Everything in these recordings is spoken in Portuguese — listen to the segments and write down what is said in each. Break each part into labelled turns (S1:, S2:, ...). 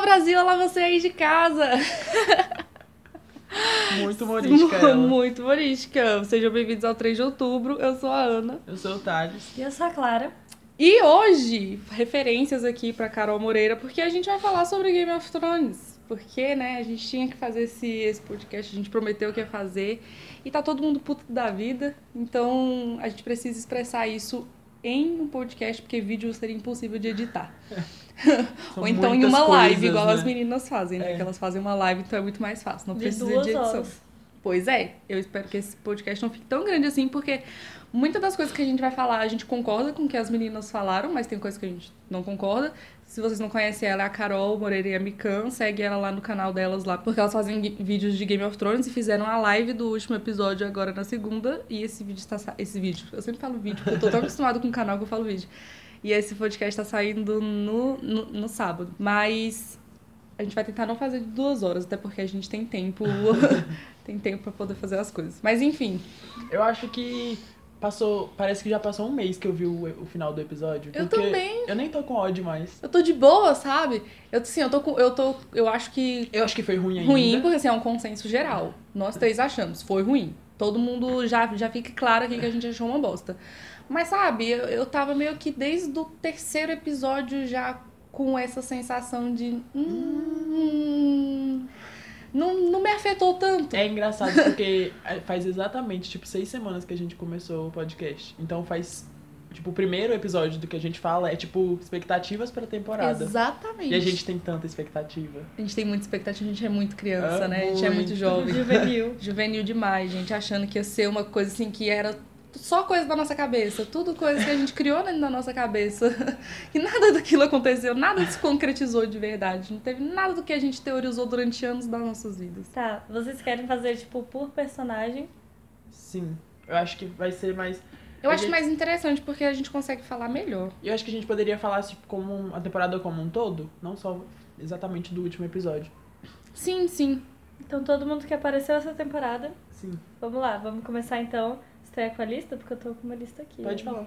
S1: Brasil, olha você aí de casa.
S2: Muito humorística ela.
S1: Muito humorística. Sejam bem-vindos ao 3 de outubro. Eu sou a Ana.
S2: Eu sou o Thales.
S3: E eu sou a Clara.
S1: E hoje, referências aqui pra Carol Moreira, porque a gente vai falar sobre Game of Thrones. Porque, né, a gente tinha que fazer esse, esse podcast, a gente prometeu que ia fazer. E tá todo mundo puto da vida. Então, a gente precisa expressar isso em um podcast, porque vídeo seria impossível de editar.
S2: São
S1: Ou então em
S2: muitas
S1: uma live,
S2: coisas,
S1: igual
S2: né?
S1: as meninas fazem, né?
S2: É.
S1: Que elas fazem uma live, então é muito mais fácil. Não
S3: De
S1: precisa
S3: duas
S1: de edição.
S3: horas.
S1: Pois é, eu espero que esse podcast não fique tão grande assim, porque muitas das coisas que a gente vai falar, a gente concorda com o que as meninas falaram, mas tem coisas que a gente não concorda. Se vocês não conhecem ela, é a Carol Moreira e a Mikan, segue ela lá no canal delas lá, porque elas fazem gui- vídeos de Game of Thrones e fizeram a live do último episódio agora na segunda, e esse vídeo está sa- esse vídeo, eu sempre falo vídeo, porque eu tô tão acostumada com o canal que eu falo vídeo. E esse podcast tá saindo no, no, no sábado. Mas a gente vai tentar não fazer de duas horas, até porque a gente tem tempo. tem tempo pra poder fazer as coisas. Mas enfim,
S2: Eu acho que passou. Parece que já passou um mês que eu vi o, o final do episódio.
S1: Eu
S2: porque
S1: também.
S2: Eu nem tô com ódio mais.
S1: eu tô de boa, sabe? Eu assim, eu tô com. Eu tô. Eu acho que.
S2: Eu acho que foi ruim ainda.
S1: Ruim, porque assim, é um consenso geral. Nós três achamos, foi ruim. Todo mundo já, já fica claro aqui que a gente achou uma bosta. Mas sabe, eu, eu tava meio que desde o terceiro episódio já com essa sensação de. Hum, não, não me afetou tanto.
S2: É engraçado porque é, faz exatamente, tipo, seis semanas que a gente começou o podcast. Então faz. Tipo, o primeiro episódio do que a gente fala é, tipo, expectativas pra temporada.
S1: Exatamente.
S2: E a gente tem tanta expectativa.
S1: A gente tem muita expectativa, a gente é muito criança,
S2: É
S1: né? A gente é muito
S2: muito.
S1: jovem.
S3: Juvenil.
S1: Juvenil demais, gente, achando que ia ser uma coisa assim que era só coisa da nossa cabeça, tudo coisa que a gente criou dentro da nossa cabeça. E nada daquilo aconteceu, nada se concretizou de verdade. Não teve nada do que a gente teorizou durante anos das nossas vidas.
S3: Tá, vocês querem fazer, tipo, por personagem?
S2: Sim. Eu acho que vai ser mais.
S1: Eu
S2: A
S1: acho
S2: gente-
S1: mais interessante porque a gente consegue falar melhor.
S2: Eu acho que a gente poderia falar tipo, como um- a temporada como um todo, não só exatamente do último episódio.
S1: Sim, sim.
S3: Então, todo mundo que apareceu essa temporada,
S2: Sim,
S3: vamos lá, vamos começar então. Estreia com a lista, porque eu tô com uma lista aqui.
S2: pode
S1: É.
S2: falar.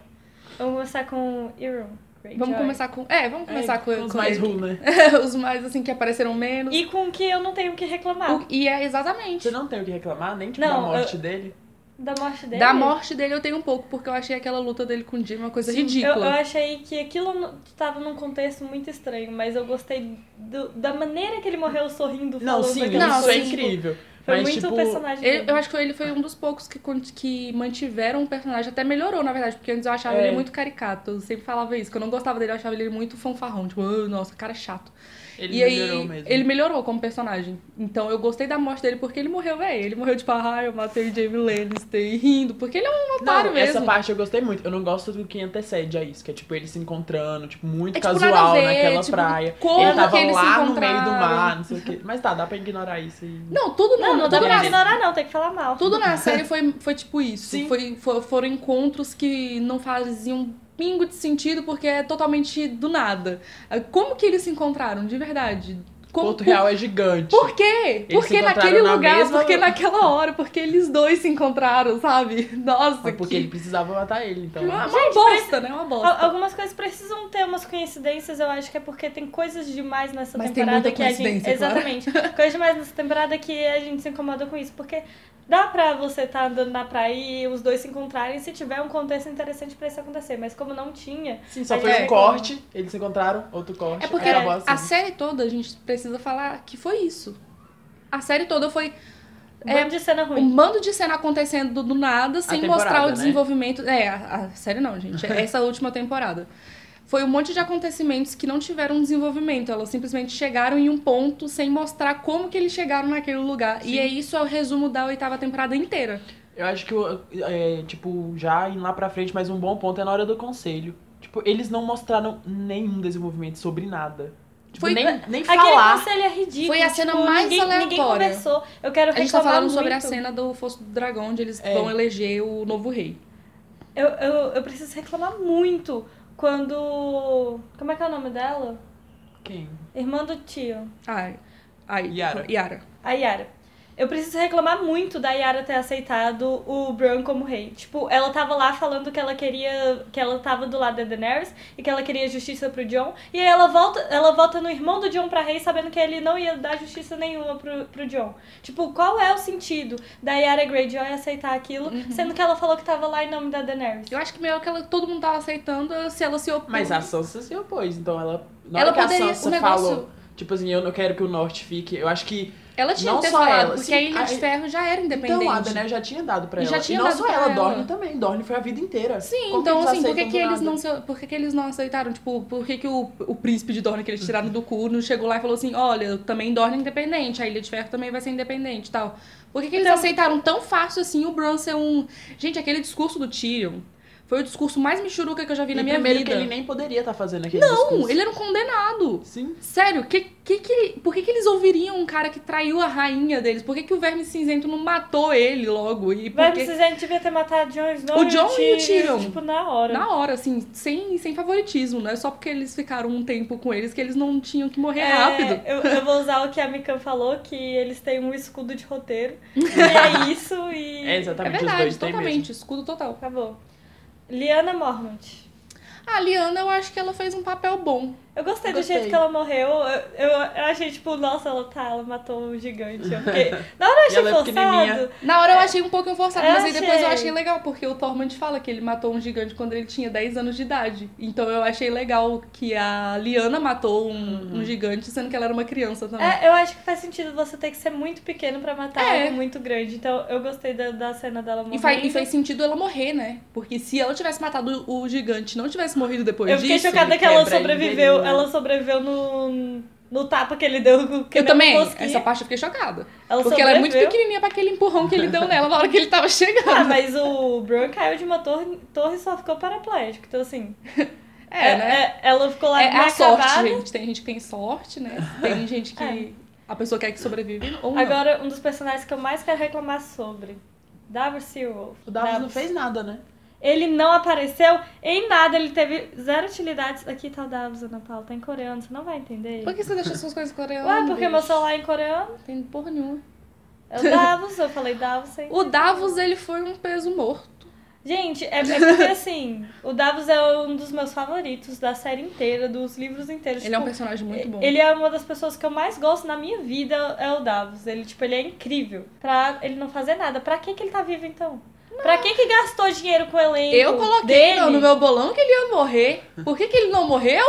S3: Vamos começar com Irun. Greyjoy.
S1: Vamos começar com. É, vamos começar
S2: É,
S1: com,
S2: os
S1: com-
S2: mais ruim, né?
S1: os mais assim que apareceram menos.
S3: E com o que eu não tenho o que reclamar.
S1: O- e é exatamente.
S2: Você não tem o que reclamar, nem tipo,
S3: Não,
S2: da morte dele.
S3: Da morte dele.
S1: Da morte dele eu tenho um pouco, porque eu achei aquela luta dele com o Jim uma coisa ridícula.
S3: Eu, eu achei que aquilo no- tava num contexto muito estranho, mas eu gostei do- da maneira que ele morreu sorrindo.
S2: Não,
S3: falando
S2: sim,
S3: aquele
S1: não,
S2: isso é
S1: sim.
S3: sorriso.
S2: incrível.
S3: Foi
S2: Mas,
S3: muito
S2: tipo,
S3: o personagem
S1: Ele-
S3: dele.
S1: eu acho que ele foi um dos poucos que, con- que mantiveram o personagem, até melhorou, na verdade, porque antes eu achava
S2: É.
S1: ele muito caricato. Eu sempre falava isso, que eu não gostava dele, eu achava ele muito fanfarrão, tipo, "Ah, nossa, cara chato.
S2: Ele
S1: e aí,
S2: melhorou mesmo.
S1: ele melhorou como personagem. Então eu gostei da morte dele porque ele morreu, velho. Ele morreu tipo, ah, eu matei o Jamie Lannister e rindo, porque ele é um
S2: não,
S1: otário mesmo.
S2: essa parte eu gostei muito. Eu não gosto do que antecede a isso, que é tipo ele se encontrando, tipo, muito
S1: É, tipo, nada a
S2: casual
S1: ver,
S2: naquela
S1: tipo,
S2: praia.
S1: como
S2: ele tava
S1: que eles se
S2: lá no meio do
S1: encontraram?
S2: mar, não sei o quê. Mas tá, dá pra ignorar isso e.
S1: Não, tudo
S3: Não, não dá
S1: tudo
S3: pra
S1: na
S3: ignorar, não, tem que falar mal.
S1: Tudo na série foi, foi tipo isso.
S2: Sim.
S1: Foi, fo- foram encontros que não faziam um pingo de sentido porque é totalmente do nada. Ah, Como que eles se encontraram, de verdade? Como,
S2: Porto Real é gigante.
S1: Por quê?
S2: Eles
S1: Por
S2: se
S1: que
S2: encontraram
S1: naquele
S2: na
S1: lugar?
S2: mesma-
S1: Por que naquela hora? Por que eles dois se encontraram, sabe? Nossa,
S2: Mas porque ele
S1: que...
S2: precisava matar ele, então.
S1: Uma, uma
S3: Gente,
S1: bosta, né? Uma bosta.
S3: Al- Algumas coisas precisam ter umas coincidências, eu acho que é porque tem coisas demais nessa
S1: Mas tem
S3: temporada
S1: muita
S3: que a gente.
S1: coincidência, claro.
S3: Exatamente. coisas demais nessa temporada que a gente se incomoda com isso. Porque dá pra você estar andando na praia e os dois se encontrarem se tiver um contexto interessante pra isso acontecer. Mas como não tinha,
S2: Sim, só
S3: Aí
S2: foi
S1: é.
S2: um corte, eles se encontraram, outro corte.
S1: É porque
S2: acabou
S1: a
S2: assim.
S1: série toda a gente precisa falar que foi isso. A série toda foi
S3: um
S1: É,
S3: bando de cena ruim.
S1: Um bando de cena acontecendo do, do nada, sem
S2: temporada,
S1: mostrar o
S2: né?
S1: desenvolvimento. É, a, a série não, gente. É Essa última temporada. Foi um monte de acontecimentos que não tiveram um desenvolvimento. Elas simplesmente chegaram em um ponto sem mostrar como que eles chegaram naquele lugar. E
S2: Sim.
S1: é isso é o resumo da oitava temporada inteira.
S2: Eu acho que, é, tipo, já indo lá pra frente, mas um bom ponto é na hora do conselho. Tipo, eles não mostraram nenhum desenvolvimento sobre nada. Tipo,
S1: Foi-
S2: nem, nem
S3: Aquele
S2: falar.
S3: conselho é ridículo.
S1: Foi a cena
S3: tipo,
S1: mais
S3: ninguém, Ninguém
S1: aleatória.
S3: conversou. Eu quero
S1: A gente tá
S3: reclamar
S1: falando sobre a
S3: muito.
S1: cena do Fosso do Dragão, onde eles
S2: É.
S1: vão eleger o novo rei.
S3: Eu, eu, eu preciso reclamar muito quando. Como é que é o nome dela?
S2: Quem?
S3: Irmã do tio.
S1: Ai. Ai.
S2: Yara.
S1: Yara.
S3: A Yara. Eu preciso reclamar muito da Yara ter aceitado o Bran como rei. Tipo, ela tava lá falando que ela queria. que ela tava do lado da Daenerys e que ela queria justiça pro John. E aí ela volta, ela volta no irmão do John pra rei sabendo que ele não ia dar justiça nenhuma pro, pro John. Tipo, qual é o sentido da Yara Greyjoy aceitar aquilo,
S1: Uhum.
S3: sendo que ela falou que tava lá em nome da Daenerys?
S1: Eu acho que melhor que ela, todo mundo tava aceitando se ela se opôs.
S2: Mas a Sansa se opôs, então ela. Na
S1: Uhum. Ela
S2: hora que
S1: poderia-
S2: a Sansa
S1: o negócio-
S2: falou, tipo assim, eu não quero que o norte fique. Eu acho que.
S1: Ela tinha
S2: Não
S1: que ter
S2: só
S1: falado,
S2: ela,
S1: porque
S2: sim,
S1: a Ilha de
S2: a-
S1: Ferro já era independente.
S2: Então, a Daenerys já tinha dado pra
S1: Já
S2: ela.
S1: tinha
S2: e não
S1: dado
S2: só
S1: pra
S2: ela,
S1: ela.
S2: Dorne também. Dorne foi a vida inteira.
S1: Sim,
S2: Como
S1: então
S2: eles
S1: assim, por que,
S2: aceitam
S1: que
S2: do
S1: eles
S2: nada?
S1: não se- por que, que eles não aceitaram? Tipo, por que, que o, o príncipe de Dorne que eles tiraram do cu chegou lá e falou assim, olha, também Dorne é independente, a Ilha de Ferro também vai ser independente e tal. Por que, que eles
S3: Então-
S1: aceitaram tão fácil assim o Bran ser um. Gente, aquele discurso do Tyrion foi o discurso mais michuruca que eu já vi
S2: E
S1: na minha
S2: primeiro
S1: vida.
S2: que ele nem poderia estar fazendo aquele
S1: Não,
S2: discurso.
S1: ele era um condenado.
S2: Sim.
S1: Sério, que, que, que- por que, que eles ouviriam um cara que traiu a rainha deles? Por que, que o Verme Cinzento não matou ele logo? E por
S3: Vai
S1: que-
S3: precisar, a gente devia ter matado o John Snow
S1: O Jon e o Tyrion.
S3: Tipo, na hora.
S1: Na hora, assim, sem, sem favoritismo, não é só porque eles ficaram um tempo com eles que eles não tinham que morrer
S3: É,
S1: rápido.
S3: Eu, eu vou usar o que a Mikan falou, que eles têm um escudo de roteiro. e é isso e.
S2: É
S1: É
S2: exatamente os
S1: verdade,
S2: dois têm mesmo.
S1: totalmente, escudo total.
S3: Acabou. Liana Mormont.
S1: A Liana, eu acho que ela fez um papel bom.
S3: Eu gostei, do
S2: Gostei.
S3: jeito que ela morreu. Eu, eu, eu achei, tipo, nossa, ela tá, ela matou um gigante. Eu fiquei... Na hora eu
S2: E
S3: achei
S2: ela é
S3: forçado.
S2: pequenininha.
S1: Na hora eu achei um pouco forçado,
S3: É. Eu
S1: mas aí depois eu
S3: achei.
S1: achei legal, porque o Tormund fala que ele matou um gigante quando ele tinha 10 anos de idade. Então eu achei legal que a Liana matou um, um gigante, sendo que ela era uma criança também.
S3: Uhum. É, eu acho que faz sentido você ter que ser muito pequeno pra matar
S1: É.
S3: algo muito grande. Então eu gostei da, da cena dela morrendo.
S1: E, faz, e fez sentido ela morrer, né? Porque se ela tivesse matado o gigante e não tivesse morrido depois
S3: Eu fiquei
S1: disso.
S3: chocada que
S2: ele
S3: ela
S2: quebra
S3: sobreviveu.
S2: ele, né?
S3: Ela sobreviveu no, no tapa que ele deu.
S1: Eu também, essa
S3: Essa
S1: parte eu fiquei chocada.
S3: ela
S1: Porque ela é muito
S3: sobreviveu.
S1: pequenininha pra aquele empurrão que ele deu nela na hora que ele tava chegando.
S3: Ah, mas o Bran caiu de uma torre, torre e só ficou paraplégico. Então, assim,
S1: é,
S3: é-
S1: né?
S3: é- ela ficou lá
S1: É, a sorte,
S3: inacabada.
S1: gente. Tem gente que tem sorte, né? Tem gente que
S3: É.
S1: a pessoa quer que sobrevive ou não.
S3: Agora, um dos personagens que eu mais quero reclamar sobre. Davos Seawolf.
S2: O Davos não fez nada, né?
S3: Ele não apareceu em nada, ele teve zero utilidades. Aqui tá o Davos, Ana Paula, tá em coreano, você não vai entender.
S1: Por que você deixa suas coisas coreanas?
S3: Ué, porque meu
S1: bicho?
S3: celular é em coreano?
S1: Não tem porra nenhuma.
S3: É o Davos, eu falei Davos. sem
S1: O Davos, ele foi um peso morto.
S3: Gente, é, é porque assim, o Davos é um dos meus favoritos da série inteira, dos livros inteiros.
S1: Ele é um
S3: Tipo,
S1: personagem muito bom.
S3: Ele é uma das pessoas que eu mais gosto na minha vida, é o Davos. Ele, tipo, ele é incrível. Pra ele não fazer nada. Pra que que ele tá vivo, então? Pra que que gastou dinheiro com o elenco
S1: Eu coloquei
S3: é dele?
S1: no- no meu bolão que ele ia morrer. Por que, que ele não morreu?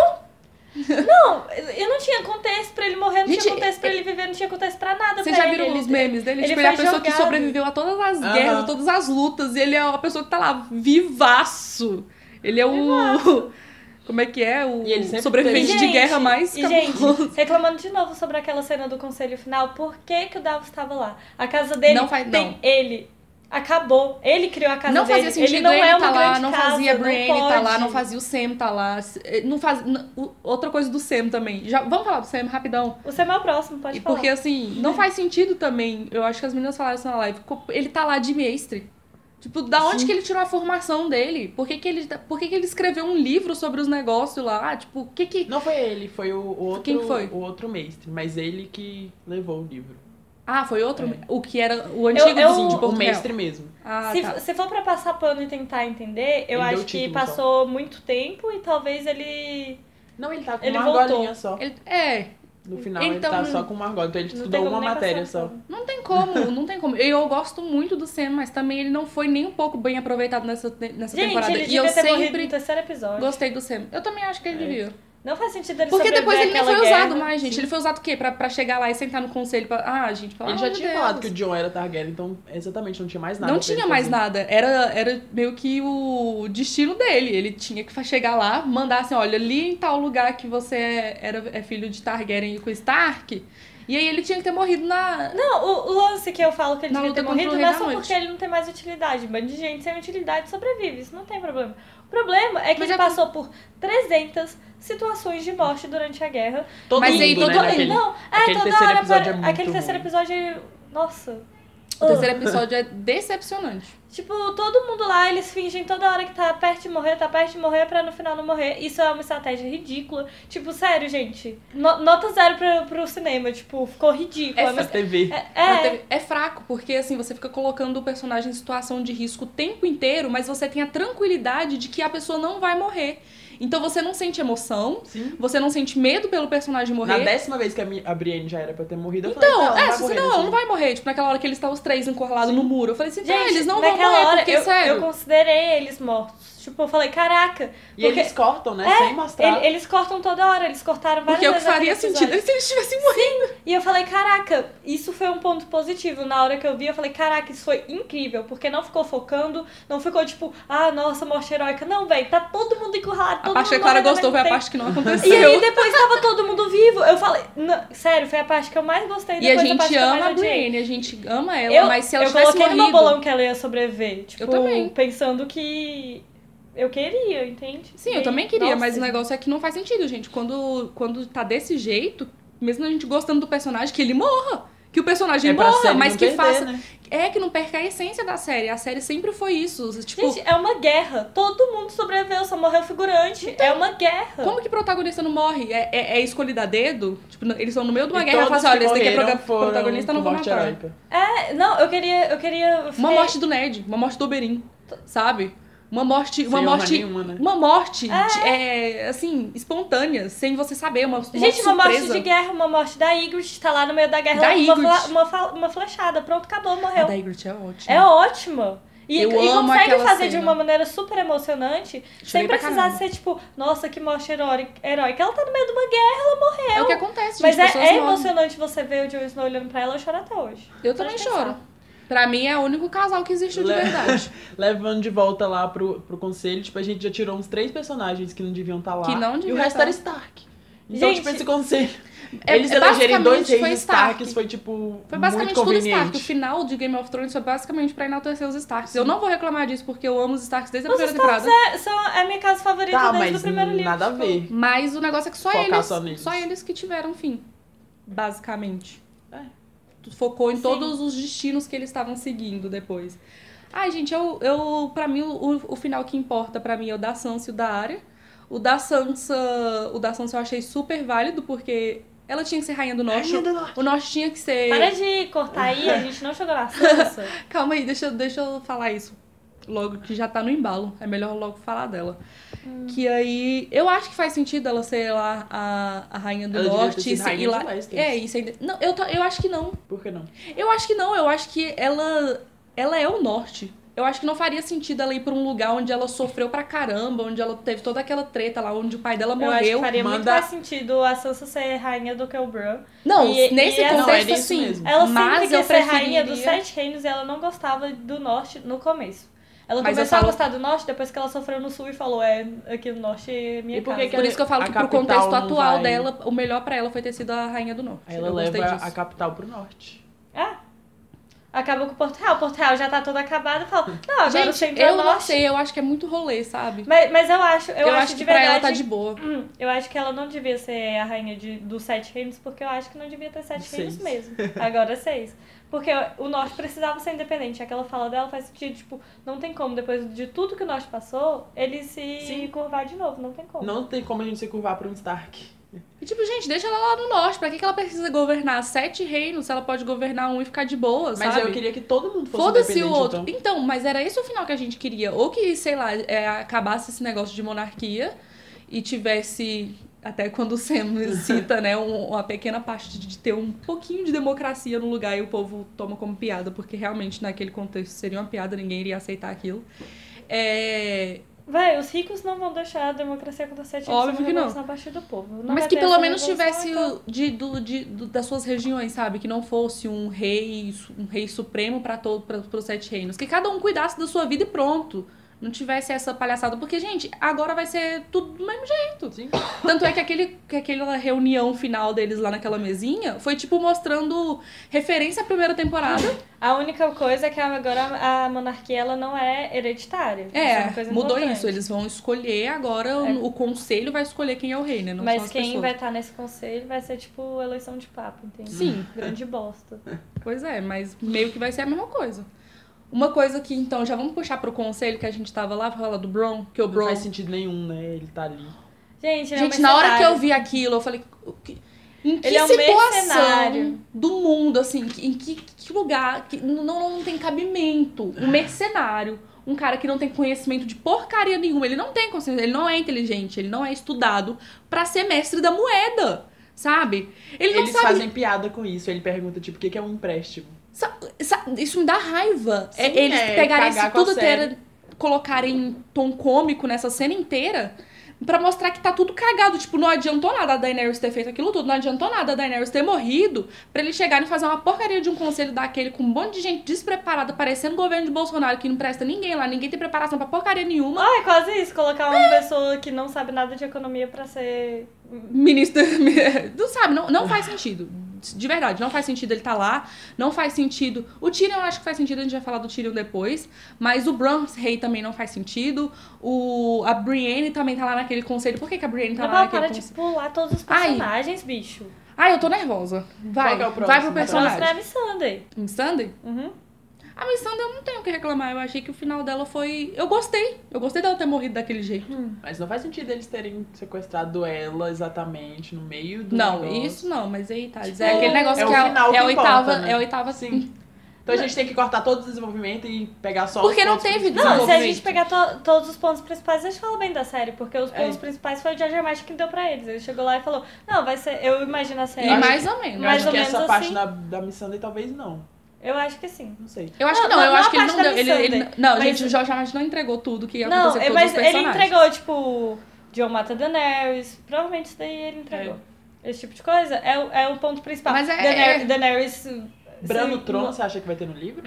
S3: Não, eu não tinha contexto pra ele morrer, não tinha
S1: Gente, é-
S3: contexto pra ele viver, não tinha contexto pra nada
S1: Vocês
S3: pra
S1: já
S3: ele.
S1: viram
S3: Ele-
S1: os memes dele?
S3: ele
S1: tipo, ele é a
S3: foi
S1: pessoa que
S3: jogado.
S1: sobreviveu a todas as
S2: Aham.
S1: guerras, a todas as lutas. E ele é a pessoa que tá lá, vivaço. Ele é o... Como é que é? O
S2: E ele sempre
S3: E,
S1: sobrevivente
S2: teve-
S1: de
S3: gente,
S1: guerra mais
S3: e,
S1: cabuloso.
S3: gente, reclamando de novo sobre aquela cena do conselho final, por que que o Davos tava lá? A casa dele
S1: Não faz-
S3: tem
S1: não.
S3: ele. Acabou. Ele criou a casa
S1: Não
S3: dele.
S1: fazia sentido
S3: ele não
S1: ele
S3: é uma
S1: tá lá,
S3: grande
S1: não
S3: casa,
S1: fazia a
S3: não
S1: Brienne tá lá,
S3: pode.
S1: não fazia o Sam tá lá. eh, Não faz... n- o- Outra coisa do Sam também. Já... Vamos falar do Sam rapidão.
S3: O Sam é o próximo, pode
S1: E
S3: falar.
S1: porque assim, não faz sentido também. Eu acho que as meninas falaram isso na live. co- Ele tá lá de mestre. Tipo, da onde
S2: Sim.
S1: que ele tirou a formação dele? Por que, que, ele, por que, que ele escreveu um livro sobre os negócios lá? Tipo, o que que.
S2: Não foi ele, foi o, o outro.
S1: Quem foi?
S2: O outro mestre, mas ele que levou o livro.
S1: Ah, foi outro.
S2: É.
S1: O que era o antigo
S3: eu-
S1: vizinho de
S2: o
S1: Porto Real.
S2: mestre mesmo.
S1: Ah,
S3: se,
S1: tá.
S3: se for pra passar pano e tentar entender,
S2: Ele
S3: eu
S2: deu
S3: acho
S2: o
S3: que
S2: título
S3: passou muito tempo e talgoz ele.
S2: Não, ele tá com
S3: Ele
S2: uma
S3: voltou.
S2: argolinha só.
S1: Ele- é,
S2: No final
S1: Então,
S2: ele tá só com uma argola. Então ele
S3: Não tem
S2: estudou
S3: como
S2: uma
S3: nem
S2: matéria
S3: passar
S2: só.
S3: pano.
S1: não tem como, não tem como. Eu, gosto muito do Sam, mas também ele não foi nem um pouco bem aproveitado nessa, te- nessa
S3: Gente,
S1: temporada.
S3: ele
S1: E
S3: devia
S1: eu
S3: ter morrido
S1: sempre
S3: no terceiro episódio.
S1: gostei do Sam. Eu também acho que ele
S2: É.
S1: devia.
S3: Não faz sentido ele
S1: Porque depois
S3: sobreviver
S1: ele nem foi
S3: àquela
S1: usado
S3: guerra.
S1: mais, gente. Ele foi usado o quê? Pra, pra chegar lá e sentar no conselho pra... Ah, gente, pelo
S2: Ele
S1: amor
S2: já
S1: de
S2: tinha
S1: Deus.
S2: falado que o John era Targaryen, então exatamente não tinha mais nada.
S1: Não
S2: pra ele
S1: tinha mais
S2: fazer.
S1: nada. Era, era meio que o destino dele. Ele tinha que fa- chegar lá, mandar assim, olha, ali em tal lugar que você é, era, é filho de Targaryen e com Stark. E aí ele tinha que ter morrido na...
S3: Não, o, o lance que eu falo que ele
S1: Na
S3: devia ter
S1: luta contra o
S3: morrido
S1: Rei
S3: não é
S1: da
S3: só
S1: Noite.
S3: porque ele não tem mais utilidade. Um bando de gente sem utilidade sobrevive, isso não tem problema. O problema é que
S1: Mas
S3: ele
S1: é-
S3: passou por 300 situações de morte durante a guerra.
S2: Todo
S1: Mas
S2: mundo,
S1: aí todo-
S2: né, naquele-
S3: não, é,
S2: aquele
S3: toda
S2: terceiro
S3: hora.
S2: episódio
S3: apare-
S2: é muito
S3: aquele terceiro
S2: ruim.
S3: episódio, nossa.
S1: O terceiro episódio é decepcionante.
S3: Tipo, todo mundo lá, eles fingem toda hora que tá perto de morrer, tá perto de morrer pra no final não morrer. Isso é uma estratégia ridícula. Tipo, sério, gente. No- nota zero pra, pro cinema. Tipo, ficou ridículo.
S1: É
S3: mas-
S2: Mas TV.
S3: é,
S1: Ela
S3: é,
S1: teve- É fraco, porque assim, você fica colocando o personagem em situação de risco o tempo inteiro, mas você tem a tranquilidade de que a pessoa não vai morrer. Então você não sente emoção,
S2: Sim.
S1: você não sente medo pelo personagem
S2: Na
S1: morrer.
S2: décima vez que a, mi- a Brienne já era pra ter morrido, eu
S1: Então,
S2: falei, tá,
S1: é,
S2: ela
S1: se você
S2: vai
S1: não,
S2: morrer,
S1: não vai morrer. Tipo, naquela hora que eles estavam os três encurralados no muro. Eu falei assim, tá,
S3: Gente,
S1: eles não vão
S3: naquela
S1: morrer,
S3: hora
S1: porque
S3: eu,
S1: sério.
S3: eu considerei eles mortos. Tipo, eu falei, caraca.
S2: E
S3: porque
S2: eles cortam, né?
S1: É,
S2: sem mostrar.
S3: ele- eles cortam toda hora, eles cortaram várias
S1: Tá. Porque o que
S3: vezes
S1: faria sentido
S3: naquele
S1: é
S3: episódio.
S1: se eles tivessem morrido.
S3: E eu falei, caraca, isso foi um ponto positivo. Na hora que eu vi, eu falei, caraca, isso foi incrível. Porque não ficou focando, não ficou tipo, ah, nossa, morte heróica. Não, velho, tá todo mundo encurralado, todo
S1: A parte que a
S3: mundo
S1: Clara
S3: morrendo ao
S1: gostou foi a
S3: mesmo
S1: parte que não
S3: tempo. E aí
S1: aconteceu.
S3: depois tava todo mundo vivo. Eu falei, "Não, sério, foi a parte que eu mais gostei.
S1: E a
S3: depois parte
S1: gente
S3: que eu mais
S1: ama a
S3: odiei."
S1: Brienne, a gente ama ela,
S3: eu,
S1: mas se ela
S3: eu
S1: tivesse
S3: coloquei no meu
S1: morrido...
S3: bolão que ela ia sobreviver. Tipo,
S1: também.
S3: pensando que eu queria, entende?
S1: Sim,
S3: E
S1: eu
S3: aí,
S1: também queria,
S3: nossa.
S1: mas o negócio é que não faz sentido, gente. Quando, quando tá desse jeito, mesmo a gente gostando do personagem, que ele morra. Que o personagem
S2: é pra
S1: morra,
S2: série
S1: mas
S2: não
S1: que
S2: perder,
S1: faça.
S2: Né?
S1: É, que não perca a essência da série. A série sempre foi isso. Tipo,
S3: Gente, é uma guerra. Todo mundo sobreviveu, só morreu figurante.
S1: Então
S3: é uma guerra.
S1: como que protagonista não morre? É, é, é escolhido a dedo? Tipo, n- eles estão no meio de uma
S2: E
S1: guerra e falam
S2: todos
S1: assim, olha,
S2: que
S1: esse daqui é
S2: morreram
S1: proga-
S2: foram
S1: protagonista, não
S2: com
S1: vou
S2: morte
S1: matar.
S2: heróica.
S3: É, não, eu queria. Eu queria. eu
S1: Uma
S3: fiquei-
S1: morte do nerd, uma morte do Oberyn, sabe? Uma morte, uma
S2: Sem honra
S1: morte,
S2: nenhuma, né?
S1: uma morte, de- é, assim, espontânea, sem você saber, uma, uma
S3: Gente, uma morte
S1: surpresa.
S3: de guerra, uma morte da Ygritte, tá lá no meio da guerra,
S1: Da
S3: ela- uma,
S1: Ygritte.
S3: fla- uma, fa- uma flechada, pronto, acabou,
S1: A
S3: morreu.
S1: da Ygritte é ótima.
S3: É ótima. E,
S1: Eu
S3: e
S1: amo
S3: consegue
S1: aquela
S3: fazer de
S1: cena.
S3: uma maneira super emocionante,
S1: Chorei
S3: sem
S1: pra
S3: precisar
S1: caramba.
S3: ser tipo, nossa, que morte herói- heróica. Ela tá no meio de uma guerra, ela morreu.
S1: É o que acontece,
S3: Mas
S1: gente.
S3: é,
S1: pessoas
S3: é
S1: morrem.
S3: emocionante você ver o Jon Snow olhando pra ela, eu choro até hoje.
S1: Eu também
S3: Pode
S1: choro. Pra mim é o único casal que existe de
S2: Le-
S1: verdade.
S2: Levando de volta lá pro, pro conselho, tipo, a gente já tirou uns três personagens que não deviam estar lá.
S1: Que não
S2: E
S1: deviam
S2: o resto
S1: tá.
S2: era Stark. Então,
S3: Gente,
S2: tipo, esse conselho.
S1: É-
S2: eles
S1: é
S2: elegerem dois
S1: basicamente
S2: reis
S1: foi Stark.
S2: Starks foi, tipo,
S1: Foi basicamente
S2: muito
S1: tudo
S2: conveniente.
S1: Stark. O final de Game of Thrones foi basicamente pra enaltecer os Starks. Eu não vou reclamar disso, porque eu amo os Starks desde a
S3: Os
S1: primeira temporada.
S3: É, são, é a minha casa favorita
S2: Tá,
S3: desde o
S2: mas
S3: primeiro livro.
S2: nada a
S3: tipo.
S2: ver.
S1: Mas o negócio é que só
S2: Focar
S1: eles,
S2: só neles.
S1: eles que tiveram fim, basicamente.
S2: É.
S1: Tu focou em
S3: Sim.
S1: todos os destinos que eles estavam seguindo depois. Ai, gente, eu, eu para mim o, o final que importa pra mim é o da Sansa e o da Arya. O da Sansa, o da Sansa eu achei super válido porque ela tinha que ser rainha do norte.
S2: Rainha do Norte.
S1: O norte tinha que ser
S3: Para de cortar aí, a gente não chegou na Sansa.
S1: Calma aí, deixa, eu- deixa eu falar isso. Logo que já tá no embalo. É melhor logo falar dela.
S3: Hum.
S1: Que aí. Eu acho que faz sentido ela ser lá a, a rainha do
S2: Ela devia ter
S1: norte.
S2: sido
S1: e se-
S2: rainha
S1: e lá.
S2: de Westeros.
S1: É, isso ainda. Não, eu, tô- eu acho que não.
S2: Por que não?
S1: Eu acho que não. Eu acho que ela. Ela é o norte. Eu acho que não faria sentido ela ir pra um lugar onde ela sofreu pra caramba, onde ela teve toda aquela treta lá, onde o pai dela
S3: Eu acho que
S1: morreu.
S3: faria muito
S2: manda-
S3: mais sentido a Sansa ser rainha do que o Bran.
S1: Não,
S3: E- é,
S1: nesse
S3: e ela-
S2: Não, era
S1: contexto,
S2: isso
S1: sim.
S2: mesmo.
S3: Ela
S1: Mas
S3: sempre
S1: eu
S3: quis ser rainha
S1: preferiria-
S3: dos sete reinos e ela não gostava do norte no começo. Ela
S1: Mas eu
S3: começou
S1: falo-
S3: a gostar do norte depois que ela sofreu no sul e falou, é, aqui no norte é minha
S2: E por que
S3: casa.
S2: que
S1: Por isso que eu falo
S2: A
S1: que pro
S2: capital
S1: contexto
S2: não
S1: atual
S2: vai-
S1: dela, o melhor pra ela foi ter sido a rainha do norte.
S2: Aí ela
S1: eu gostei
S2: leva
S1: disso.
S2: a capital pro norte.
S3: É. Acaba com o Porto Real. O Porto Real já tá todo acabado. Fala, não, agora o
S1: Gente,
S3: centro é
S1: eu
S3: o
S1: não
S3: norte.
S1: sei, eu acho que é muito rolê, sabe?
S3: Mas, mas eu acho, eu,
S1: Eu,
S3: acho,
S1: acho que
S3: de
S1: pra
S3: verdade.
S1: ela tá de boa.
S3: Hum, Eu acho que ela não devia ser a rainha de, dos sete reinos, porque eu acho que não devia ter sete
S2: Seis.
S3: reinos mesmo. Agora seis. Porque o norte precisava ser independente. Aquela fala dela faz sentido, tipo, não tem como, depois de tudo que o norte passou, ele se
S2: Sim.
S3: curvar de novo, não tem como.
S2: Não tem como a gente se curvar pra um Stark.
S1: E tipo, gente, deixa ela lá no norte. Pra que, que ela precisa governar sete reinos se ela pode governar um e ficar de boa,
S2: Mas
S1: sabe?
S2: eu queria que todo mundo fosse
S1: Foda-se o
S2: independente,
S1: outro.
S2: então.
S1: Então. mas era esse o final que a gente queria. Ou que, sei lá, é, acabasse esse negócio de monarquia e tivesse. Até quando o Sam cita, né, um- uma pequena parte de de ter um pouquinho de democracia no lugar e o povo toma como piada, porque realmente naquele contexto seria uma piada, ninguém iria aceitar aquilo. É,
S3: Vai, os ricos não vão deixar a democracia acontecer tipo,
S1: Óbvio que não.
S3: a partir do povo. Não
S1: Mas
S3: vai
S1: que
S3: ter
S1: pelo
S3: essa
S1: menos
S3: revolução,
S1: tivesse
S3: então-
S1: o- de, do, de, do- das suas regiões, sabe? Que não fosse um rei, su- um rei supremo para todos os sete reinos. Que cada um cuidasse da sua vida e pronto. Não tivesse essa palhaçada. Porque, gente, agora vai ser tudo do mesmo jeito.
S2: Sim.
S1: Tanto é que, aquele, que aquela reunião final deles lá naquela mesinha foi, tipo, mostrando referência à primeira temporada.
S3: A única coisa é que agora a monarquia ela não é hereditária. Isso uma
S1: É,
S3: coisa
S1: mudou
S3: importante. É.
S1: isso. Eles vão escolher agora, o, o conselho vai escolher quem é o rei, né? Não são
S3: Mas
S1: as
S3: quem
S1: pessoas.
S3: vai estar nesse conselho vai ser tipo eleição de papo, entende?
S1: Sim.
S3: Grande bosta.
S1: Pois é, mas meio que vai ser a mesma coisa. Uma coisa que, então, já vamos puxar pro conselho que a gente tava lá, falar do Bron, que o
S2: Não
S1: Bron...
S2: faz sentido nenhum, né? Ele tá ali.
S3: Gente, ele é um
S1: Gente, na hora que eu
S3: mercenário.
S1: vi aquilo, eu falei... o que- Em que
S3: Ele é um mercenário.
S1: situação do mundo, assim, que- em que, que lugar, que não, não, não tem cabimento. Um mercenário, um cara que não tem conhecimento de porcaria nenhuma, ele não tem consciência, ele não é inteligente, ele não é estudado pra ser mestre da moeda, sabe? Ele não
S2: Eles
S1: sabe
S2: fazem piada com isso. Ele pergunta, tipo, o que que é um empréstimo?
S1: Sa- sa- Isso me dá raiva. É,
S2: Sim,
S1: eles
S2: é,
S1: pegarem isso
S2: cagar com a
S1: tudo
S2: série.
S1: ter, colocarem em tom cômico nessa cena inteira pra mostrar que tá tudo cagado. Tipo, não adiantou nada a Daenerys ter feito aquilo tudo, não adiantou nada a Daenerys ter morrido pra eles chegarem e fazer uma porcaria de um conselho daquele com um monte de gente despreparada, parecendo o governo de Bolsonaro que não presta ninguém lá, ninguém tem preparação pra porcaria nenhuma.
S3: Ah, é quase isso, colocar uma pessoa que não sabe nada de economia pra ser.
S1: Ministro, não sabe, não, não faz sentido. De verdade, não faz sentido ele tá lá, não faz sentido. O Tyrion eu acho que faz sentido, a gente vai falar do Tyrion depois, mas o Bran Rei também não faz sentido. O a Brienne também tá lá naquele conselho. Por que, que a Brienne tá
S3: Não,
S1: lá
S3: para,
S1: naquele
S3: de tipo,
S1: conselho?
S3: pular todos os
S1: Ai.
S3: personagens, bicho.
S1: Ah, eu tô nervosa. Vai,
S2: Qual que é o próximo?
S1: vai pro
S3: Próximo é a
S1: personagem. Ah,
S3: Missandei.
S1: Missandei?
S3: Uhum.
S1: A Missandei eu não tenho o que reclamar, eu achei que o final dela foi, eu gostei. Eu gostei dela ter morrido daquele jeito.
S2: Mas não faz sentido eles terem sequestrado ela exatamente no meio do
S1: Não,
S2: negócio.
S1: isso não, mas aí tá.
S3: Tipo,
S1: é aquele negócio
S2: é
S1: que
S2: o
S1: é,
S2: final
S1: é a
S2: que importa,
S1: oitava,
S2: né?
S1: é a oitava sim.
S2: Sim. Então a gente tem que cortar todo o desenvolvimento e pegar só
S1: Porque
S2: os
S1: não
S2: pontos
S1: teve
S2: principais.
S3: Não, se a
S1: Desenvolvimento.
S3: gente pegar to- todos os pontos principais, a gente fala bem da série, porque os
S2: É.
S3: pontos principais foi o George R. R. Martin que deu pra eles. Ele chegou lá e falou: Não, vai ser. Eu imagino a série.
S1: E
S2: acho
S1: mais ou menos.
S2: É, Eu
S3: mais
S2: acho
S3: ou
S2: que
S3: menos
S2: essa
S3: assim.
S2: parte da, da missão daí talvez não.
S3: Eu acho que sim.
S2: Não sei.
S1: Eu acho
S3: Não,
S1: que não,
S3: não,
S1: eu
S3: não
S1: acho
S3: a
S1: que ele
S3: parte
S1: não
S3: da
S1: deu. Ele,
S3: missão
S1: ele-
S3: dele.
S1: não,
S3: Mas-
S1: gente, o Jorge Amado não entregou tudo que ia
S3: Não, é,
S2: é,
S1: acontecer com todos
S3: mas
S1: os
S3: ele
S1: personagens.
S3: entregou, tipo, John mata Daenerys. Provavelmente isso daí ele entregou. Esse tipo de coisa é, o- é o ponto principal.
S1: Mas é-
S3: Daener-
S1: é-
S3: Daenerys.
S2: Bran no
S3: se-
S2: trono, você acha que vai ter no livro?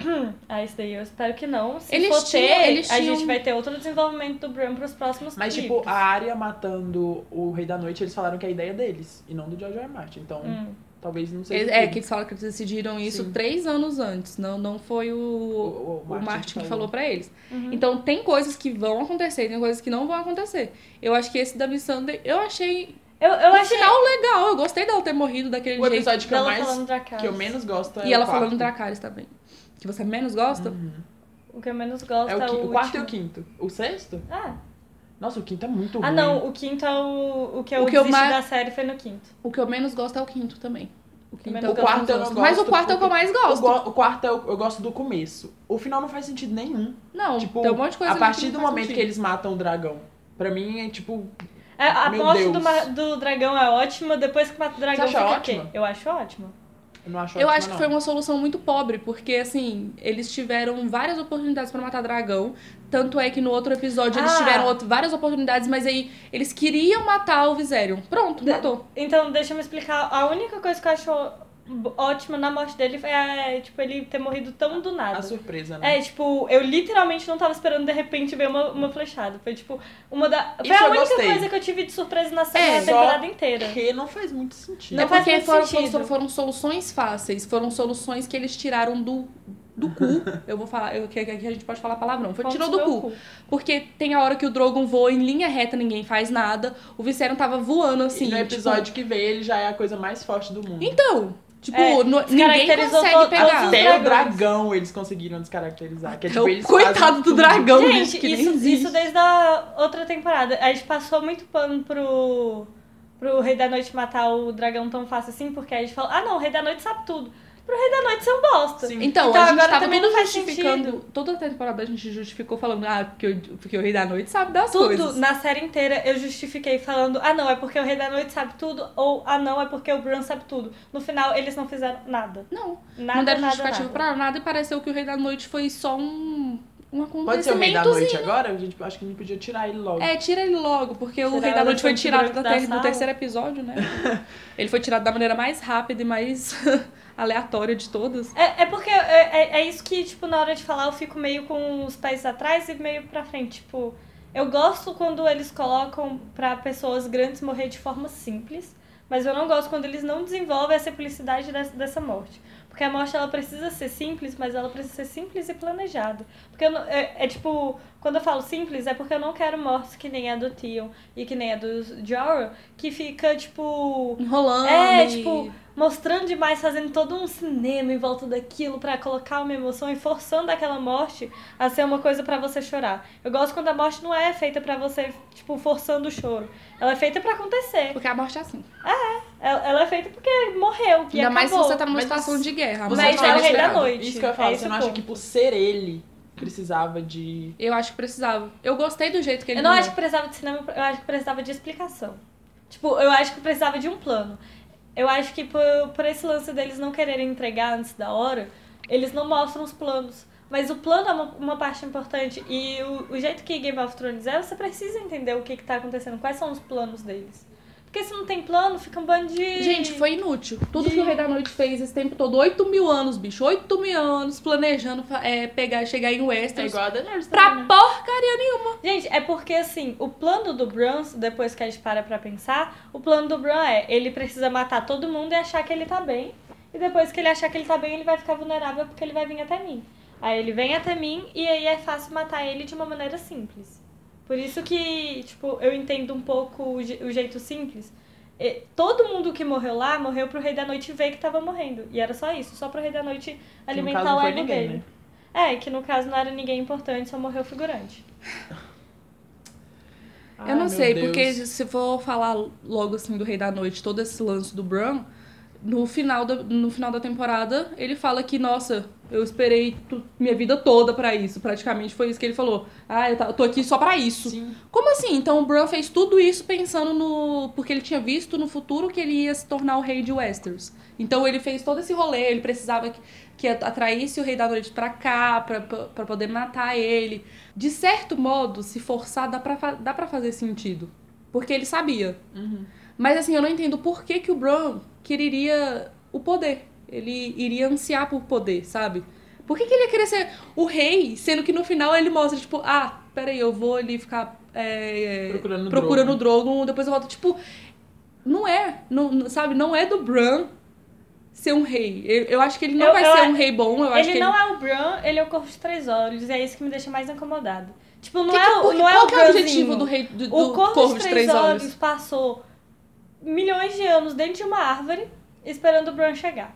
S3: Ah, isso daí eu espero que não. Se
S1: Eles
S3: for
S1: tinham-
S3: ter,
S1: eles
S3: a
S1: tinham-
S3: gente vai ter outro desenvolvimento do Bran pros próximos
S2: Mas, tipo,
S3: livros.
S2: a área matando o Rei da Noite, eles falaram que é a ideia deles, e não do George R. R. Martin. Então,
S3: Hum.
S2: talvez não seja.
S1: Ele- É,
S2: tudo.
S1: que eles falam que eles decidiram isso
S2: Sim.
S1: três anos antes. Não, não foi o, o, Martin, que falou pra eles.
S3: Uhum.
S1: Então tem coisas que vão acontecer, tem coisas que não vão acontecer. Eu acho que esse da Missandei, eu achei
S3: Eu, eu
S1: no
S3: achei.
S1: final legal. Eu gostei dela ter morrido daquele
S2: O
S1: jeito.
S2: episódio que eu,
S3: Dela
S2: mais,
S3: falando Dracarys.
S2: que eu menos gosto é
S1: E ela
S2: o quarto.
S1: falando Dracarys também. Que você menos gosta?
S2: Uhum.
S3: O que eu menos gosto
S2: É
S3: é
S2: o,
S3: o,
S2: qui- o quarto e o
S3: último.
S2: quinto. O sexto?
S3: Ah,
S2: Nossa, o quinto é muito ruim.
S3: ah não, o quinto é o, o que eu
S1: O que eu
S3: desisti
S1: mais-
S3: da série foi no quinto.
S1: O que eu menos gosto é o quinto também. O quinto
S3: menos
S1: é o,
S2: O
S1: que eu
S2: quarto eu
S1: menos
S2: não
S1: gosto. Mas o
S2: gosto
S1: quarto é o que eu mais
S2: Eu
S1: gosto.
S2: go- o quarto eu, eu gosto do começo. O final não faz sentido nenhum.
S1: Não,
S2: Tipo,
S1: tem um monte de coisa
S2: a
S1: ali que
S2: partir
S1: não
S2: do
S1: faz
S2: momento
S1: sentido.
S2: que eles matam o dragão. Pra mim é tipo.
S3: É, a
S2: Meu
S3: morte do,
S2: Deus.
S3: ma- do dragão é ótima, depois que mata o dragão
S2: acha
S3: fica
S2: ótima?
S3: ok. Eu acho ótimo.
S2: Eu não acho
S1: Eu
S2: ótimo,
S1: acho que
S2: não.
S1: foi uma solução muito pobre, porque assim, eles tiveram várias oportunidades pra matar dragão. Tanto é que no outro episódio eles
S3: Ah.
S1: tiveram outro- várias oportunidades, mas aí eles queriam matar o Viserion. Pronto, matou.
S3: Então, deixa eu me explicar. A única coisa que eu acho bo- ótima na morte dele é, tipo, ele ter morrido tão do nada.
S2: A surpresa, né?
S3: É, tipo, eu literalmente não tava esperando de repente ver uma, uma flechada. Foi, tipo, uma da. Foi
S2: Isso
S3: a
S2: eu
S3: única
S2: gostei.
S3: coisa que eu tive de surpresa na série
S1: É,
S3: na
S2: só
S3: temporada inteira.
S2: Porque não faz muito sentido.
S3: Não
S1: é
S3: faz
S1: porque
S3: muito
S1: foram,
S3: sentido.
S1: solu- foram soluções fáceis, foram soluções que eles tiraram do, do cu. Eu vou falar, eu, que, que a gente pode falar palavrão. Foi,
S3: Ponto
S1: tirou
S3: do
S1: do
S3: meu
S1: cu. Porque tem a hora que o Drogon voa em linha reta, ninguém faz nada. O Viserion tava voando assim.
S2: e no
S1: tipo,
S2: episódio que vem ele já é a coisa mais forte do mundo.
S1: Então, tipo,
S3: É,
S1: no- ninguém
S3: descaracterizou
S1: consegue
S3: to-
S1: pegar.
S3: todos os
S2: Até o
S3: dragões.
S2: dragão eles conseguiram descaracterizar. Que é,
S1: Então,
S2: tipo, eles fazem
S1: coitado do
S2: tudo.
S1: dragão,
S3: Gente,
S1: bicho, que nem
S3: isso,
S1: existe.
S3: isso desde a outra temporada. A gente passou muito pano pro, pro Rei da Noite matar o dragão tão fácil assim, porque a gente falou, ah não, o Rei da Noite sabe tudo. Pro Rei da Noite ser um bosta.
S2: Sim.
S1: Então,
S3: Então,
S1: a gente
S3: agora
S1: tava
S3: também
S1: tudo
S3: não faz
S1: justificando. Toda a temporada a gente justificou falando, ah, porque, o- porque o Rei da Noite sabe das
S3: Tudo
S1: coisas.
S3: na série inteira eu justifiquei falando, ah não, é porque o Rei da Noite sabe tudo, ou ah não, é porque o Bran sabe tudo. No final, eles não fifizeram nada.
S1: Não,
S3: Nada,
S1: não deram
S3: nada,
S1: justificativa
S3: nada.
S1: pra nada e pareceu que o Rei da Noite foi só um. um
S2: Pode ser o meio da noite é
S1: acontecimentozinho.
S2: agora? A gente, acho que a gente podia tirar ele logo.
S1: É, tira ele logo, porque o
S3: Tirar
S1: Rei da
S3: ela
S1: Noite foi
S3: do
S1: tirado
S3: branco
S1: da
S3: da
S1: ter- do
S3: sala.
S1: terceiro episódio, né? ele foi tirado da maneira mais rápida e mais aleatória de todas.
S3: É, é porque é, é, é isso que, tipo, na hora de falar eu fico meio com os pés atrás e meio pra frente. Tipo, eu gosto quando eles colocam pra pessoas grandes morrer de forma simples, mas eu não gosto quando eles não desenvolvem essa simplicidade dessa, dessa morte. Porque a morte, ela precisa ser simples, mas ela precisa ser simples e planejada. Porque eu não- é, é tipo, quando eu falo simples, é porque eu não quero mortes que nem a do Theon e que nem a do Jorah, que fica, tipo...
S1: Enrolando.
S3: É,
S1: e-
S3: tipo, mostrando demais, fazendo todo um cinema em volta daquilo pra colocar uma emoção e forçando aquela morte a ser uma coisa pra você chorar. Eu gosto quando a morte não é feita pra você, tipo, forçando o choro. Ela é feita pra acontecer.
S1: Porque a morte é assim.
S3: Ela, ela é feita porque morreu. E
S1: Ainda
S3: acabou.
S1: mais se você tá numa
S2: Mas
S1: situação de guerra. a
S2: Você
S1: morte
S3: Mas
S2: não
S3: é o
S2: acha-
S1: inesperada.
S3: rei da noite.
S2: Isso que eu ia falar,
S3: É
S2: você
S3: esse
S2: não
S3: o
S2: acha
S3: ponto.
S2: que por ser ele precisava de.
S1: Eu acho que precisava. Eu gostei do jeito que ele
S3: Eu não
S1: morreu.
S3: acho que precisava de cinema, eu acho que precisava de explicação. Tipo, eu acho que precisava de um plano. Eu acho que por, por esse lance deles não quererem entregar antes da hora, eles não mostram os planos. Mas o plano é uma, uma parte importante. E o, o jeito que Game of Thrones é, você precisa entender o que, que tá acontecendo, quais são os planos deles. Porque se não tem plano, fica um bando de.
S1: Gente, foi inútil. Tudo
S3: de-
S1: que o Rei da Noite fez esse tempo todo, 8 mil anos, bicho. 8 mil anos planejando fa- é, pegar, chegar em
S2: É
S1: Westeros.
S2: igual a Daenerys também,
S1: pra
S2: né?
S1: porcaria nenhuma.
S3: Gente, é porque assim, o plano do Bran, depois que a gente para pra pensar, o plano do Bran é ele precisa matar todo mundo e achar que ele tá bem. E depois que ele achar que ele tá bem, ele vai ficar vulnerável porque ele vai vir até mim. Aí ele vem até mim e aí é fácil matar ele de uma maneira simples. Por isso que, tipo, eu entendo um pouco o, je- o jeito simples. E todo mundo que morreu lá morreu pro Rei da Noite ver que tava morrendo. E era só isso, só pro Rei da Noite
S2: Que no
S3: alimentar
S2: caso
S3: o
S2: não foi
S3: ego
S2: ninguém,
S3: dele.
S2: né?
S3: É, que no caso não era ninguém importante, só morreu o figurante.
S2: Ai,
S1: eu não
S2: meu
S1: sei,
S2: Deus.
S1: porque se for falar logo assim do Rei da Noite, todo esse lance do Bran, no final da, no final da temporada, ele fala que, nossa, eu esperei tu- minha vida toda pra isso. Praticamente foi isso que ele falou. Ah, eu, tá- eu tô aqui só pra isso.
S2: Sim.
S1: Como assim? Então o Bran fez tudo isso pensando no. Porque ele tinha visto no futuro que ele ia se tornar o rei de Westeros. Então ele fez todo esse rolê, ele precisava que, que atraísse o rei da noite pra cá, pra, pra pra poder matar ele. De certo modo, se forçar, dá pra, fa- dá pra fazer sentido. Porque ele sabia.
S2: Uhum.
S1: Mas assim, eu não entendo por que, que o Bran quereria o poder. Ele iria ansiar por poder, sabe? Por que, que ele ia querer ser o rei, sendo que no final ele mostra, tipo, ah, peraí, eu vou ali ficar é, é,
S2: Procurando o
S1: procurando o Drogon, depois eu volto. Tipo, não é, não, não- sabe? Não é do Bran ser um rei. Eu, eu acho que ele não
S3: Eu-
S1: vai
S3: eu
S1: ser
S3: a-
S1: um rei bom, eu acho
S3: Ele
S1: que
S3: não
S1: ele...
S3: é o Bran, ele é o Corvo de Três Olhos, e é isso que me deixa mais incomodado. Tipo, não
S1: Que que-
S3: é, o
S1: porque-
S3: não é
S1: qual
S3: o
S1: que é o
S3: Branzinho.
S1: objetivo do rei do, do
S3: O Corvo, de Três, Olhos,
S1: Olhos?
S3: passou milhões de anos dentro de uma árvore esperando o Bran chegar.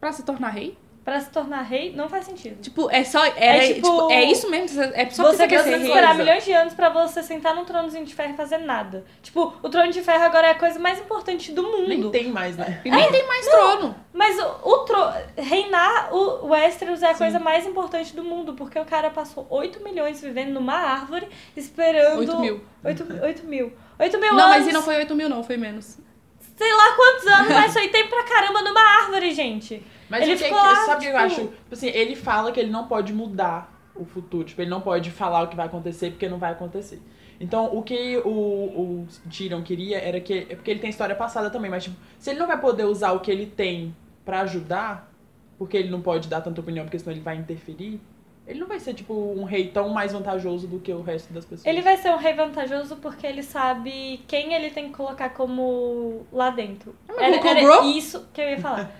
S1: Pra se tornar rei?
S3: Pra se tornar rei, não faz sentido.
S1: Tipo, é só. É,
S3: É
S1: tipo,
S3: tipo-
S1: é isso mesmo? É só porque
S3: você
S1: você
S3: precisa
S1: quer ser
S3: esperar
S1: rei.
S3: milhões de anos pra você sentar num tronozinho de ferro e fazer nada. Tipo, o trono de ferro agora é a coisa mais importante do mundo.
S2: Nem tem mais, né?
S1: E nem tem é mais trono.
S3: Mas o, o tro- reinar o Westeros é a coisa mais importante do mundo, porque o cara passou 8 milhões vivendo numa árvore esperando.
S1: 8 mil.
S3: 8, mil. 8 mil
S1: Não,
S3: anos.
S1: mas e não foi 8 mil, não, foi menos.
S3: Sei lá quantos anos, mas isso aí tem pra caramba numa árvore, gente.
S2: Mas
S3: Ele
S2: o que, é
S3: ficou lá,
S2: sabe o que eu acho?
S3: tipo-
S2: Tipo assim, ele fala que ele não pode mudar o futuro. Tipo, ele não pode falar o que vai acontecer porque não vai acontecer. Então, o que o, o Tyrion queria era que. É porque ele tem história passada também, mas, tipo, se ele não vai poder usar o que ele tem pra ajudar, porque ele não pode dar tanta opinião, porque senão ele vai interferir, ele não vai ser, tipo, um rei tão mais vantajoso do que o resto das pessoas.
S3: Ele vai ser um rei vantajoso porque ele sabe quem ele tem que colocar como lá dentro.
S1: mas colocou o Bro?
S3: isso que eu ia falar.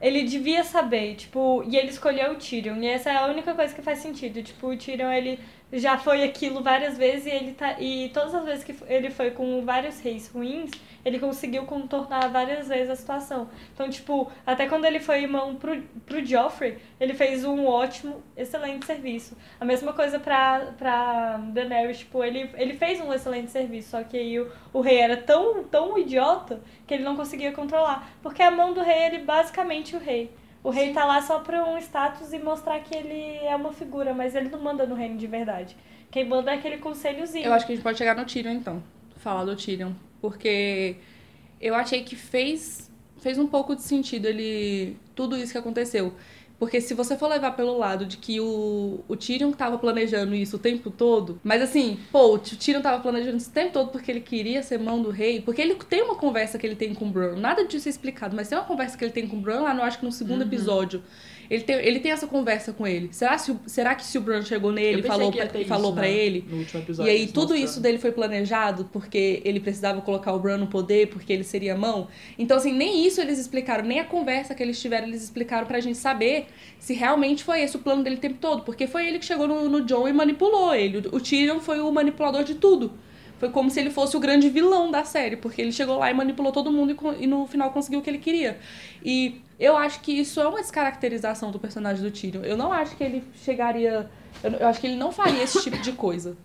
S3: ele devia saber, tipo, e ele escolheu o Tyrion. E essa é a única coisa que faz sentido. Tipo, o Tyrion, ele já foi aquilo várias vezes e ele tá. E todas as vezes que ele foi com vários reis ruins, ele conseguiu contornar várias vezes a situação. Então, tipo, até quando ele foi irmão pro, pro Joffrey, ele fez um ótimo, excelente serviço. A mesma coisa pra, pra Daenerys, tipo, ele, ele fez um excelente serviço, só que aí o, o rei era tão, tão idiota que ele não conseguia controlar. Porque a mão do rei, ele é basicamente o rei. O rei tá lá só pra um status e mostrar que ele é uma figura, mas ele não manda no reino de verdade. Quem manda é aquele conselhozinho.
S1: Eu acho que a gente pode chegar no Tyrion, então. Falar do Tyrion. Porque eu achei que fez, fez um pouco de sentido ele. Tudo isso que aconteceu. Porque se você for levar pelo lado de que o, o Tyrion tava planejando isso o tempo todo, mas assim, pô, o Tyrion tava planejando isso o tempo todo porque ele queria ser mão do rei, porque ele tem uma conversa que ele tem com o Bran, nada disso é explicado, mas tem uma conversa que ele tem com o Bran lá, no, acho que no segundo
S2: Uhum.
S1: episódio. Ele tem, ele tem essa conversa com ele. Será, se, o- será que se o Bran chegou
S2: Eu
S1: nele e
S2: pensei
S1: falou,
S2: que ia
S1: pra,
S2: ter isso,
S1: falou pra
S2: né,
S1: ele?
S2: No último
S1: E
S2: episódio.
S1: aí
S2: eles
S1: tudo
S2: mostrando.
S1: isso dele foi planejado porque ele precisava colocar o Bran no poder, porque ele seria mão. Então, assim, nem isso eles explicaram, nem a conversa que eles tiveram, eles explicaram pra gente saber se realmente foi esse o plano dele o tempo todo. Porque foi ele que chegou no, no John e manipulou ele. O Tyrion foi o manipulador de tudo. Foi como se ele fosse o grande vilão da série, porque ele chegou lá e manipulou todo mundo e co- e no final conseguiu o que ele queria. E eu acho que isso é uma descaracterização do personagem do Tyrion. Eu não acho que ele chegaria. Eu eu acho que ele não faria esse tipo de coisa.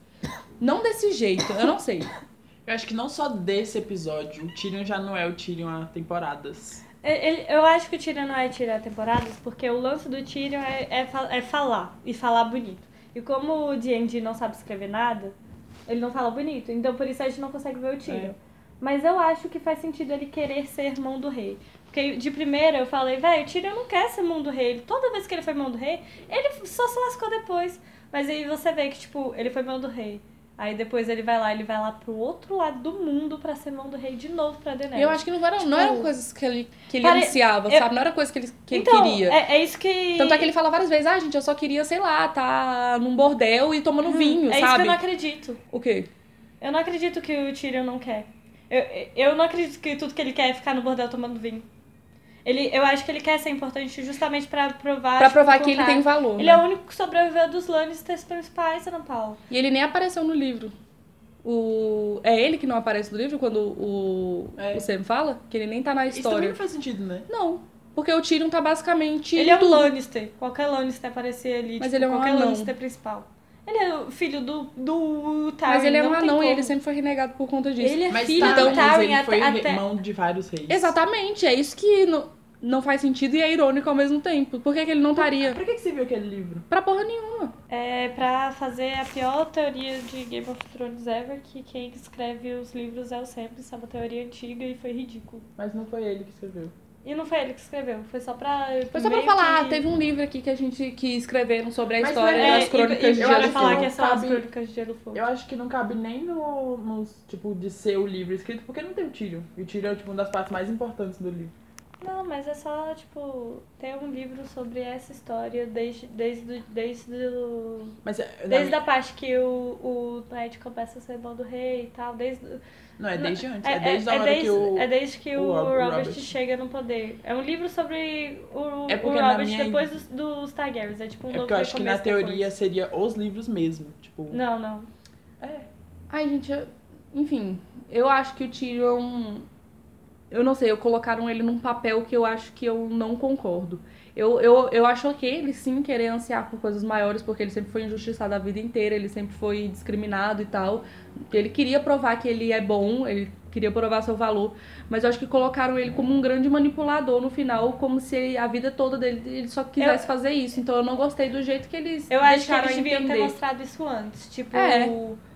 S1: Não desse jeito, eu não sei.
S2: Eu acho que não só desse episódio, o Tyrion já não é o Tyrion há temporadas.
S3: É, Ele- eu acho que o Tyrion não é tirar temporadas, porque o lance do Tyrion é, é, fa- é falar, e falar bonito. E como o D&D não sabe escrever nada, ele não fala bonito, então por isso a gente não consegue ver o Tyrion.
S2: É.
S3: Mas eu acho que faz sentido ele querer ser mão do rei. Porque de primeira eu falei, velho, o Tyrion não quer ser mão do rei. Ele- Toda vez que ele foi mão do rei, ele só se lascou depois. Mas aí você vê que, tipo, ele foi mão do rei. Aí depois ele vai lá, ele vai lá pro outro lado do mundo pra ser mão do rei de novo pra Daenerys.
S1: Eu acho que não eram, não eram coisas que ele, que ele
S3: É. Tipo, Pare-
S1: ansiava,
S3: eu-
S1: sabe? Não era coisa que ele, que ele
S3: então,
S1: queria.
S3: É, é isso que.
S1: Tanto é que ele fala várias vezes, ah, gente, eu só queria, sei lá, tá num bordel e tomando vinho,
S3: É isso que
S1: sabe?
S3: eu não acredito.
S1: O quê?
S3: Eu não acredito que o Tyrion não quer. Eu, eu não acredito que tudo que ele quer é ficar no bordel tomando vinho. Ele, eu acho que ele quer ser importante justamente pra provar.
S1: Pra
S3: tipo,
S1: provar que ele
S3: contar.
S1: tem valor.
S3: Ele
S1: né?
S3: é o único que sobreviveu dos Lannisters principais, Ana Paula.
S1: E ele nem apareceu no livro. O... É ele que não aparece no livro quando o...
S2: É.
S1: o Sam fala? Que ele nem tá na
S2: Isso também
S1: história.
S2: não faz sentido, né?
S1: Não. Porque o Tyrion tá basicamente.
S3: Ele
S1: em
S3: é um
S1: tudo.
S3: Lannister. Qualquer Lannister aparecia ali.
S1: Mas
S3: tipo,
S1: ele é um
S3: Qualquer
S1: anão.
S3: Lannister principal. Ele é o filho do, do Tyrion.
S1: Mas ele é um
S3: tá? não tem
S1: anão e
S3: como.
S1: ele sempre foi renegado por conta disso.
S3: Ele é
S2: Mas
S3: filho
S2: tá,
S3: do
S2: mas
S3: Tyrion
S2: ele foi
S3: até- até...
S2: irmão de vários reis.
S1: Exatamente, é isso que não, não faz sentido e é irônico ao mesmo tempo. Por que, que ele não estaria?
S2: Pra que que você viu aquele livro?
S1: Pra porra nenhuma.
S3: É pra fazer a pior teoria de Game of Thrones ever, que quem escreve os livros é o Sam, isso é uma teoria antiga e foi ridículo.
S2: Mas não foi ele que escreveu.
S3: E não foi ele que escreveu, foi só pra.
S1: Foi só pra
S3: meio
S1: falar, ah,
S3: que-
S1: teve um livro aqui que a gente que escreveram sobre a
S2: Mas
S1: história
S2: é-
S1: das
S3: e-
S1: crônicas de
S3: e, eu ia
S1: Gelo e
S3: falar
S1: Fogo.
S3: que é só as
S2: Sabe-
S3: crônicas de Gelo e Fogo.
S2: Eu acho que não cabe nem no, nos, tipo, de ser o livro escrito, porque não tem o Tyrion. E o Tyrion é, tipo, uma das partes mais importantes do livro.
S3: Não, mas é só, tipo, ter um livro sobre essa história desde, desde, desde, do-
S2: Mas, é, na
S3: desde
S2: minha-
S3: a parte que o, o Ned começa a ser bom do rei e tal, desde,
S2: Não, é desde antes.
S3: É,
S2: É,
S3: é-
S2: desde a
S3: é
S2: hora
S3: desde-
S2: que o...
S3: é desde que
S2: o
S3: o,
S2: Rob-
S3: Robert,
S2: o Robert.
S3: chega no poder. É um livro sobre o,
S2: É
S3: o
S2: porque na
S3: Robert
S2: minha-
S3: depois dos, dos Targaryens. É tipo um
S2: É
S3: novo
S2: porque eu acho que na
S3: recomeço
S2: teoria
S3: depois.
S2: seria os livros mesmo. Tipo,
S3: Não, não.
S1: Ai, gente, eu- enfim, eu acho que o Tyrion. Eu não sei, eu colocaram ele num papel que eu acho que eu não concordo. Eu, eu, eu acho que ele sim querer ansiar por coisas maiores, porque ele sempre foi injustiçado a vida inteira, ele sempre foi discriminado e tal. Ele queria provar que ele é bom, ele queria provar seu valor, mas eu acho que colocaram ele como um grande manipulador no final, como se a vida toda dele ele só quisesse fazer isso. Então eu não gostei do jeito que eles
S3: Eu acho que
S1: deixaram
S3: eles deviam ter
S1: entender.
S3: mostrado isso antes. Tipo,
S1: É.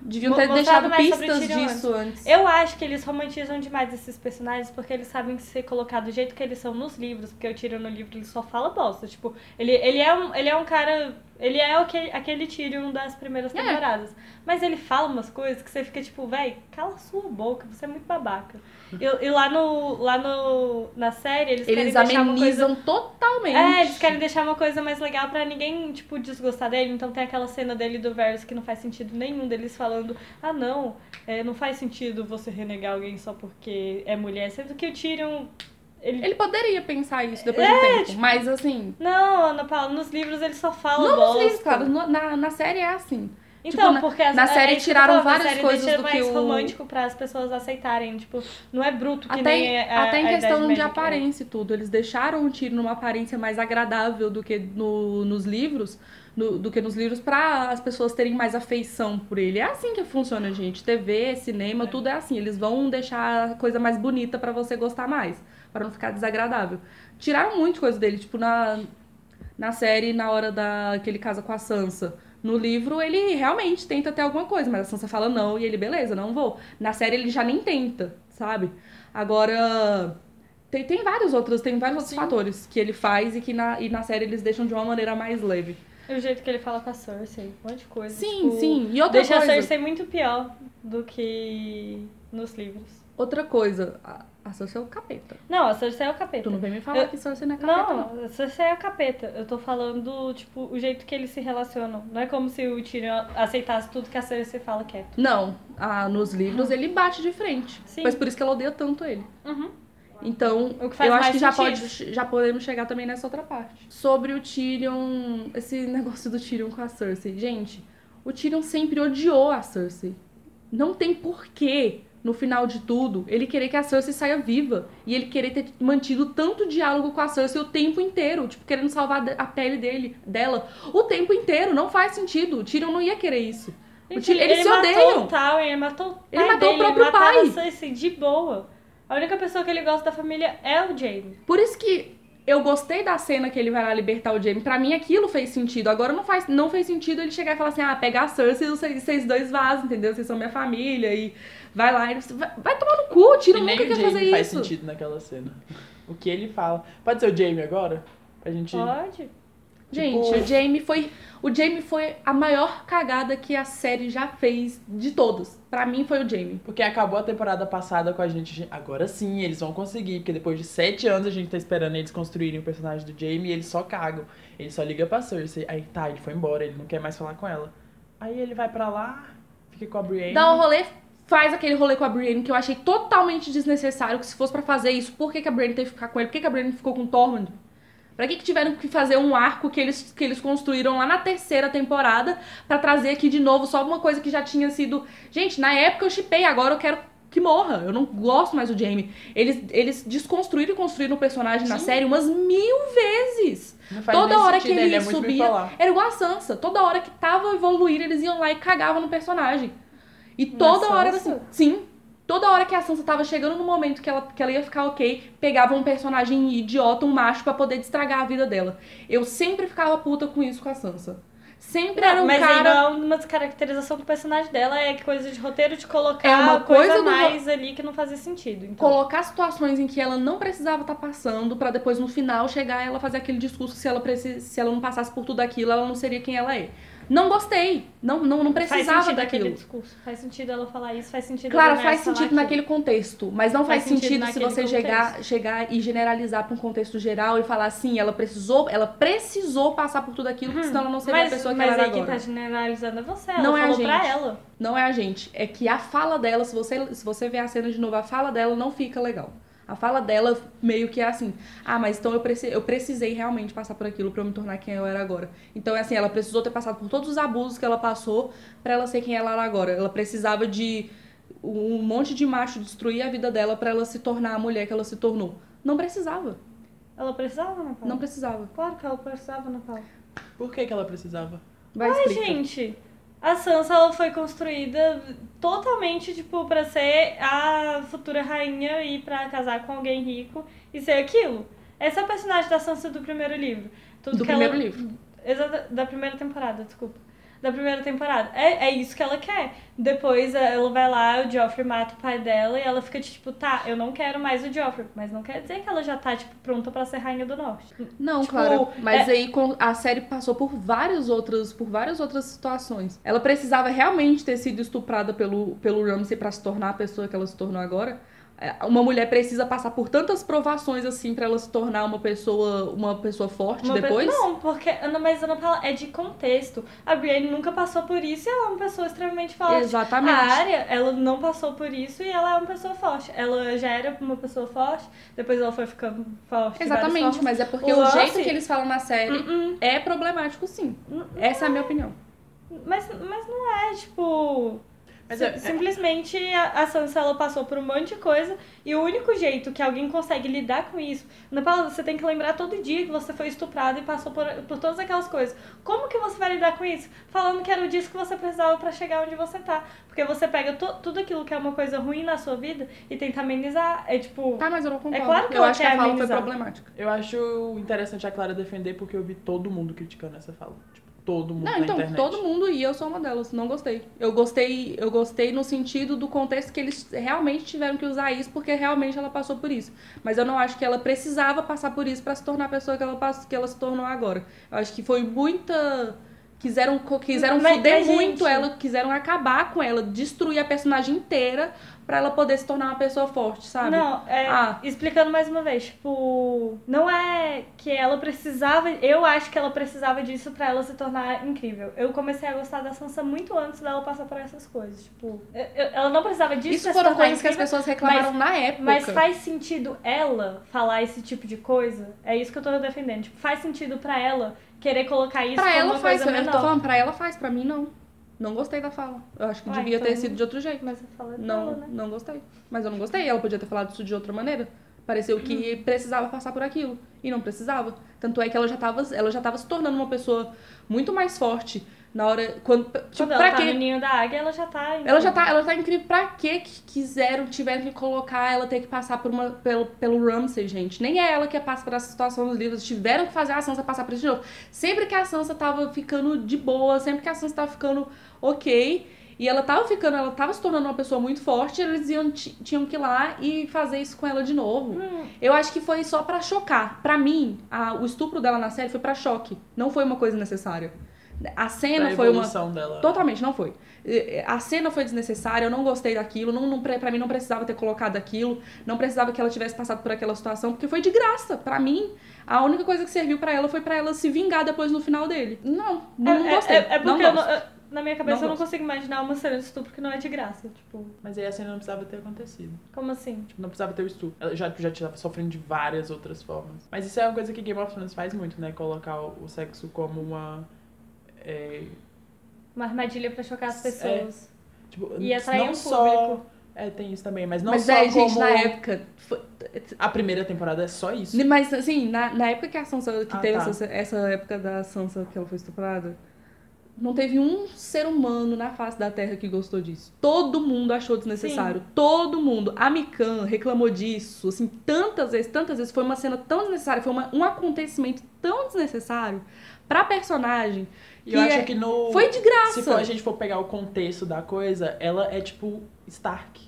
S1: Deviam ter
S3: mostrado
S1: deixado
S3: mais sobre o
S1: pistas
S3: Tyrion
S1: disso antes.
S3: eu acho que eles romantizam demais esses personagens porque eles sabem ser colocados do jeito que eles são nos livros. Porque o Tyrion no livro ele só fala bosta. Tipo, ele, ele, é, um, ele é um cara. Ele é aquele, aquele Tyrion das primeiras temporadas. Mas ele fala umas coisas que você fica tipo, véi, cala a sua boca, você é muito babaca. E, e lá, no, lá no, na série eles,
S1: Eles
S3: querem deixar uma coisa
S1: amenizam totalmente.
S3: é, eles querem deixar uma coisa mais legal pra ninguém, tipo, desgostar dele. Então tem aquela cena dele do Varys que não faz sentido nenhum deles falando Ah, não, é, não faz sentido você renegar alguém só porque é mulher. Sendo que o Tyrion... Ele...
S1: Ele poderia pensar isso depois de um tempo, mas assim.
S3: Não, Ana Paula, nos livros ele só fala
S1: Não
S3: bosta.
S1: nos livros, claro, no- na, na série é assim.
S3: Então,
S1: Tipo, na-
S3: porque... as-
S1: na
S3: é
S1: série
S3: isso que eu
S1: tiraram
S3: falo,
S1: várias
S3: a série
S1: coisas
S3: deixa
S1: do que
S3: mais
S1: o-
S3: romântico para as pessoas aceitarem. Tipo, não é bruto que
S1: até
S3: nem
S1: em-
S3: a,
S1: até em
S3: a Idade
S1: questão de
S3: Média. é
S1: aparência e tudo. Eles deixaram o tiro numa aparência mais agradável do que no- nos livros. no- do que nos livros pra as pessoas terem mais afeição por ele. É assim que funciona, gente. TV, cinema, tudo é assim. Eles vão deixar a coisa mais bonita pra você gostar mais, Pra não ficar desagradável. Tiraram muito coisa dele, tipo na na série na hora da que ele casa com a Sansa. No livro ele realmente tenta ter alguma coisa, mas a Sansa fala não e ele beleza, não vou. Na série ele já nem tenta, sabe? Agora Tem, tem vários outros, tem vários outros
S2: Sim.
S1: fatores que ele faz e que na, e na série eles deixam de uma maneira mais leve.
S3: O jeito que ele fala com a Cersei, um monte de coisa.
S1: Sim,
S3: tipo,
S1: sim. E outra
S3: Deixa a
S1: coisa.
S3: Cersei muito pior do que nos livros.
S1: Outra coisa. A, a Cersei é o capeta.
S3: Não, a Cersei é o capeta.
S1: Tu não vem me falar
S3: Eu-
S1: que Cersei não é capeta, não.
S3: Não, você é o capeta. Eu tô falando, tipo, o jeito que eles se relacionam. Não é como se o Tyrion aceitasse tudo que a Cersei fala quieto.
S1: Não, ah, nos livros ele bate de frente.
S3: Sim.
S1: Mas por isso que ela odeia tanto ele.
S3: Uhum.
S1: Então,
S3: O que faz
S1: eu acho
S3: mais
S1: que já,
S3: sentido.
S1: pode, já podemos chegar também nessa outra parte. Sobre o Tyrion, esse negócio do Tyrion com a Cersei. Gente, o Tyrion sempre odiou a Cersei. Não tem porquê, no final de tudo, ele querer que a Cersei saia viva. E ele querer ter mantido tanto diálogo com a Cersei o tempo inteiro. Tipo, querendo salvar a pele dele, dela. O tempo inteiro. Não faz sentido. O Tyrion não ia querer isso. O
S3: Gente,
S1: Tyrion- eles se
S3: matou
S1: odeiam.
S3: o Tywin, ele matou o pai
S1: Ele matou o
S3: dele,
S1: próprio
S3: ele matava
S1: pai.
S3: a Cersei de boa. A única pessoa que ele gosta da família é o Jaime.
S1: Por isso que eu gostei da cena que ele vai lá libertar o Jamie. Pra mim, aquilo fez sentido. Agora não, faz, não fez sentido ele chegar e falar assim: ah, pega a Cersei e vocês, vocês dois vazam, entendeu? Vocês são minha família e vai lá. E você- vai, vai tomar no cu, tira
S3: um
S2: E nem
S1: nunca
S2: o
S1: quer
S2: Jamie
S1: fazer
S2: faz
S1: isso.
S2: sentido Tipo, naquela cena. O que ele fala. Pode ser o Jamie agora? Pra gente.
S3: Pode?
S1: Gente,
S2: Tipo-
S1: o Jamie foi. O Jamie foi a maior cagada que a série já fez de todos. Pra mim foi o Jamie.
S2: Porque acabou a temporada passada com a gente. Agora sim, eles vão conseguir. Porque depois de sete anos a gente tá esperando eles construírem o personagem do Jamie e eles só cagam. Ele só liga pra Cersei. Aí tá, ele foi embora, ele não quer mais falar com ela. Aí ele vai pra lá, fica com a Brienne.
S1: Dá um rolê, faz aquele rolê com a Brienne que eu achei totalmente desnecessário. Que se fosse pra fazer isso, por que, que a Brienne teve que ficar com ele? Por que, que a Brienne ficou com o Tormund? Pra que, que tiveram que fazer um arco que eles, que eles construíram lá na terceira temporada pra trazer aqui de novo só uma coisa que já tinha sido. Gente, na época eu chipei, agora eu quero que morra. Eu não gosto mais do Jamie. Eles, eles desconstruíram e construíram o personagem na
S2: Sim.
S1: série umas mil vezes.
S2: Não faz
S1: Toda
S2: nem
S1: hora
S2: sentido,
S1: que ele
S2: é muito
S1: subia-
S2: bipolar.
S1: Era igual a Sansa. Toda hora que tava evoluindo, eles iam lá e cagavam no personagem. E toda
S3: Na
S1: hora era
S3: Sansa?
S1: assim. Sim. Toda hora que a Sansa tava chegando no momento que ela, que ela ia ficar ok, pegava um personagem idiota, um macho, pra poder estragar a vida dela. Eu sempre ficava puta com isso com a Sansa. Sempre era um
S3: mas aí
S1: cara.
S3: não é uma descaracterização do personagem dela, é coisa de roteiro de colocar
S1: É uma coisa
S3: coisa a
S1: do ro-
S3: mais ali que não fazia sentido. Então,
S1: Colocar situações em que ela não precisava estar passando pra depois no final chegar e ela fazer aquele discurso que se ela, preci- se ela não passasse por tudo aquilo, ela não seria quem ela é. Não gostei. Não, não, não
S3: faz
S1: precisava
S3: sentido aquele
S1: daquilo.
S3: discurso. Faz sentido ela falar isso, faz sentido a
S1: Claro,
S3: Daenerys
S1: faz
S3: falar
S1: sentido
S3: aquilo.
S1: naquele contexto, mas não faz,
S3: Faz sentido
S1: sentido, se
S3: naquele
S1: você
S3: contexto.
S1: chegar, chegar e generalizar para um contexto geral e falar assim, ela precisou, ela precisou passar por tudo aquilo, porque senão ela não seria
S3: Uhum. mas,
S1: a pessoa que
S3: mas
S1: ela era
S3: aí quem
S1: agora.
S3: tá generalizando é você. Ela
S1: Não é a
S3: falou pra
S1: gente.
S3: ela.
S1: Não é a gente, é que a fala dela, se você se você ver a cena de novo, a fala dela não fica legal. A fala dela meio que é assim: "Ah, mas então eu precisei, eu precisei realmente passar por aquilo para eu me tornar quem eu era agora". Então é assim, ela precisou ter passado por todos os abusos que ela passou para ela ser quem ela era agora. Ela precisava de um monte de macho destruir a vida dela pra ela se tornar a mulher que ela se tornou. não precisava.
S3: Ela precisava, Ana Paula?
S1: Não precisava.
S3: Claro que ela precisava, Ana Paula.
S2: Por que, que ela precisava?
S1: Vai
S3: Mas,
S1: explica.
S3: gente, a Sansa ela foi construída totalmente, tipo, pra ser a futura rainha e pra casar com alguém rico e ser aquilo. Essa é a personagem da Sansa do primeiro livro. Tudo
S1: do
S3: que
S1: primeiro
S3: ela...
S1: livro.
S3: Exata- Da primeira temporada, desculpa. Da primeira temporada. É, é isso que ela quer. Depois eh, ela vai lá, o Joffrey mata o pai dela e ela fica tipo, tá, eu não quero mais o Joffrey. Mas não quer dizer que ela já tá, tipo, pronta pra ser rainha do norte.
S1: Não,
S3: Tipo,
S1: claro. Mas aí com- a série passou por várias outras, por várias outras situações. Ela precisava realmente ter sido estuprada pelo pelo Ramsay pra se tornar a pessoa que ela se tornou agora. É, Uma mulher precisa passar por tantas provações assim pra ela se tornar uma pessoa, uma pessoa forte
S3: Uma pe-
S1: depois.
S3: Não, porque Ana, mas Ana Paula é de contexto. A Brienne nunca passou por isso e ela é uma pessoa extremamente forte.
S1: Exatamente.
S3: A Arya, ela não passou por isso e ela é uma pessoa forte. Ela já era uma pessoa forte, depois ela foi ficando forte. de várias
S1: Exatamente,
S3: formas.
S1: mas é porque
S3: O
S1: o,
S3: lance-
S1: jeito que eles falam na série é problemático, sim.
S3: Não-
S1: Essa é a minha opinião.
S3: Mas, mas não é, tipo.
S2: Mas
S3: sim-
S2: é- é-
S3: Simplesmente a, a Sansa ela passou por um monte de coisa e o único jeito que alguém consegue lidar com isso. Ana Paula, você tem que lembrar todo dia que você foi estuprada e passou por, por todas aquelas coisas. Como que você vai lidar com isso? Falando que era o disco que você precisava pra chegar onde você tá. Porque você pega to- tudo aquilo que é uma coisa ruim na sua vida e tenta amenizar. É tipo.
S1: Tá, mas eu não concordo.
S3: claro que
S1: eu
S3: ela
S1: acho que
S3: quer
S1: a fala foi
S3: amenizar.
S1: problemática.
S2: Eu acho interessante a Clara defender porque eu vi todo mundo criticando essa fala. Tipo, todo mundo
S1: Não,
S2: na
S1: então,
S2: internet.
S1: todo mundo e eu sou uma delas. Não gostei. Eu gostei, eu gostei no sentido do contexto que eles realmente tiveram que usar isso, porque realmente ela passou por isso. Mas eu não acho que ela precisava passar por isso pra se tornar a pessoa que ela, pass- que ela se tornou agora. Eu acho que foi muita. Quiseram, co- quiseram
S3: Mas-
S1: foder
S3: mas,
S1: muito
S3: gente-
S1: ela, quiseram acabar com ela, destruir a personagem inteira pra ela poder se tornar uma pessoa forte,
S2: Tá.
S1: sabe?
S3: Não, é,
S1: Ah.
S3: explicando mais uma vez, tipo, não é que ela precisava, eu acho que ela precisava disso pra ela se tornar incrível. Eu comecei a gostar da Sansa muito antes dela passar por essas coisas, tipo, eu- eu- ela não precisava disso
S1: Isso
S3: pra
S1: foram
S3: se tornar
S1: coisas que as
S3: incrível,
S1: pessoas reclamaram na época.
S3: Mas faz sentido ela falar esse tipo de coisa? É isso que eu tô defendendo. Tipo, faz sentido pra ela querer colocar isso
S1: Pra
S3: como
S1: ela
S3: uma
S1: faz,
S3: coisa
S1: eu
S3: menor.
S1: tô falando, pra ela faz, pra mim não. Não gostei da fala. Eu acho que
S3: Ah,
S1: devia
S3: então-
S1: ter sido de outro jeito.
S3: Mas eu falo
S1: Não,
S3: dela, né?
S1: não gostei. Mas eu não gostei, ela podia ter falado isso de outra maneira. Pareceu que
S3: Hum.
S1: precisava passar por aquilo. E não precisava. Tanto é que ela já tava, ela já tava se tornando uma pessoa muito mais forte na hora. Quando, tipo,
S3: Quando ela
S1: pra
S3: tá no
S1: quê?
S3: ninho da águia, ela já tá...
S1: Ela já tá, ela tá incrível. Pra quê que quiseram, tiveram que colocar ela ter que passar por uma, pelo, pelo Ramsay, gente? Nem é ela que passa por essa situação nos livros. Tiveram que fazer a Sansa passar por isso de novo. Sempre que a Sansa tava ficando de boa, sempre que a Sansa tava ficando ok, e ela tava ficando, ela tava se tornando uma pessoa muito forte, eles iam, ti- tinham que ir lá e fazer isso com ela de novo.
S3: Hum.
S1: Eu acho que foi só pra chocar. Pra mim, a- o estupro dela na série foi pra choque. Não foi uma coisa necessária. A cena
S2: da
S1: foi uma
S2: evolução dela.
S1: Totalmente, não foi. Eh, A cena foi desnecessária, eu não gostei daquilo, não, não, pra pra mim não precisava ter colocado aquilo, não precisava que ela tivesse passado por aquela situação, porque foi de graça. Pra mim, a única coisa que serviu pra ela foi pra ela se vingar depois no final dele. Não, não, não
S3: é,
S1: gostei.
S3: é, é porque
S1: não
S3: eu não-
S1: gosto.
S3: eu- na minha cabeça
S1: Não
S3: eu não
S1: gosto.
S3: consigo imaginar uma cena de estupro que não é de graça. Tipo,
S2: Mas aí a cena não precisava ter acontecido.
S3: como assim?
S2: Tipo, não precisava ter o estupro. Ela já, já tava sofrendo de várias outras formas. Mas isso é uma coisa que Game of Thrones faz muito, né? Colocar o, o sexo como uma. é,
S3: Uma armadilha pra chocar as
S2: É.
S3: pessoas.
S2: tipo,
S3: E atrair
S2: não
S3: um
S2: só.
S3: público.
S2: É, tem isso também, mas não
S1: Mas
S2: só
S1: é,
S2: como
S1: gente, na época. foi-
S2: a primeira temporada é só isso.
S1: Mas assim, na, na época que a Sansa, que
S2: Ah,
S1: teve
S2: tá.
S1: essa, essa época da Sansa que ela foi estuprada, não teve um ser humano na face da Terra que gostou disso. Todo mundo achou desnecessário. Todo mundo. A Mikan reclamou disso, assim, tantas vezes, tantas vezes. Foi uma cena tão desnecessária, foi uma- um acontecimento tão desnecessário pra personagem.
S2: E eu
S1: que
S2: acho
S1: é-
S2: que no.
S1: Foi de graça.
S2: Se for- a gente for pegar o contexto da coisa, ela é tipo Stark.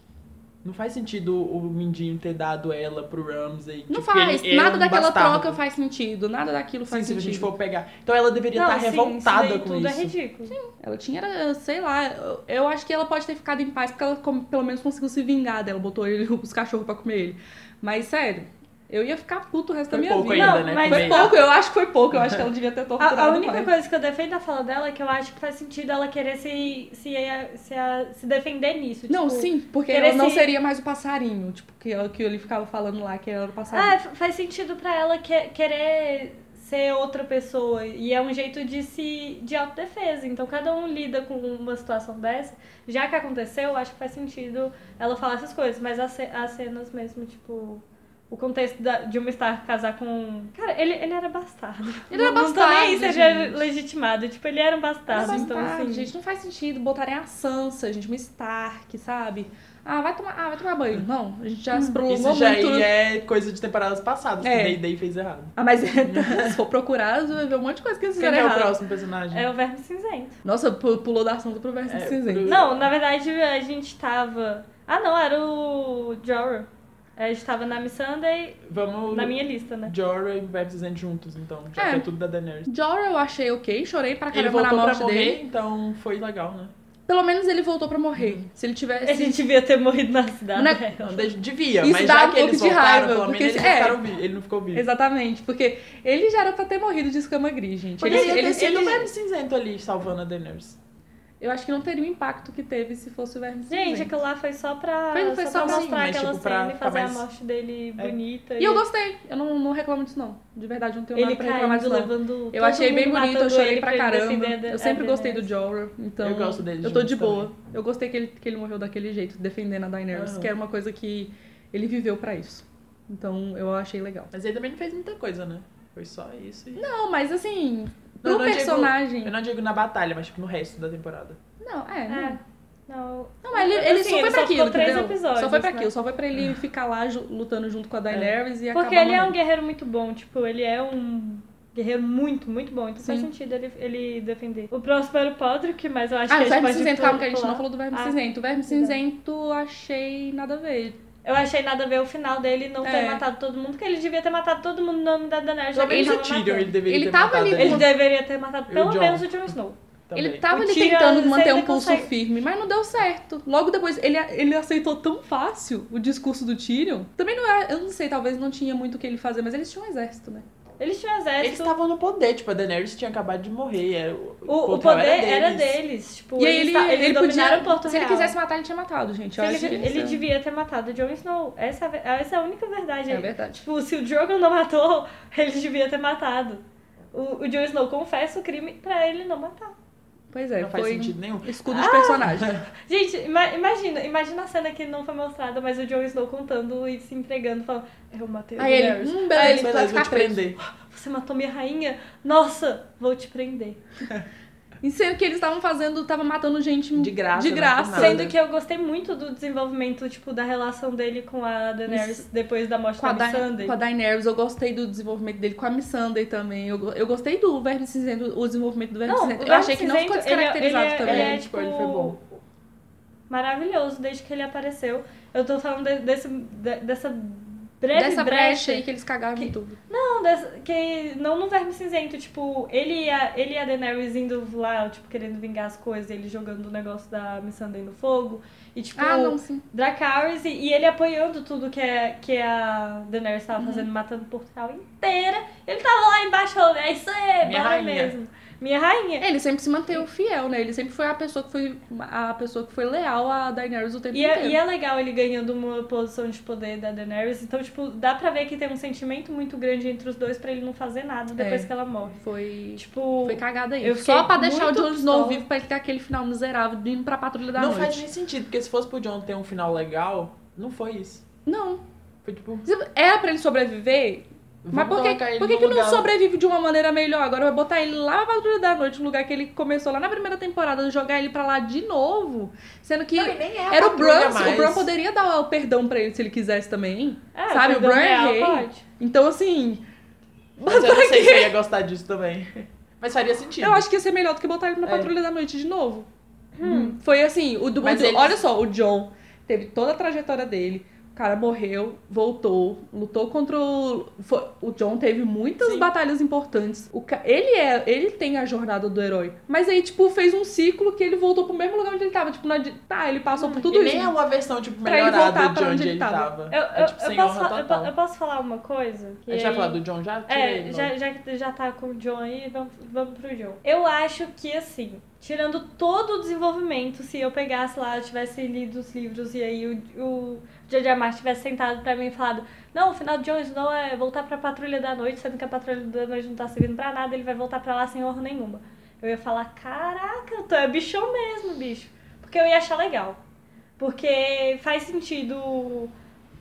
S2: Não faz sentido o Mindinho ter dado ela pro Ramsay.
S1: Não
S2: tipo,
S1: faz.
S2: ele é
S1: nada
S2: um
S1: daquela
S2: bastardo.
S1: troca faz sentido. Nada daquilo
S2: Sim,
S1: faz
S2: se a
S1: sentido.
S2: gente for pegar. Então ela deveria
S1: tá
S2: estar
S3: sim,
S2: revoltada
S3: isso daí
S2: com
S3: tudo
S2: isso.
S3: é ridículo.
S1: Ela tinha, era, sei lá, eu- eu acho que ela pode ter ficado em paz porque ela com- pelo menos conseguiu se vingar dela, botou ele, os cachorros pra comer ele. Mas sério, eu ia ficar puto o resto
S2: Foi
S1: da minha
S2: pouco
S1: vida.
S2: ainda,
S3: Não,
S2: né?
S3: mas
S1: Foi
S2: também.
S1: pouco, eu acho que foi pouco, eu acho que ela devia ter torturado
S3: A, a única
S1: mais.
S3: coisa que eu defendo da fala dela é que eu acho que faz sentido ela querer se, se, se, se defender nisso.
S1: Não,
S3: tipo,
S1: sim, porque
S3: querer
S1: ela não
S3: se-
S1: seria mais o passarinho, tipo, que, ela, que ele ficava falando lá que ela era o passarinho.
S3: Ah, fa- faz sentido pra ela que- querer ser outra pessoa. E é um jeito de se de autodefesa. Então cada um lida com uma situação dessa. Já que aconteceu, eu acho que faz sentido ela falar essas coisas. Mas as, ce- as cenas mesmo, tipo. O contexto da- de uma estar casar com. um, Cara, ele, ele era bastardo.
S1: Ele era
S3: Não tô nem aí
S1: bastardo,
S3: se ele era
S1: gente.
S3: legitimado. Tipo, ele era um bastardo.
S1: Mas
S3: então,
S1: tá,
S3: assim.
S1: gente, não faz sentido botarem a Sansa, gente, uma Stark, sabe? Ah, vai tomar, ah, vai tomar banho. Não, a gente já se prolongou
S2: Isso já
S1: muito.
S2: aí é coisa de temporadas passadas,
S1: É.
S2: que daí, daí fez errado.
S1: Ah, mas se for procurar, você vai ver um monte de coisa que eles
S2: Quem
S1: fizeram
S2: é o
S1: errado.
S2: próximo personagem?
S3: É o verbo cinzento.
S1: Nossa, pu- pulou da Sansa pro verso
S2: É,
S1: de cinzento.
S2: pro-
S3: Não, na verdade a gente tava. Ah, não, era o Jorah. A gente tava na Miss Sunday,
S2: Vamos.
S3: na minha lista, né?
S2: Jorah e Versus juntos, então. Já
S1: É.
S2: que é tudo da Daenerys.
S1: Jorah eu achei ok, chorei pra
S2: Ele
S1: caramba na
S2: voltou pra
S1: morte
S2: morrer,
S1: dele.
S2: então foi legal, né?
S1: Pelo menos ele voltou pra morrer. Se ele tivesse...
S3: A gente devia ter morrido na cidade.
S1: Né?
S3: real.
S2: Não, de- devia,
S1: Isso
S2: mas
S1: dá
S2: já
S1: um
S2: que eles
S1: pouco de
S2: voltaram,
S1: raiva,
S2: pelo menos
S1: porque
S2: eles
S1: se- é.
S2: voltaram vi- ele não ficou vivo.
S1: Exatamente, porque ele já era pra ter morrido de escama gris, gente.
S2: Poderia
S1: Ele-
S2: ter
S1: ele-
S2: sido
S1: ele-
S2: o Verme é Cinzento ali salvando a Daenerys.
S1: Eu acho que não teria o impacto que teve se fosse o verme
S3: Gente,
S2: é
S1: cinzento.
S3: aquilo lá foi só pra,
S1: Foi- foi só
S3: só pra
S1: pra-
S3: mostrar
S2: mas,
S3: aquela
S2: tipo, pra
S3: cena e
S2: ficar
S3: fazer
S2: mais-
S3: a morte dele
S2: É.
S3: bonita.
S1: E eu gostei. Eu não, não reclamo disso, não. De verdade, não tenho
S3: Ele
S1: nada pra reclamar
S3: caindo,
S1: disso, não.
S3: levando
S1: Eu
S3: todo
S1: achei bem
S3: mundo
S1: bonito, eu
S3: matando
S1: chorei
S3: ele
S1: pra é
S3: ele
S1: caramba.
S3: defender
S1: Eu
S3: a
S1: sempre gostei do
S3: Daenerys.
S1: Jorah, então.
S2: Eu gosto dele
S1: Eu tô
S2: juntos
S1: de boa.
S2: também.
S1: Eu gostei que ele, que ele morreu daquele jeito, defendendo a Daenerys,
S2: Aham.
S1: que era uma coisa que ele viveu pra isso. Então eu achei legal.
S2: Mas ele também não fez muita coisa, né? Foi só isso e...
S1: Não, mas assim, pro
S2: Não, não digo-
S1: personagem.
S2: Eu não digo na batalha, mas tipo, no resto da temporada.
S1: Não, é, não.
S3: É. Não,
S1: Não, mas ele, ele só
S3: Assim,
S1: foi
S3: ele
S1: pra
S3: só ficou
S1: aquilo,
S3: três
S1: entendeu? É.
S3: episódios,
S1: só foi pra
S3: né? É.
S1: aquilo, só foi pra ele ficar lá ju- lutando junto com a Daenerys e
S3: Porque
S1: acabar
S3: ele é um
S1: morrendo.
S3: guerreiro muito bom, tipo, ele é um guerreiro muito, muito bom. Então faz
S1: Sim.
S3: sentido ele, ele defender. O próximo era o Podrick, mas eu acho
S1: Ah, o
S3: que a gente
S1: verme
S3: pode
S1: cinzento,
S3: pular-
S1: calma, que a gente não
S3: pular.
S1: falou do verme
S3: Ah,
S1: cinzento. O verme cinzento achei nada a ver.
S3: Eu achei nada a ver o final dele não ter
S1: É.
S3: matado todo mundo, porque ele devia ter matado todo mundo no nome da Daenerys. já que
S2: Talvez
S3: ele
S2: o
S3: tava
S2: Tyrion,
S3: matando.
S2: ele deveria
S1: Ele
S2: ter
S1: tava
S2: matado
S1: ali
S3: Ele
S1: com-
S3: deveria ter matado
S2: E o
S3: pelo
S2: Jon.
S3: menos o Jon Snow.
S2: também.
S1: Ele tava
S3: O
S1: ali
S3: Tyrion,
S1: tentando
S3: você
S1: manter
S3: ainda
S1: um pulso
S3: consegue-
S1: firme, mas não deu certo. Logo depois, ele, ele aceitou tão fácil o discurso do Tyrion. Também não é, eu não sei, talvez não tinha muito o que ele fazer, mas eles tinham um exército, né?
S3: Eles tinham
S2: Eles
S3: exército.
S2: estavam no poder, tipo, a Daenerys tinha acabado de morrer. é, Era,
S3: O, o
S2: controle
S3: poder era deles. Tipo,
S1: e aí
S3: eles,
S1: ele,
S3: ta- eles
S1: ele
S3: dominaram
S1: podia.
S3: o Porto
S1: se ele
S3: Real.
S1: quisesse matar, né? ele tinha matado, gente. Eu
S3: Ele-
S1: acho que
S3: ele,
S1: isso
S3: devia ter matado o Jon Snow. Essa, é a ve- essa é a única verdade.
S1: é
S3: aí.
S1: verdade.
S3: Tipo, se o Drogon não matou, ele devia ter matado. O, o Jon Snow confessa o crime pra ele não matar.
S1: Pois é,
S2: Não faz
S1: foi
S2: sentido nenhum.
S1: escudo
S3: Ah!
S1: de personagem.
S3: Gente, ima- imagina, imagina a cena que não foi mostrada, mas o Jon Snow contando e se entregando, falando, eu matei o
S1: Aí ele,
S3: Daenerys.
S1: hum,
S3: Aí
S1: beleza,
S3: ele,
S1: vai
S2: Beleza, vou
S1: ficar
S2: te
S1: preso.
S2: prender.
S3: Você matou minha rainha? Nossa, vou te prender.
S1: E sendo que eles estavam fazendo, estavam matando gente
S2: De graça,
S1: De
S2: né,
S1: graça.
S2: por nada.
S3: Sendo que eu gostei muito do desenvolvimento, tipo, da relação dele com a Daenerys depois da morte
S1: Com a,
S3: da
S1: da
S3: Missandei.
S1: com a Daenerys, eu gostei do desenvolvimento dele com a Missandei também. Eu, go- eu gostei do Verme Cinzento, o desenvolvimento do Verme
S3: Não,
S1: Cinzento.
S3: o
S1: Eu achei que não
S3: Verme
S1: ficou
S3: Cinzento, ele é-
S1: descaracterizado
S3: ele é-
S1: também. né?
S3: ele é,
S2: Tipo, ele foi bom.
S3: Maravilhoso, desde que ele apareceu. Eu tô falando de- desse, de- dessa breve
S1: Dessa brecha
S3: é brecha.
S1: aí que eles cagaram
S3: que-
S1: tudo.
S3: Não, dessa- que, não no Verme Cinzento, tipo, ele e, a, ele e a Daenerys indo lá, tipo, querendo vingar as coisas, ele jogando o negócio da Missandei no fogo. E, tipo,
S1: Ah, não, sim.
S3: Dracarys e, e ele apoiando tudo que, é, que a Daenerys
S1: Uhum.
S3: tava fazendo, matando Portugal inteira. Ele tava lá embaixo falando, é isso aí,
S2: Minha
S3: bora
S2: rainha."
S3: mesmo. Minha rainha.
S1: Ele sempre se manteve fiel, né? Ele sempre foi a pessoa que foi a pessoa que foi leal a Daenerys o tempo
S3: E é,
S1: inteiro.
S3: e é legal ele ganhando uma posição de poder da Daenerys. Então, tipo, dá pra ver que tem um sentimento muito grande entre os dois pra ele não fazer nada depois
S1: É.
S3: que ela morre.
S1: Foi.
S3: Tipo,
S1: Foi cagada aí.
S3: eu
S1: Só
S3: fiquei
S1: pra deixar o
S3: muito
S1: Jon Snow
S3: pistola.
S1: vivo pra ele ter aquele final miserável de indo pra patrulha da
S2: não
S1: noite.
S2: faz nem sentido, porque se fosse pro John ter um final legal, não foi isso.
S1: Não.
S2: Foi tipo,
S1: Era pra ele sobreviver? Mas
S2: vamos
S1: por que,
S2: colocar ele
S1: por que,
S2: num
S1: que não
S2: lugar-
S1: sobrevive de uma maneira melhor? Agora vai botar ele lá pra patrulha da noite, no lugar que ele começou lá na primeira temporada, jogar ele pra lá de novo. Sendo que.
S2: Não, e nem é a
S1: era o
S2: patrulha
S1: Bran, o
S2: mais.
S1: Bran poderia dar o perdão pra ele se ele quisesse também.
S3: ah,
S1: sabe, o
S3: perdão
S1: Bran é
S3: real,
S1: rei.
S3: pode.
S1: Então, assim,
S2: Mas eu não sei se eu ia gostar disso também. Mas faria sentido.
S1: eu acho que ia ser melhor do que botar ele na
S2: É.
S1: patrulha da noite de novo. Hum, Foi assim, o do, o
S2: Mas
S1: do-
S2: eles-
S1: olha só, o John teve toda a trajetória dele. O cara morreu, voltou, lutou contra o. foi- o John teve muitas
S2: Sim.
S1: batalhas importantes. O ca- ele é, ele tem a jornada do herói. Mas aí, tipo, fez um ciclo que ele voltou pro mesmo lugar onde ele tava. Tipo, não adi- tá, ele passou por tudo
S2: e
S1: isso.
S2: nem é uma versão, tipo,
S1: Pra ele voltar
S2: melhorada de
S1: pra onde
S2: onde
S1: ele
S2: ele
S1: tava.
S2: tava.
S3: Eu,
S2: É
S3: eu-
S2: tipo,
S3: eu
S2: sem
S3: posso,
S2: honra
S3: fa- eu,
S2: total.
S3: po- eu posso falar uma coisa? Que
S2: A gente vai
S3: aí-
S2: falar do John já? Tira
S3: É,
S2: ele,
S3: já, já que já tá com o John aí, vamos, vamos pro John. Eu acho que, assim, tirando todo o desenvolvimento, se eu pegasse lá, eu tivesse lido os livros e aí o, o J.J. Martin tivesse sentado pra mim e falado não, o final de John Snow é voltar pra Patrulha da Noite, sendo que a Patrulha da Noite não tá servindo pra nada, ele vai voltar pra lá sem honra nenhuma. Eu ia falar, caraca, tu é bichão mesmo, bicho. Porque eu ia achar legal. Porque faz sentido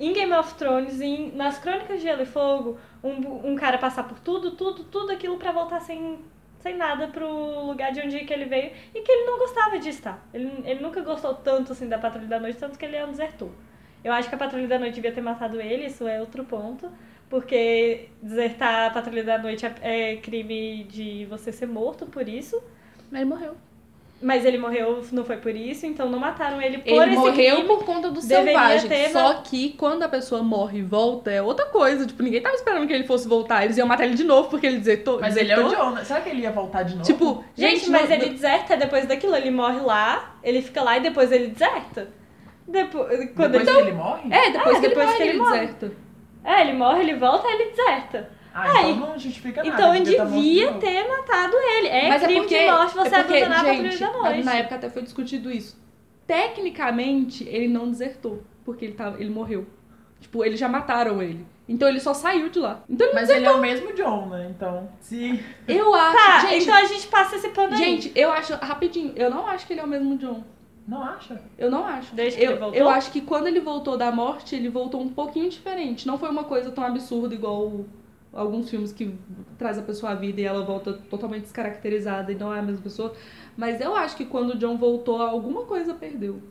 S3: em Game of Thrones, em, nas Crônicas de Gelo e Fogo, um, bu- um cara passar por tudo, tudo, tudo aquilo pra voltar sem, sem nada pro lugar de onde que ele veio e que ele não gostava de estar. Ele, ele nunca gostou tanto assim da Patrulha da Noite, tanto que ele é um desertor. Eu acho que a Patrulha da Noite devia ter matado ele, isso é outro ponto. Porque desertar a Patrulha da Noite é, é crime de você ser morto por isso.
S1: Ele morreu.
S3: Mas ele morreu, não foi por isso, então não mataram ele por
S1: ele
S3: esse
S1: morreu
S3: crime.
S1: por conta do
S3: deveria
S1: selvagem.
S3: ter, né?
S1: Só que quando a pessoa morre e volta, é outra coisa. Tipo, ninguém tava esperando que ele fosse voltar. Eles iam matar ele de novo, porque ele desertou.
S2: Mas ele é o
S1: desertou.
S2: John, né? Será que ele ia voltar de novo?
S1: Tipo,
S3: Gente,
S1: gente,
S3: mas
S1: não-
S3: ele deserta depois daquilo, ele morre lá, ele fica lá e depois ele deserta. Depois, quando
S2: depois
S3: ele...
S2: que ele morre?
S1: É, depois,
S3: É,
S1: que, ele
S3: depois
S1: morre,
S3: que ele
S1: ele
S3: morre.
S1: deserta.
S3: É, ele morre, ele volta, ele deserta.
S2: Ah,
S3: Ai,
S2: então não justifica nada.
S3: então ele
S2: devia tá morto de
S3: devia
S2: novo.
S3: ter matado ele. É
S1: Mas
S3: crime
S1: é porque,
S3: de morte você
S1: é porque,
S3: abandonar a patrulha
S1: gente, é
S3: da noite.
S1: Na época até foi discutido isso. Tecnicamente, ele não desertou, porque ele, tava, ele morreu. Tipo, eles já mataram ele. Então ele só saiu de lá. Então ele não
S2: Mas ele é o mesmo John, né? Então, se...
S1: desertou. Eu acho.
S3: Tá,
S1: gente,
S3: então a gente passa esse pano aí.
S1: gente, eu acho. Rapidinho, eu não acho que ele é o mesmo John.
S2: Não acha? né?
S1: Eu não acho.
S3: Desde que
S1: eu,
S3: ele voltou?
S1: eu acho que quando ele voltou da morte, ele voltou um pouquinho diferente. Não foi uma coisa tão absurda igual o- alguns filmes que traz a pessoa à vida e ela volta totalmente descaracterizada e não é a mesma pessoa. Mas eu acho que quando o John voltou, alguma coisa perdeu.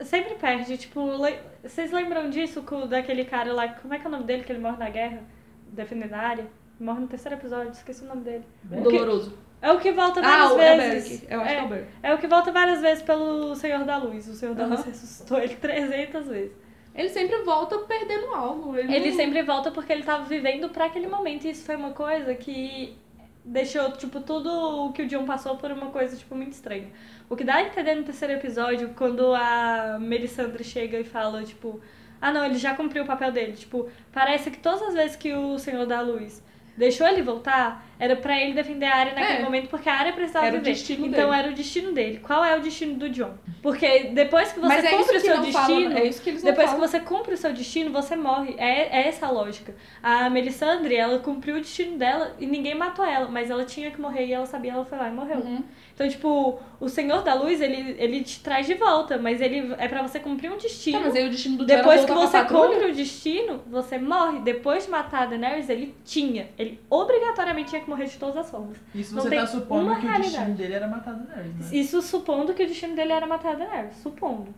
S3: Sempre perde, tipo, le- vocês lembram disso com daquele cara lá, como é que é o nome dele que ele morre na guerra? Defendendo a área? Morre no terceiro episódio, esqueci o nome dele.
S2: Bem,
S4: Doloroso.
S3: É o que volta várias
S1: Ah, o
S3: vezes.
S1: Elberg. Eu acho que é o Elberg.
S3: É o que volta várias vezes pelo Senhor da Luz. O Senhor da
S1: Aham.
S3: Luz ressuscitou ele 300 vezes.
S4: Ele sempre volta perdendo algo. Ele,
S3: Ele
S4: não-
S3: sempre volta porque ele tava vivendo pra aquele momento. E isso foi uma coisa que deixou, tipo, tudo o que o John passou por uma coisa, tipo, muito estranha. O que dá a entender no terceiro episódio, quando a Melisandre chega e fala, tipo... Ah, não, ele já cumpriu o papel dele. Tipo, parece que todas as vezes que o Senhor da Luz deixou ele voltar, era pra ele defender a área naquele
S1: É.
S3: momento, porque a área precisava
S1: Era o
S3: viver.
S1: destino
S3: então
S1: dele.
S3: era o destino dele. Qual é o destino do John? Porque depois que você
S1: Mas é isso
S3: cumpre o
S1: que
S3: seu
S1: não
S3: destino...
S1: falam, é isso que eles não
S3: Depois que
S1: falam.
S3: você cumpre o seu destino, você morre. É, é essa a lógica. A Melisandre, ela cumpriu o destino dela e ninguém matou ela, mas ela tinha que morrer e ela sabia, ela foi lá e morreu.
S1: Uhum.
S3: Então, tipo, o Senhor da Luz, ele, ele te traz de volta, mas ele é pra você cumprir um destino.
S1: Tá, mas aí o destino do John era
S3: Depois que
S1: voltar pra
S3: você
S1: patrulha?
S3: cumpre o destino, você morre. Depois de matar a Daenerys, ele tinha. Ele obrigatoriamente tinha que morrer de todas as formas.
S2: Isso
S3: Não
S2: você
S3: tem
S2: tá supondo
S3: uma
S2: que o
S3: realidade.
S2: destino dele era matar a
S1: É.
S2: Daenerys, né?
S3: Isso supondo que o destino dele era matar a Daenerys. Supondo.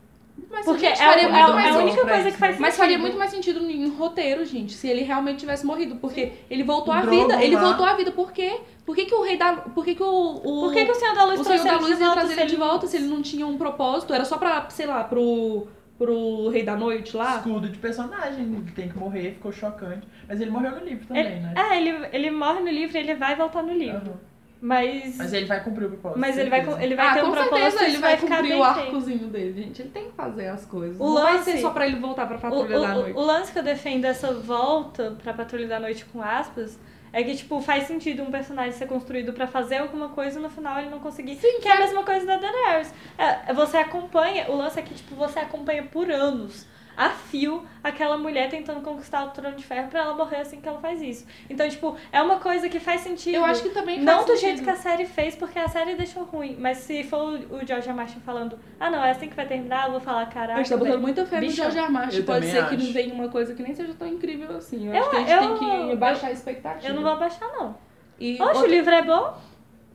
S4: Mas
S3: Porque
S4: a
S3: é,
S4: gente
S3: a-
S4: faria
S3: é
S4: muito
S3: a- é
S4: mais
S3: a
S2: sentido
S3: única
S2: pra
S3: coisa
S2: isso,
S3: que faz
S1: Mas faria
S3: sentido.
S1: muito mais sentido em roteiro, gente, se ele realmente tivesse morrido. Porque ele voltou
S2: O
S1: à
S2: Drogon
S1: vida. Ele
S2: lá.
S1: voltou à vida por quê? Por que, que o rei da. Por que, que o. o...
S3: Por que, que o Senhor da Luz
S1: o
S3: trouxe
S1: Senhor da
S3: ele
S1: Luz
S3: de
S1: ia
S3: volta
S1: trazer
S3: se
S1: ele de volta se ele não tinha um propósito? Era só pra, sei lá, pro, pro Rei da Noite lá?
S2: Escudo de personagem, ele tem que morrer, ficou chocante. Mas ele morreu no livro também,
S3: Ele-
S2: né?
S3: É, ele, ele morre no livro e ele vai voltar no livro.
S2: Aham.
S3: Mas.
S2: Mas ele vai cumprir o propósito.
S3: Mas ele vai,
S2: certeza.
S3: ele vai ter
S1: ah,
S3: um
S1: com
S3: propósito
S1: certeza ele
S3: isso
S1: vai
S3: ficar
S1: cumprir
S3: bem
S1: o
S3: feito.
S1: arcozinho dele, gente. Ele tem que fazer as coisas.
S3: O
S1: não vai
S3: lance-
S1: ser só pra ele voltar pra patrulha da
S3: O,
S1: noite.
S3: o, o lance que eu defendo dessa volta pra Patrulha da Noite com aspas é que, tipo, faz sentido um personagem ser construído pra fazer alguma coisa e no final ele não conseguir. que é a mesma coisa da Daenerys. É, você acompanha, o lance é que, tipo, você acompanha por anos a fio aquela mulher tentando conquistar o trono de ferro pra ela morrer assim que ela faz isso. Então, tipo, é uma coisa que faz sentido.
S1: Eu acho que também faz
S3: Não do
S1: sentido.
S3: jeito que a série fez, porque a série deixou ruim. Mas se for o George R. R. Martin falando, ah não, é assim que vai terminar, eu vou falar,
S1: A
S3: caraca.
S1: gente tá botando muita fé no
S3: Bicho.
S1: George R. Martin.
S2: Eu
S1: Pode
S2: também
S1: ser que
S2: acho.
S1: nos venha uma coisa que nem seja tão incrível assim. Eu,
S3: Eu-
S1: acho que a gente
S3: eu-
S1: tem que baixar a expectativa.
S3: Eu não vou abaixar, não.
S1: E
S3: Oxe, o
S1: outra-
S3: livro é bom?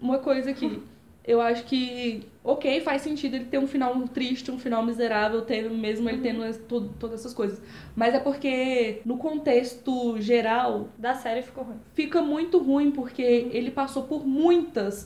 S1: uma coisa que eu acho que, ok, faz sentido ele ter um final triste, um final miserável, tendo, mesmo ele
S2: Uhum.
S1: tendo es- to- todas essas coisas. Mas é porque, no contexto geral,
S3: Da série ficou ruim.
S1: fica muito ruim porque
S2: Uhum.
S1: ele passou por muitas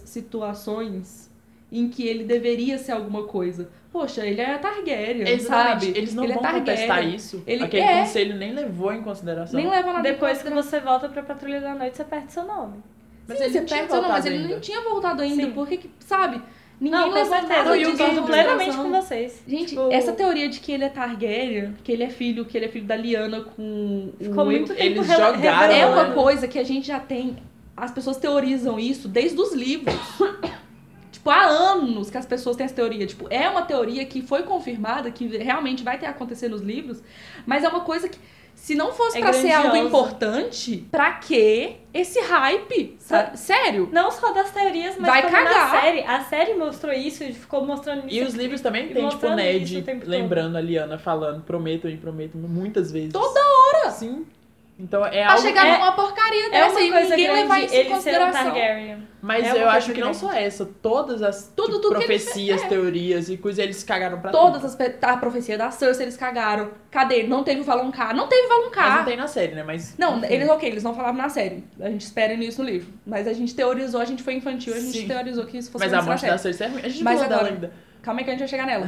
S1: situações em que ele deveria ser alguma coisa. Poxa, ele é Targaryen,
S2: Exatamente,
S1: sabe?
S2: Eles não
S1: ele
S2: vão
S1: é
S3: tá
S1: Targaryen.
S2: contestar isso.
S1: Ele
S2: Aquele
S1: é.
S2: conselho nem levou em consideração.
S1: Nem leva nada em
S3: Depois que
S1: consideração.
S3: você volta pra Patrulha da Noite, você perde seu nome.
S2: Mas
S1: Sim,
S2: ele
S1: você
S2: não tinha
S1: perde ou não, mas
S2: voltado
S1: ele não
S2: ainda.
S1: tinha voltado ainda,
S3: Sim.
S1: porque, que- sabe? Ninguém
S3: não, com
S1: levou
S3: certeza.
S1: nada
S2: e
S3: Eu
S2: o
S1: disso em
S3: concordo
S2: Gandalf
S3: plenamente
S1: consideração.
S3: com vocês.
S1: Gente,
S3: Tipo-
S1: essa teoria de que ele é Targaryen, que ele é filho, que ele é filho da Liana com o
S3: Ficou muito tempo
S2: eles
S3: rela-
S2: jogaram,
S1: É
S2: Cara,
S1: uma
S2: né?
S1: coisa que a gente já tem. As pessoas teorizam isso desde os livros. tipo, há anos que as pessoas têm essa teoria. Tipo, é uma teoria que foi confirmada, que realmente vai ter acontecido nos livros, mas é uma coisa que. Se não fosse
S3: É
S1: pra ser algo
S3: grandiosa.
S1: importante, pra que esse hype? Sa- Sério?
S3: Não só das teorias, mas
S1: Vai
S3: como na
S1: cagar.
S3: série. A série mostrou isso e ficou mostrando isso.
S2: E os livros também
S3: E
S2: tem, tipo, o
S3: mostrando isso o
S2: Ned
S3: tempo todo.
S2: lembrando a Liana falando, prometo e prometo muitas vezes.
S1: Toda
S2: hora! Sim. Então é
S1: Pra
S2: algo.
S1: chegar
S3: é-
S1: numa porcaria
S3: É uma
S1: dessa e
S3: coisa
S1: ninguém
S3: grande
S1: levar isso em
S3: ele ser um
S1: consideração.
S3: Targaryen.
S2: Mas
S3: é uma
S2: eu
S3: coisa
S2: acho que não
S3: grande.
S2: só essa, todas as
S1: Tudo-
S2: tipo,
S1: tudo que ele
S2: profecias,
S1: fez, é.
S2: teorias e coisas, eles cagaram pra
S1: Todas
S2: tudo.
S1: as pe- a profecia da Cersei eles cagaram. Cadê? Não teve o Valonqar. Não teve
S2: Mas não
S1: Valonqar.
S2: tem na série, né? Mas.
S1: Ah. Não,
S2: enfim.
S1: eles, ok, eles não falaram na série. A gente espera nisso no livro. Mas a gente teorizou, a gente foi infantil, a gente
S2: Sim.
S1: teorizou que isso fosse
S2: Mas a
S1: acontecer na
S2: morte
S1: série.
S2: da Cersei é ruim. A gente
S1: Mas
S2: não falou dela
S1: agora-
S2: ainda.
S1: Calma aí que a gente vai chegar nela.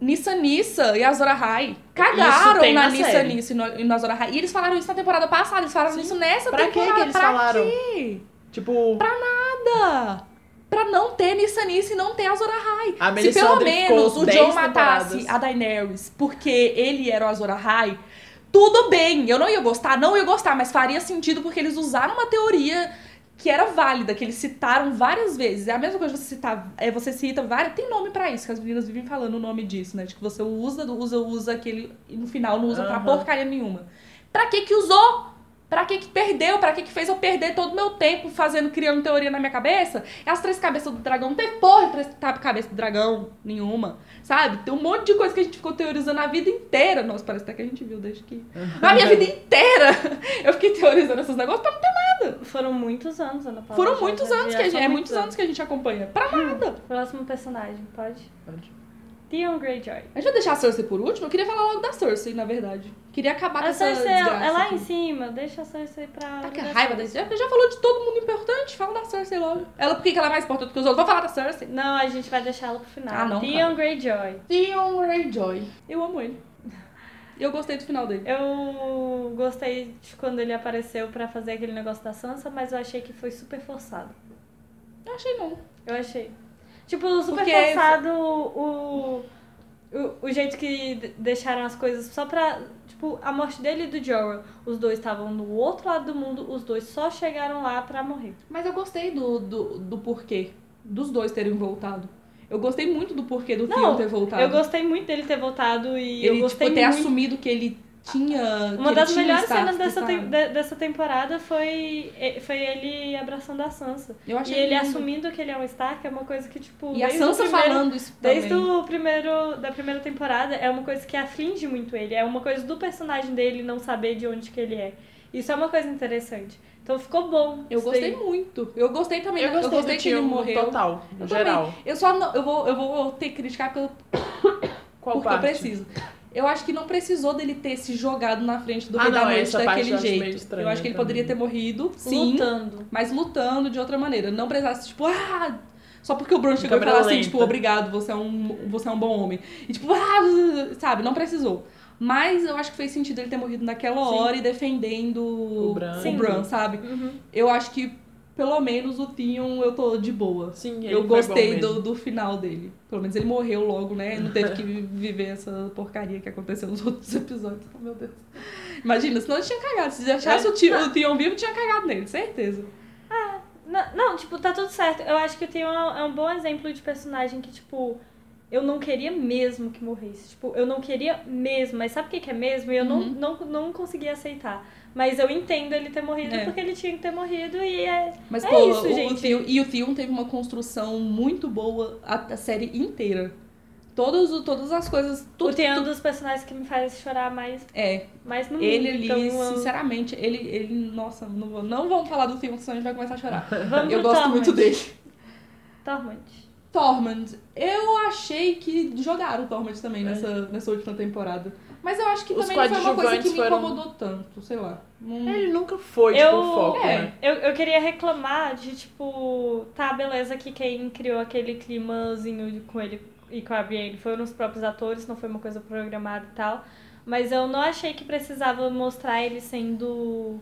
S1: Nissa Nissa e Azora Ahai cagaram
S2: tem
S1: na
S2: na
S1: Nissa
S2: série.
S1: Nissa e no- e na Azora Ahai. E eles falaram isso na temporada passada, eles falaram
S2: Sim.
S1: isso nessa
S2: Pra que
S1: temporada.
S2: que eles
S1: pra
S2: falaram?
S1: quê?
S2: Tipo,
S1: Nada! Pra não ter Nissa Nissa e não ter Azora Ahai.
S2: a
S1: Se pelo
S2: Melisandre ficou
S1: menos o
S2: 10
S1: John matasse
S2: temporadas.
S1: a Daenerys porque ele era o Azor Ahai, tudo bem. Eu não ia gostar, não ia gostar, mas faria sentido porque eles usaram uma teoria que era válida, que eles citaram várias vezes. É a mesma coisa você citar, é, você cita várias, tem nome pra isso, que as meninas vivem falando o nome disso, né? De que você usa, usa, usa aquele e no final não usa pra
S2: Aham.
S1: porcaria nenhuma. Pra que que usou? Pra que que perdeu? Pra que que fez eu perder todo o meu tempo fazendo, criando teoria na minha cabeça? É As três cabeças do dragão, não teve porra de três tá- cabeças do dragão nenhuma, sabe? Tem um monte de coisa que a gente ficou teorizando a vida inteira. Nossa, parece até que a gente viu desde que... A minha vida inteira eu fiquei teorizando esses negócios pra não ter
S3: Foram muitos anos, Ana
S1: Foram né?
S3: Paula. já-
S1: É, muitos
S3: já-
S1: anos Uhum.
S3: já
S1: que a gente,
S3: são
S1: é muitos anos que a gente acompanha. Pra nada.
S3: Próximo personagem, pode?
S2: Pode.
S3: O Theon Greyjoy.
S1: A gente vai deixar a Cersei por último? Eu queria falar logo da Cersei, na verdade. Queria acabar com
S3: A
S1: essa
S3: Cersei
S1: desgraça.
S3: é lá
S1: aqui.
S3: em cima, deixa a Cersei pra...
S1: Tá que raiva desse... Já, já falou de todo mundo importante, fala da Cersei logo. Ela, por que que ela é mais importante que os outros? Vou falar da Cersei.
S3: Não, a gente vai deixar ela pro final.
S1: Ah, não,
S3: Theon Greyjoy.
S1: Theon Greyjoy. Eu amo ele. E eu gostei do final dele.
S3: Eu gostei de quando ele apareceu pra fazer aquele negócio da Sansa, mas eu achei que foi super forçado.
S1: Eu achei não.
S3: Eu achei. Tipo, super
S1: Porque-
S3: forçado o, o, o jeito que de- deixaram as coisas só pra. Tipo, a morte dele e do Jorah. Os dois estavam no outro lado do mundo, os dois só chegaram lá pra morrer.
S1: Mas eu gostei do, do, do porquê. Dos dois terem voltado. Eu gostei muito do porquê do
S3: Não,
S1: Theon ter voltado.
S3: Eu gostei muito dele ter voltado
S1: Tá.
S3: e eu
S1: ele, tipo,
S3: gostei
S1: ter
S3: muito.
S1: assumido que ele tinha. que
S3: Uma
S1: ele
S3: das
S1: tinha
S3: melhores
S1: status
S3: cenas dessa,
S1: do
S3: tem-
S1: cara.
S3: de- dessa temporada foi, eh, foi ele abraçando a Sansa.
S1: Eu achei
S3: E ele
S1: lindo.
S3: assumindo que ele é um Stark é uma coisa que, tipo.
S1: E a
S3: desde o
S1: Sansa
S3: primeiro-
S1: falando isso também.
S3: Desde o primeiro, da primeira temporada, é uma coisa que aflige muito ele. É uma coisa do personagem dele não saber de onde que ele é. Isso é uma coisa interessante. Então ficou bom.
S1: Eu
S3: isso
S1: gostei
S3: daí.
S1: muito. Eu gostei também.
S2: Eu
S1: né?
S2: gostei, do
S1: que ele
S2: Tyrion no
S1: morreu.
S2: total, no
S1: Eu
S2: geral.
S1: também. Eu só não, eu vou, eu vou ter que criticar porque, eu-
S2: Qual
S1: porque eu
S2: parte?
S1: preciso. Eu acho que não precisou dele ter se jogado na frente do
S2: Ah,
S1: Rei da
S2: não,
S1: Noite
S2: essa parte
S1: daquele
S2: eu acho meio
S1: jeito.
S2: estranha
S1: eu acho que ele
S2: também.
S1: poderia ter morrido, sim,
S3: Lutando.
S1: mas lutando de outra maneira. Não precisasse, tipo, ah. Só porque o Bron chegou e
S2: câmera
S1: falou assim,
S2: lenta.
S1: tipo, obrigado, você é, um, você é um bom homem. E tipo, ah, sabe, não precisou. Mas eu acho que fez sentido ele ter morrido naquela
S3: Sim.
S1: hora e defendendo
S2: O Bran.
S1: o
S3: Sim.
S1: Bran, sabe?
S3: Uhum.
S1: Eu acho que pelo menos o Theon eu tô de boa.
S2: Sim, ele
S1: Eu
S2: foi
S1: gostei
S2: bom mesmo.
S1: do, do final dele. Pelo menos ele morreu logo, né? Não teve que vi- viver essa porcaria que aconteceu nos outros episódios. Oh, meu Deus. Imagina, senão ele tinha cagado. Se achasse o, Ti- o Theon vivo, tinha cagado nele, certeza.
S3: Não, não, tipo, tá tudo certo. Eu acho que o Theon é um- é um bom exemplo de personagem que, tipo, eu não queria mesmo que morresse. Tipo, eu não queria mesmo, mas sabe o que, que é mesmo? E eu
S1: Uhum.
S3: não, não, não consegui aceitar. Mas eu entendo ele ter morrido
S1: É.
S3: porque ele tinha que ter morrido e é.
S1: Mas,
S3: É
S1: pô,
S3: isso,
S1: o,
S3: gente.
S1: o Theon, e o Theon teve uma construção muito boa a, a série inteira. Todos, o- todas as coisas.
S3: O
S1: Tudo,
S3: Theon é um
S1: tudo-
S3: dos personagens que me faz chorar mais,
S1: É,
S3: mais no
S1: Ele
S3: mundo.
S1: ali,
S3: então, eu-
S1: sinceramente, ele, ele. Nossa, não, vou- não vamos falar do filme, senão a gente vai começar a chorar.
S3: Vamos
S1: eu
S3: pro
S1: gosto
S3: Tormund.
S1: muito dele.
S3: Tormund.
S1: Tormund. Eu achei que jogaram o Tormund também nessa, nessa última temporada. Mas eu acho que
S2: Os
S1: também não foi uma coisa que
S2: coadjuvantes
S1: me
S2: foram-
S1: incomodou tanto, sei lá. Não-
S2: Ele nunca foi,
S3: Eu-
S2: tipo, o foco,
S1: É.
S2: né?
S3: Eu, eu queria reclamar de, tipo, tá, beleza que quem criou aquele climazinho de- com ele e com a Brienne foram os próprios atores, não foi uma coisa programada e tal. Mas eu não achei que precisava mostrar ele sendo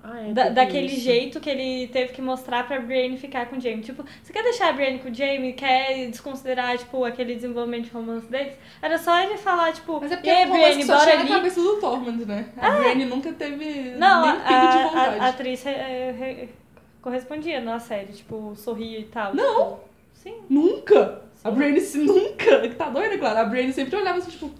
S2: Ah, é,
S3: da-
S2: teve
S3: daquele
S2: isso.
S3: jeito que ele teve que mostrar pra Brienne ficar com o Jaime. Tipo, você quer deixar a Brienne com o Jaime? Quer desconsiderar, tipo, aquele desenvolvimento de romance deles? Era só ele falar, tipo,
S1: Mas é porque
S3: e aí,
S1: é um romance
S3: Brienne,
S1: que só
S3: bora
S1: chega na
S3: ali.
S1: cabeça do Tormund, né? A Brienne nunca teve
S3: Não,
S1: nem
S3: a,
S1: um pingo de
S3: a-
S1: vontade.
S3: a atriz eh, re- correspondia na série, tipo, sorria e tal.
S1: Não.
S3: Tipo, Sim.
S1: Nunca! A Brienne se- nunca! Tá doida, claro. A Brienne sempre olhava assim, tipo,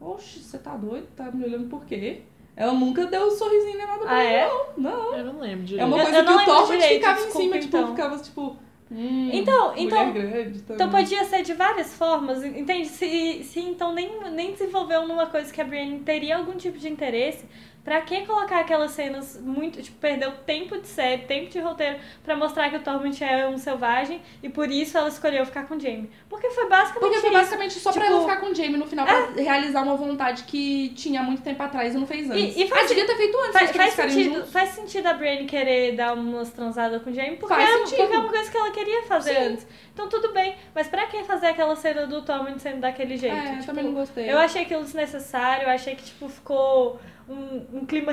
S1: oxe, você tá doido? Tá me olhando por quê? Ela nunca deu um sorrisinho nem nada pra
S3: Ah,
S1: ele,
S3: é?
S1: não. Não.
S2: Eu não lembro direito.
S1: É uma
S3: Eu-
S1: coisa
S3: eu
S1: que
S3: não
S1: o
S3: lembro
S1: Tormund
S3: direito,
S1: ficava em
S3: desculpa,
S1: cima, tipo,
S3: então.
S1: ficava tipo. Hum,
S3: Então,
S1: mulher
S3: então-
S1: grande, tá...
S3: Então podia ser de várias formas, entende? Se, se então nem, nem desenvolveu numa coisa que a Brienne teria algum tipo de interesse, pra que colocar aquelas cenas muito. Tipo, perdeu tempo de série, tempo de roteiro, pra mostrar que o Torment é um selvagem e por isso ela escolheu ficar com o Jaime. Porque foi basicamente
S1: Porque foi
S3: isso.
S1: basicamente só pra
S3: Tipo, é.
S1: ela ficar com o Jamie no final, pra realizar uma vontade que tinha há muito tempo atrás e não fez antes.
S3: E- e faz
S1: ah, devia ter feito antes,
S3: Faz,
S1: mas que
S3: faz
S1: eles ficarem
S3: sentido,
S1: juntos.
S3: faz sentido a Brienne querer dar umas transadas com o Jaime, porque,
S1: Faz
S3: é,
S1: sentido.
S3: porque é uma coisa que ela queria fazer
S1: Sim.
S3: antes. Então tudo bem, mas pra que fazer aquela cena do Tommen sendo daquele jeito?
S1: É, eu
S3: Tipo,
S1: também não gostei.
S3: eu achei aquilo desnecessário, eu achei que tipo, ficou um, um clima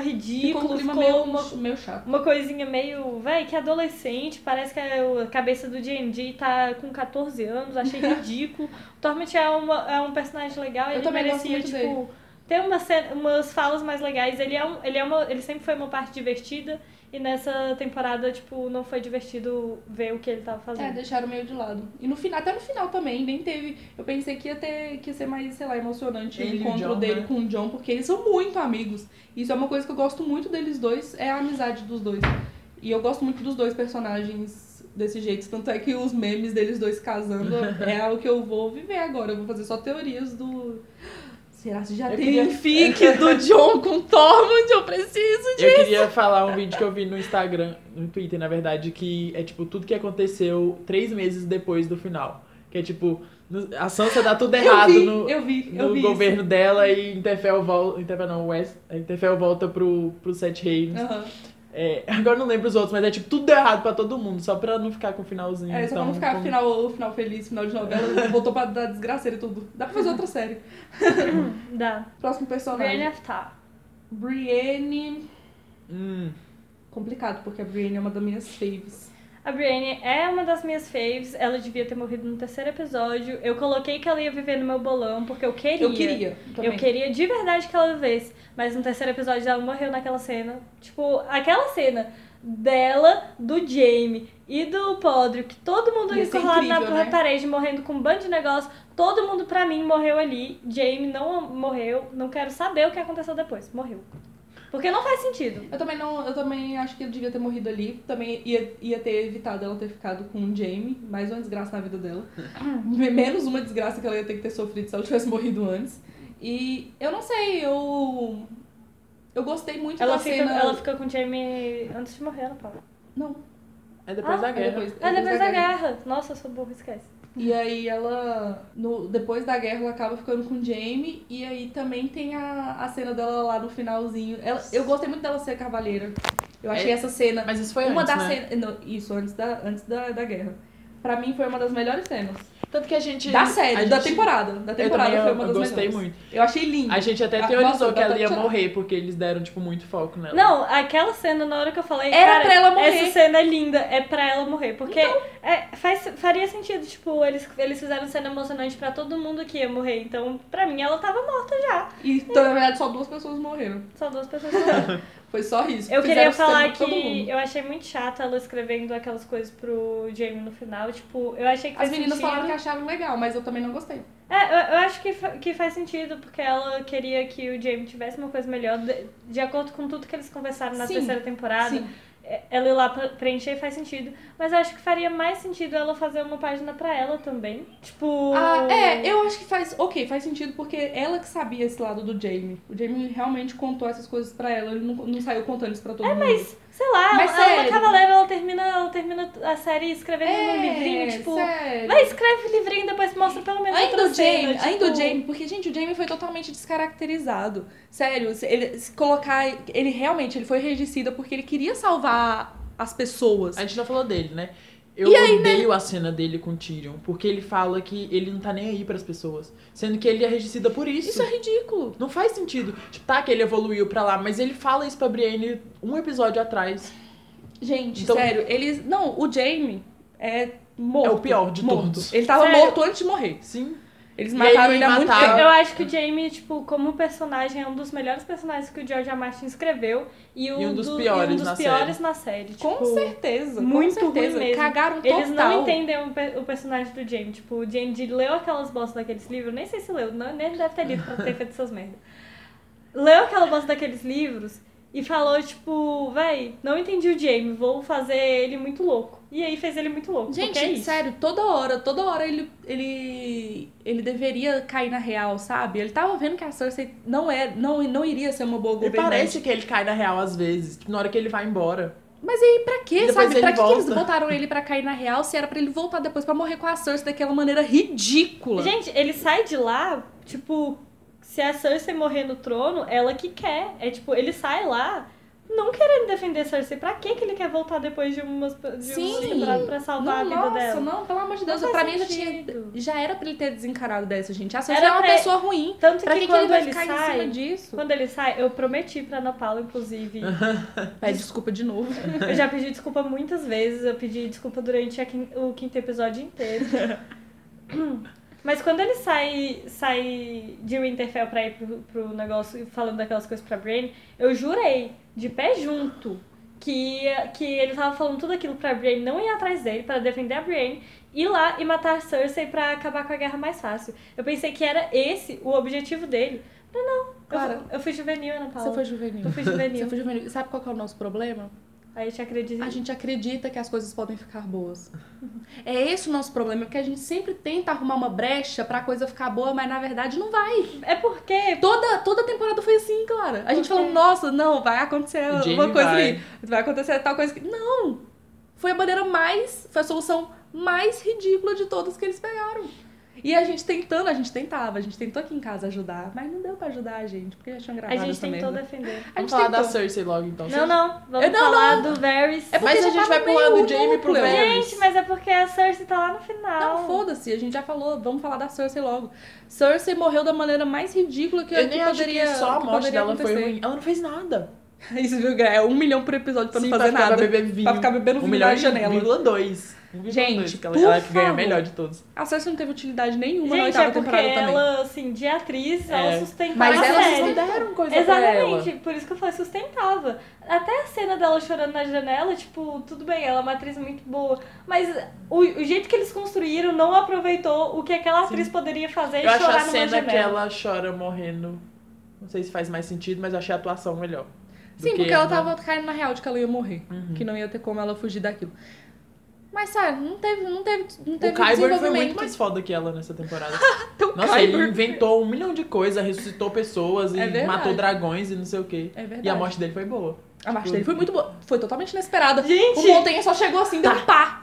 S1: ficou
S3: ridículo,
S1: um
S3: ficou,
S1: clima meio,
S3: uma,
S1: meio chato.
S3: uma coisinha meio, véi, que adolescente, parece que é o- a cabeça do D&D tá com 14 anos, achei ridículo. o Torment é, uma- é um personagem legal, ele
S1: também gosto
S3: merecia,
S1: muito
S3: tipo,
S1: dele.
S3: ter uma cena- umas falas mais legais. Ele, é um, ele, é uma, ele sempre foi uma parte divertida e nessa temporada, tipo, não foi divertido ver o que ele tava
S1: É,
S3: fazendo.
S1: deixaram meio de lado. E no final, até no final também, nem teve. Eu pensei que ia ter que ia ser mais, sei lá, emocionante
S2: Ele e
S1: o
S2: o
S1: encontro
S2: John,
S1: dele
S2: né?
S1: com o John, porque eles são muito amigos. Isso é uma coisa que eu gosto muito deles dois, é a amizade dos dois. E eu gosto muito dos dois personagens desse jeito. Tanto é que os memes deles dois casando é o que eu vou viver agora. Eu vou fazer só teorias do. Será que já
S2: Eu
S1: tem
S2: queria-
S1: um fic do John com Tormund? Eu preciso!
S2: Eu queria falar um vídeo que eu vi no Instagram, no Twitter, na verdade, que é tipo tudo que aconteceu três meses depois do final. Que é tipo, no- a Sansa dá tudo Tá errado
S1: eu vi,
S2: no,
S1: eu vi, eu
S2: no
S1: vi
S2: governo dela e Interfell volta. Interfell não, West. Interfell volta pro, pro Sete Reinos.
S1: isso. Aham.
S2: É, agora eu não lembro os outros, mas é tipo tudo deu errado pra todo mundo, só pra não ficar com o finalzinho. então,
S1: É, só pra
S2: tão-
S3: Então,
S1: não ficar
S2: com-
S1: final, final feliz, final de novela, voltou pra dar desgraceira e tudo. Dá
S3: Uhum.
S1: pra fazer outra série.
S3: Dá.
S1: Próximo
S3: Brienne
S1: personagem.
S3: of Tar.
S1: Brienne.
S2: Hum,
S1: Complicado, porque a Brienne é uma das minhas faves.
S3: A Brienne é uma das minhas faves. Ela devia ter morrido no terceiro episódio. Eu coloquei que ela ia viver no meu bolão, porque eu queria.
S1: Eu queria. Também.
S3: Eu queria de verdade que ela vivesse, mas no terceiro episódio ela morreu naquela cena. Tipo, aquela cena dela, do Jamie e do Podre, que todo mundo
S1: Ia ser
S3: encurralado na
S1: incrível, né?
S3: parede, morrendo com um bando de negócio. Todo mundo pra mim morreu ali. Jamie não morreu. Não quero saber o que aconteceu depois. Morreu. Porque não faz sentido.
S1: Eu também não, eu também acho que ele devia ter morrido ali. Também ia, ia ter evitado ela ter ficado com o Jamie, mais uma desgraça na vida dela.
S3: Uhum.
S1: Me- Menos uma desgraça que ela ia ter que ter sofrido se ela tivesse morrido antes. E eu não sei, eu eu gostei muito
S3: Ela
S1: da
S3: fica,
S1: cena.
S3: ela fica com o Jamie antes de morrer, ela fala.
S1: Não,
S2: é depois
S3: Ah,
S2: da
S1: é
S2: guerra.
S1: depois,
S3: Ah, depois da guerra. Nossa, eu sou burra, esquece.
S1: E aí ela, no, depois da guerra, ela acaba ficando com o Jamie. E aí também tem a, a cena dela lá no finalzinho. Ela, eu gostei muito dela ser cavalheira. Eu achei
S2: É,
S1: essa cena.
S2: Mas isso foi
S1: uma
S2: antes,
S1: das
S2: né?
S1: cenas. não, Isso, antes, da, antes da, da guerra. Pra mim foi uma das melhores cenas.
S2: Tanto que a gente.
S1: Da
S2: a
S1: série,
S2: gente-
S1: da temporada. Da temporada
S2: eu também,
S1: foi uma
S2: eu
S1: das
S2: gostei
S1: melhores.
S2: muito.
S1: Eu achei lindo.
S2: A gente até
S1: Ah,
S2: teorizou
S1: nossa,
S2: que ela
S1: tá
S2: ia
S1: chorando.
S2: morrer, porque eles deram, tipo, muito foco nela.
S3: Não, aquela cena na hora que eu falei.
S1: Era
S3: cara,
S1: pra ela morrer. Então.
S3: Essa cena é linda, é pra ela morrer. Porque é, faz, faria sentido, tipo, eles, eles fizeram cena emocionante pra todo mundo que ia morrer. Então, pra mim, ela tava morta já.
S1: E então, na verdade só duas pessoas morreram.
S3: Só duas pessoas morreram.
S1: Foi só isso.
S3: Eu
S1: Fizeram cena
S3: queria falar
S1: pra todo mundo.
S3: que eu achei muito chata ela escrevendo aquelas coisas pro Jamie no final. Tipo, eu achei que
S1: As
S3: faz
S1: meninas
S3: sentido.
S1: falaram que acharam legal, mas eu também não gostei.
S3: É, eu, eu acho que, fa- que faz sentido, porque ela queria que o Jamie tivesse uma coisa melhor, de, de acordo com tudo que eles conversaram na
S1: Sim,
S3: terceira temporada.
S1: Sim.
S3: É, Ela ir lá pra- preencher faz sentido, mas eu acho que faria mais sentido ela fazer uma página pra ela também. Tipo.
S1: Ah, é, eu acho que faz. Ok, faz sentido porque ela que sabia esse lado do Jamie. O Jamie realmente contou essas coisas pra ela, ele não, não saiu contando isso pra todo mundo.
S3: Mas, sei lá,
S1: É, Mas
S3: ela, ela é
S1: sério.
S3: uma cavaleira, ela termina, ela termina a série escrevendo um livrinho, tipo.
S1: é, sério.
S3: Vai, escreve o livrinho e depois mostra pelo menos
S1: Ainda
S3: outra
S1: o Jamie,
S3: cena,
S1: ainda o
S3: tipo-
S1: Jamie, porque, gente, o Jamie foi totalmente descaracterizado. Sério, se ele se colocar. Ele realmente ele foi regicida porque ele queria salvar as pessoas.
S2: A gente já falou dele, né? Eu odeio a cena dele com o Tyrion, porque ele fala que ele não tá nem aí pras pessoas. Sendo que ele é regicida por isso.
S1: Isso é ridículo.
S2: Não faz sentido. Tipo, tá que ele evoluiu pra lá, mas ele fala isso pra Brienne um episódio atrás.
S1: Gente,
S2: Então-
S1: sério, eles. Não, o Jamie é morto.
S2: É o pior de
S1: morto.
S2: todos.
S1: Ele tava
S3: Sério?
S1: morto antes de morrer.
S2: Sim.
S1: Eles
S2: E
S1: mataram
S2: aí
S1: ele há muito
S2: mataram.
S1: tempo.
S3: Eu acho que o Jamie, tipo, como personagem, é um dos melhores personagens que o George R. R. Martin escreveu. E, o
S2: E um dos
S3: do-
S2: piores
S3: e um dos
S2: na
S3: piores na série.
S1: Com
S3: tipo,
S1: certeza,
S3: muito
S1: com certeza.
S3: ruim mesmo.
S1: Cagaram total.
S3: Eles não entendem o, pe- o personagem do Jamie. Tipo, o Jamie leu aquelas bostas daqueles livros. Nem sei se leu, não, nem deve ter lido pra ter feito essas merdas. Leu aquela bosta daqueles livros e falou, tipo, véi, não entendi o Jamie, vou fazer ele muito louco. E aí fez ele muito louco.
S1: Gente,
S3: porque é isso.
S1: sério, toda hora, toda hora ele, ele, ele deveria cair na real, sabe? Ele tava vendo que a Cersei não, é, não, não iria ser uma boa
S2: E
S1: governante.
S2: parece que ele cai na real às vezes. Tipo, na hora que ele vai embora.
S1: Mas aí pra quê,
S2: Depois
S1: sabe?
S2: ele
S1: Pra que, que eles
S2: volta.
S1: botaram ele pra cair na real se era pra ele voltar depois pra morrer com a Cersei daquela maneira ridícula?
S3: Gente, ele sai de lá, tipo, se a Cersei morrer no trono, ela que quer. É tipo, ele sai lá não querendo defender a Cersei. Pra que que ele quer voltar depois de umas de
S1: Sim.
S3: umas temporadas pra
S1: não,
S3: salvar a vida
S1: nossa,
S3: dela?
S1: não, pelo amor de Deus,
S3: Não
S1: pra
S3: faz
S1: mim já, tinha,
S3: sentido.
S1: já era pra ele ter desencarado dessa, gente. A Cersei
S3: Era
S1: é uma
S3: pra-
S1: pessoa ruim.
S3: Tanto
S1: Pra
S3: que,
S1: que, que ele
S3: quando
S1: vai
S3: ele,
S1: ficar em
S3: sai,
S1: cima disso?
S3: quando ele sai, eu prometi pra Ana Paula, inclusive.
S1: Pede desculpa de novo.
S3: eu já pedi desculpa muitas vezes, eu pedi desculpa durante a quin- o quinto episódio inteiro. Mas quando ele sai, sai de Winterfell pra ir pro, pro negócio falando daquelas coisas pra Brienne, eu jurei, de pé junto, que, ia- que ele tava falando tudo aquilo pra Brienne, não ir atrás dele, pra defender a Brienne, ir lá e matar a Cersei pra acabar com a guerra mais fácil. Eu pensei que era esse o objetivo dele. Mas não, eu,
S1: Clara,
S3: eu fui juvenil, Ana Paula.
S1: Você foi juvenil.
S3: Eu fui juvenil.
S1: Você foi juvenil. Sabe qual que é o nosso problema?
S3: Aí eu te acredito.
S1: A gente acredita que as coisas podem ficar boas. É esse o nosso problema, porque a gente sempre tenta arrumar uma brecha pra coisa ficar boa, mas na verdade não vai.
S3: É porque
S1: Toda, toda temporada foi assim, Clara. A gente
S3: Por quê?
S1: falou, nossa, não, vai acontecer
S2: O Jamie
S1: uma coisa
S2: vai.
S1: ali. Vai acontecer tal coisa que. Não! Foi a maneira mais. Foi a solução mais ridícula de todas que eles pegaram. E a gente tentando, a gente tentava, a gente tentou aqui em casa ajudar, mas não deu pra ajudar a gente, porque já tinham
S3: A
S1: gravado
S3: gente
S1: essa
S3: tentou
S1: merda.
S3: defender.
S1: A gente
S2: Vamos falar da
S1: tentou.
S2: Cersei logo então.
S3: Não, não. Vamos
S1: Eu- É, não,
S3: falar do Varys.
S1: É porque
S2: Mas a
S1: já
S2: gente vai
S1: tava
S2: pular
S1: meio
S2: do Jaime pro
S1: núcleo.
S2: Varys.
S3: Gente, mas é porque a Cersei tá lá no final.
S1: Não, foda-se, a gente já falou, vamos falar da Cersei logo. Cersei morreu da maneira mais ridícula que,
S2: Eu
S1: que
S2: nem acho
S1: poderia
S2: que só a
S1: que
S2: morte
S1: poderia
S2: dela
S1: acontecer.
S2: foi ruim. Ela não fez nada.
S1: Isso, viu, Gra? É um milhão por episódio pra
S2: Sim,
S1: não fazer
S2: pra ficar
S1: nada.
S2: Pra beber vinho.
S1: Pra ficar bebendo vinho na janela.
S2: 1,2.
S1: Gente,
S2: que ela,
S1: por
S2: ela que ganha
S1: favor.
S2: melhor de todos.
S1: A Cersei não teve utilidade nenhuma na
S3: Gente,
S1: oitava
S3: é porque
S1: temporada também.
S3: ela, assim, de atriz,
S2: É.
S3: ela sustentava
S1: Mas
S3: a
S1: ela
S3: série.
S2: só deram coisa
S3: Exatamente, por isso que eu falei, sustentava. Até a cena dela chorando na janela, tipo, tudo bem, ela é uma atriz muito boa. Mas o, o jeito que eles construíram não aproveitou o que aquela atriz poderia fazer e
S2: Eu acho
S3: chorar
S2: a
S3: numa
S2: cena
S3: janela.
S2: que ela chora morrendo. Não sei se faz mais sentido, mas eu achei a atuação melhor. do
S1: Sim,
S2: que
S1: porque ela tava caindo na real de que ela ia morrer.
S2: Uhum.
S1: Que não ia ter como ela fugir daquilo. Mas, sério, não teve, não teve, não
S2: O
S1: teve
S2: Kyber foi
S1: desenvolvimento.
S2: muito mais foda que ela nessa temporada.
S1: Então,
S2: Nossa, ele
S1: Kyber-
S2: inventou um milhão de coisas, ressuscitou pessoas e
S1: É verdade.
S2: matou dragões e não sei o quê.
S1: É verdade.
S2: E a morte dele foi boa.
S1: A morte dele foi muito boa. Foi totalmente inesperada.
S3: Gente!
S1: O Montanha só chegou assim, deu um pá.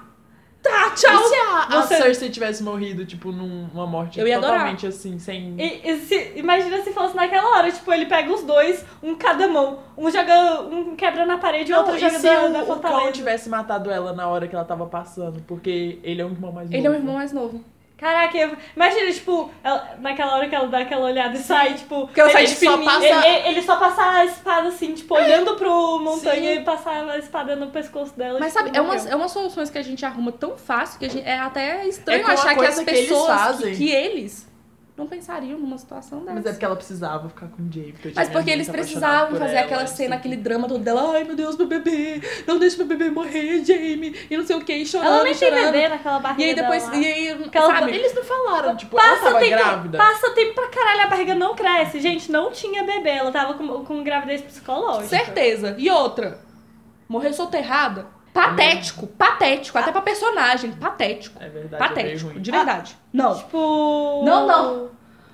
S1: Tá, tchau.
S2: E se a, a
S1: Você-
S2: Cersei tivesse morrido, tipo, numa morte
S1: Eu ia adorar.
S2: totalmente assim, sem.
S3: E- e se- imagina se fosse naquela hora, tipo, ele pega os dois, um cada mão. Um joga, um quebra na parede e o
S2: Não,
S3: outro
S2: e
S3: joga
S2: se
S3: da,
S2: o,
S3: da
S2: o Cão
S3: fortaleza.
S2: tivesse matado ela na hora que ela tava passando? Porque ele é um irmão mais novo.
S1: Ele é um irmão mais novo.
S3: Caraca, eu- imagina, tipo, ela- naquela hora que ela dá aquela olhada e sai, tipo.
S1: Porque ela
S3: ele,
S1: sai de É.
S3: só
S1: fininho.
S3: passa... ele, ele- ele só passa a espada assim, tipo, olhando pro montanha
S2: Sim.
S3: e passar a espada no pescoço dela.
S1: Mas
S3: tipo,
S1: sabe, é umas,
S3: morreu.
S1: é umas soluções que a gente arruma tão fácil que a gente, é até estranho
S2: É que uma
S1: achar que
S2: coisa
S1: as
S2: que eles
S1: pessoas que-
S2: fazem.
S1: Que, eles não pensariam numa situação dessa.
S2: Mas é porque é ela precisava ficar com o Jay. Porque
S1: Mas porque eles precisavam fazer aquela cena, aquele drama todo dela, ai meu Deus, meu bebê, não deixa meu bebê morrer, Jamie, e não sei o que, e chorando,
S3: Ela nem tem
S1: chorando.
S3: bebê naquela barriga.
S1: E aí depois,
S3: dela lá.
S1: e aí,
S3: Aquela-
S1: sabe?
S2: Eles não falaram, tipo, ela
S3: Passa
S2: tava
S3: tempo,
S2: grávida.
S3: passa tempo pra caralho, a barriga não cresce. Gente, não tinha bebê, ela tava com, com gravidez psicológica.
S1: Certeza. E outra, morrer soterrada, patético, patético, até pra personagem, patético.
S2: É verdade, é
S1: Patético,
S2: meio ruim.
S1: de verdade. Ah, Não.
S3: Tipo.
S1: Não, não.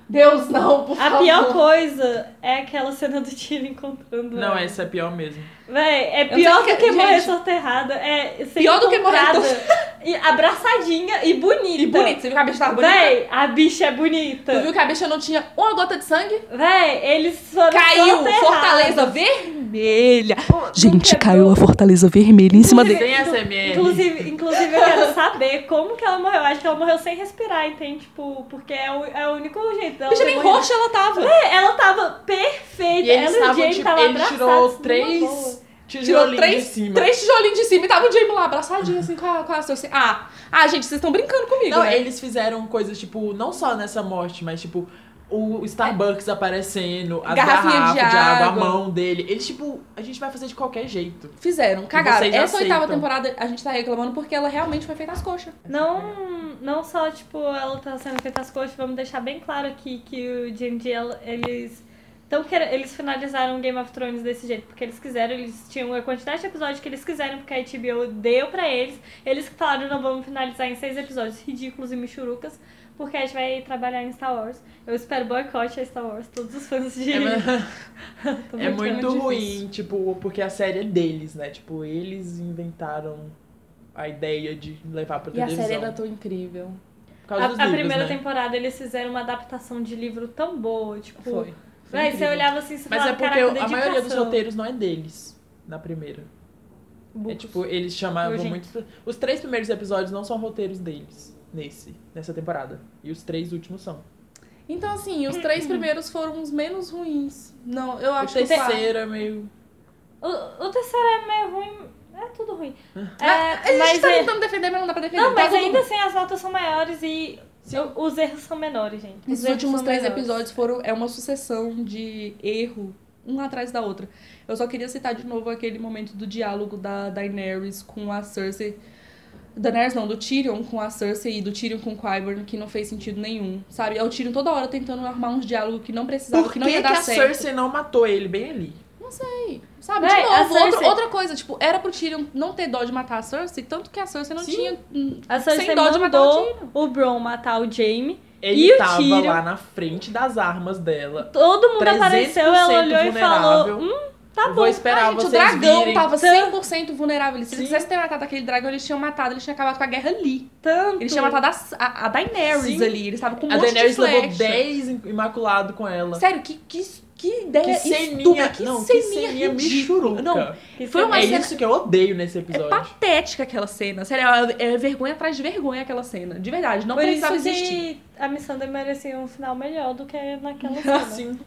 S1: Deus, não, por
S3: A
S1: favor.
S3: pior coisa é aquela cena do tiro encontrando.
S2: Não,
S3: ela.
S2: essa é pior mesmo.
S3: Véi, é
S1: não
S3: pior
S1: sei
S3: do
S1: o
S3: que,
S1: que-
S3: morrer
S1: gente.
S3: soterrada. É ser
S1: Pior do que morrer
S3: encontrada e abraçadinha e bonita.
S1: E bonito, você viu que a bicha tava bonita? Uhum.
S3: Véi, a bicha é
S1: Tu
S3: bonita.
S1: viu que a bicha não tinha uma gota de sangue?
S3: Véi, eles foram
S1: Caiu,
S3: soterrados.
S1: fortaleza vermelha.
S3: Gente, caiu a
S1: fortaleza vermelha em
S3: cima dele.
S2: Sem SMR.
S3: Inclusive, inclusive, eu quero saber como que ela morreu. Acho que ela morreu sem respirar, entende? Tipo, porque é o, é o único jeito dela.
S1: Bicha,
S3: ter
S1: nem
S3: morrido.
S1: roxa ela tava.
S3: Véi, Ela tava perfeita.
S2: E eles
S3: ela e o
S2: estavam,
S3: Jamie
S2: tipo,
S3: tava
S2: ele
S3: abraçados
S2: tirou
S3: numa
S2: três
S3: boa.
S1: Tirou
S2: tijolinhos de
S1: três,
S2: cima.
S1: três tijolinhos de cima e tava o Jamie lá abraçadinho assim com a, com a Cersei. Ah, ah, gente, vocês estão brincando comigo,
S2: Não,
S1: né?
S2: eles fizeram coisas, tipo, não só nessa morte, mas tipo, o Starbucks aparecendo, as
S1: Garrafinha
S2: garrafas
S1: de
S2: de, água,
S1: água.
S2: a mão dele. Eles, tipo, a gente vai fazer de qualquer jeito.
S1: Fizeram, cagaram.
S2: Vocês
S1: Essa
S2: aceitam.
S1: oitava temporada a gente tá reclamando porque ela realmente foi feita às coxas.
S3: Não,
S2: É.
S3: não só, tipo, ela tá sendo feita as coxas, vamos deixar bem claro aqui que o D&D, ela- eles... Então, eles finalizaram Game of Thrones desse jeito, porque eles quiseram, eles tinham a quantidade de episódios que eles quiseram, porque a HBO deu pra eles. Eles que falaram, não, vamos finalizar em seis episódios ridículos e michurucas, porque a gente vai trabalhar em Star Wars. Eu espero boicote a Star Wars, todos os fãs de...
S2: É, mas-
S3: Tô
S2: é
S3: brincando.
S2: muito
S1: difícil.
S2: ruim, tipo, porque a série é deles, né? Tipo, eles inventaram a ideia de levar pra
S1: E a
S2: televisão.
S1: série era tão incrível.
S2: Por
S3: A,
S2: causa dos
S3: a
S2: livros,
S3: primeira
S2: né?
S3: temporada eles fizeram uma adaptação de livro tão boa, tipo...
S1: Foi.
S3: Véi, você
S2: incrível.
S3: olhava assim, você
S2: Mas é
S3: falava,
S2: porque
S3: caraca,
S2: a maioria dos
S3: dedicação."
S2: roteiros não é deles na primeira. É
S3: Bucos.
S2: tipo, eles chamavam
S3: Urgente.
S2: muito. Os três primeiros episódios não são roteiros deles nesse, nessa temporada. E os três últimos são.
S1: Então, assim, os três primeiros foram os menos ruins. Não, eu acho
S2: o
S1: que o quarto-
S2: terceiro é meio.
S3: O, o terceiro é meio ruim. É tudo ruim.
S1: A
S3: É,
S1: gente
S3: mas
S1: tá
S3: é-
S1: tentando defender, mas não dá pra defender.
S3: Não,
S1: Tá
S3: mas
S1: tudo
S3: ainda
S1: bem.
S3: assim as notas são maiores e o- os erros são menores, gente. assim, Os
S1: Esses
S3: erros
S1: últimos
S3: são
S1: três
S3: menores.
S1: episódios foram é uma sucessão de erro, um atrás da outra. Eu só queria citar de novo aquele momento do diálogo da Daenerys com a Cersei. Daenerys não, do Tyrion com a Cersei e do Tyrion com o Qyburn, que não fez sentido nenhum, sabe? É o Tyrion toda hora tentando arrumar uns diálogos que não precisava,
S2: Por
S1: que
S2: que,
S1: não ia
S2: que
S1: dar
S2: a
S1: certo.
S2: Cersei não matou ele bem ali?
S1: Sabe, de
S3: Véi, a
S1: novo, outra,
S3: Cersei-
S1: outra coisa, tipo, era pro Tyrion não ter dó de matar a Cersei, tanto que a Cersei não
S2: Sim.
S1: tinha hum,
S3: A Cersei
S1: sem dó de matar o Tyrion.
S3: mandou o Bron matar o Jamie.
S2: Ele
S3: E o
S2: tava
S3: Tyrion?
S2: lá na frente das armas dela.
S3: Todo mundo apareceu, ela
S2: 300%
S3: olhou e
S2: vulnerável.
S3: falou: Hum, Tá
S2: eu
S3: bom.
S2: vou esperar
S1: Gente, o
S2: vocês
S1: dragão
S2: virem.
S1: tava
S3: Tá.
S1: 100% vulnerável. Se
S2: Sim.
S1: eles quisessem ter matado aquele dragão, eles tinham matado, eles tinham acabado com a guerra ali.
S3: Tanto.
S1: Eles tinham matado a, a- a Daenerys
S2: Sim.
S1: ali. Eles estavam com um
S2: A
S1: monte
S2: Daenerys
S1: de
S2: levou
S1: flecha.
S2: 10 imaculado com ela.
S1: Sério, que, que, que ideia
S2: Que
S1: estúpida.
S2: ceninha,
S1: é Que
S2: não, que
S1: ceninha
S2: ceninha
S1: ridícula.
S2: michuruca.
S1: Não,
S3: Que
S1: foi uma
S2: é
S1: cena-
S2: isso que eu odeio nesse
S1: é
S2: episódio.
S1: patética aquela cena. Sério, é, é vergonha atrás de vergonha aquela cena. De verdade, não
S3: Por isso
S1: precisava
S3: que
S1: existir.
S3: a missão da merecia um final melhor do que naquela cena.
S2: Sim.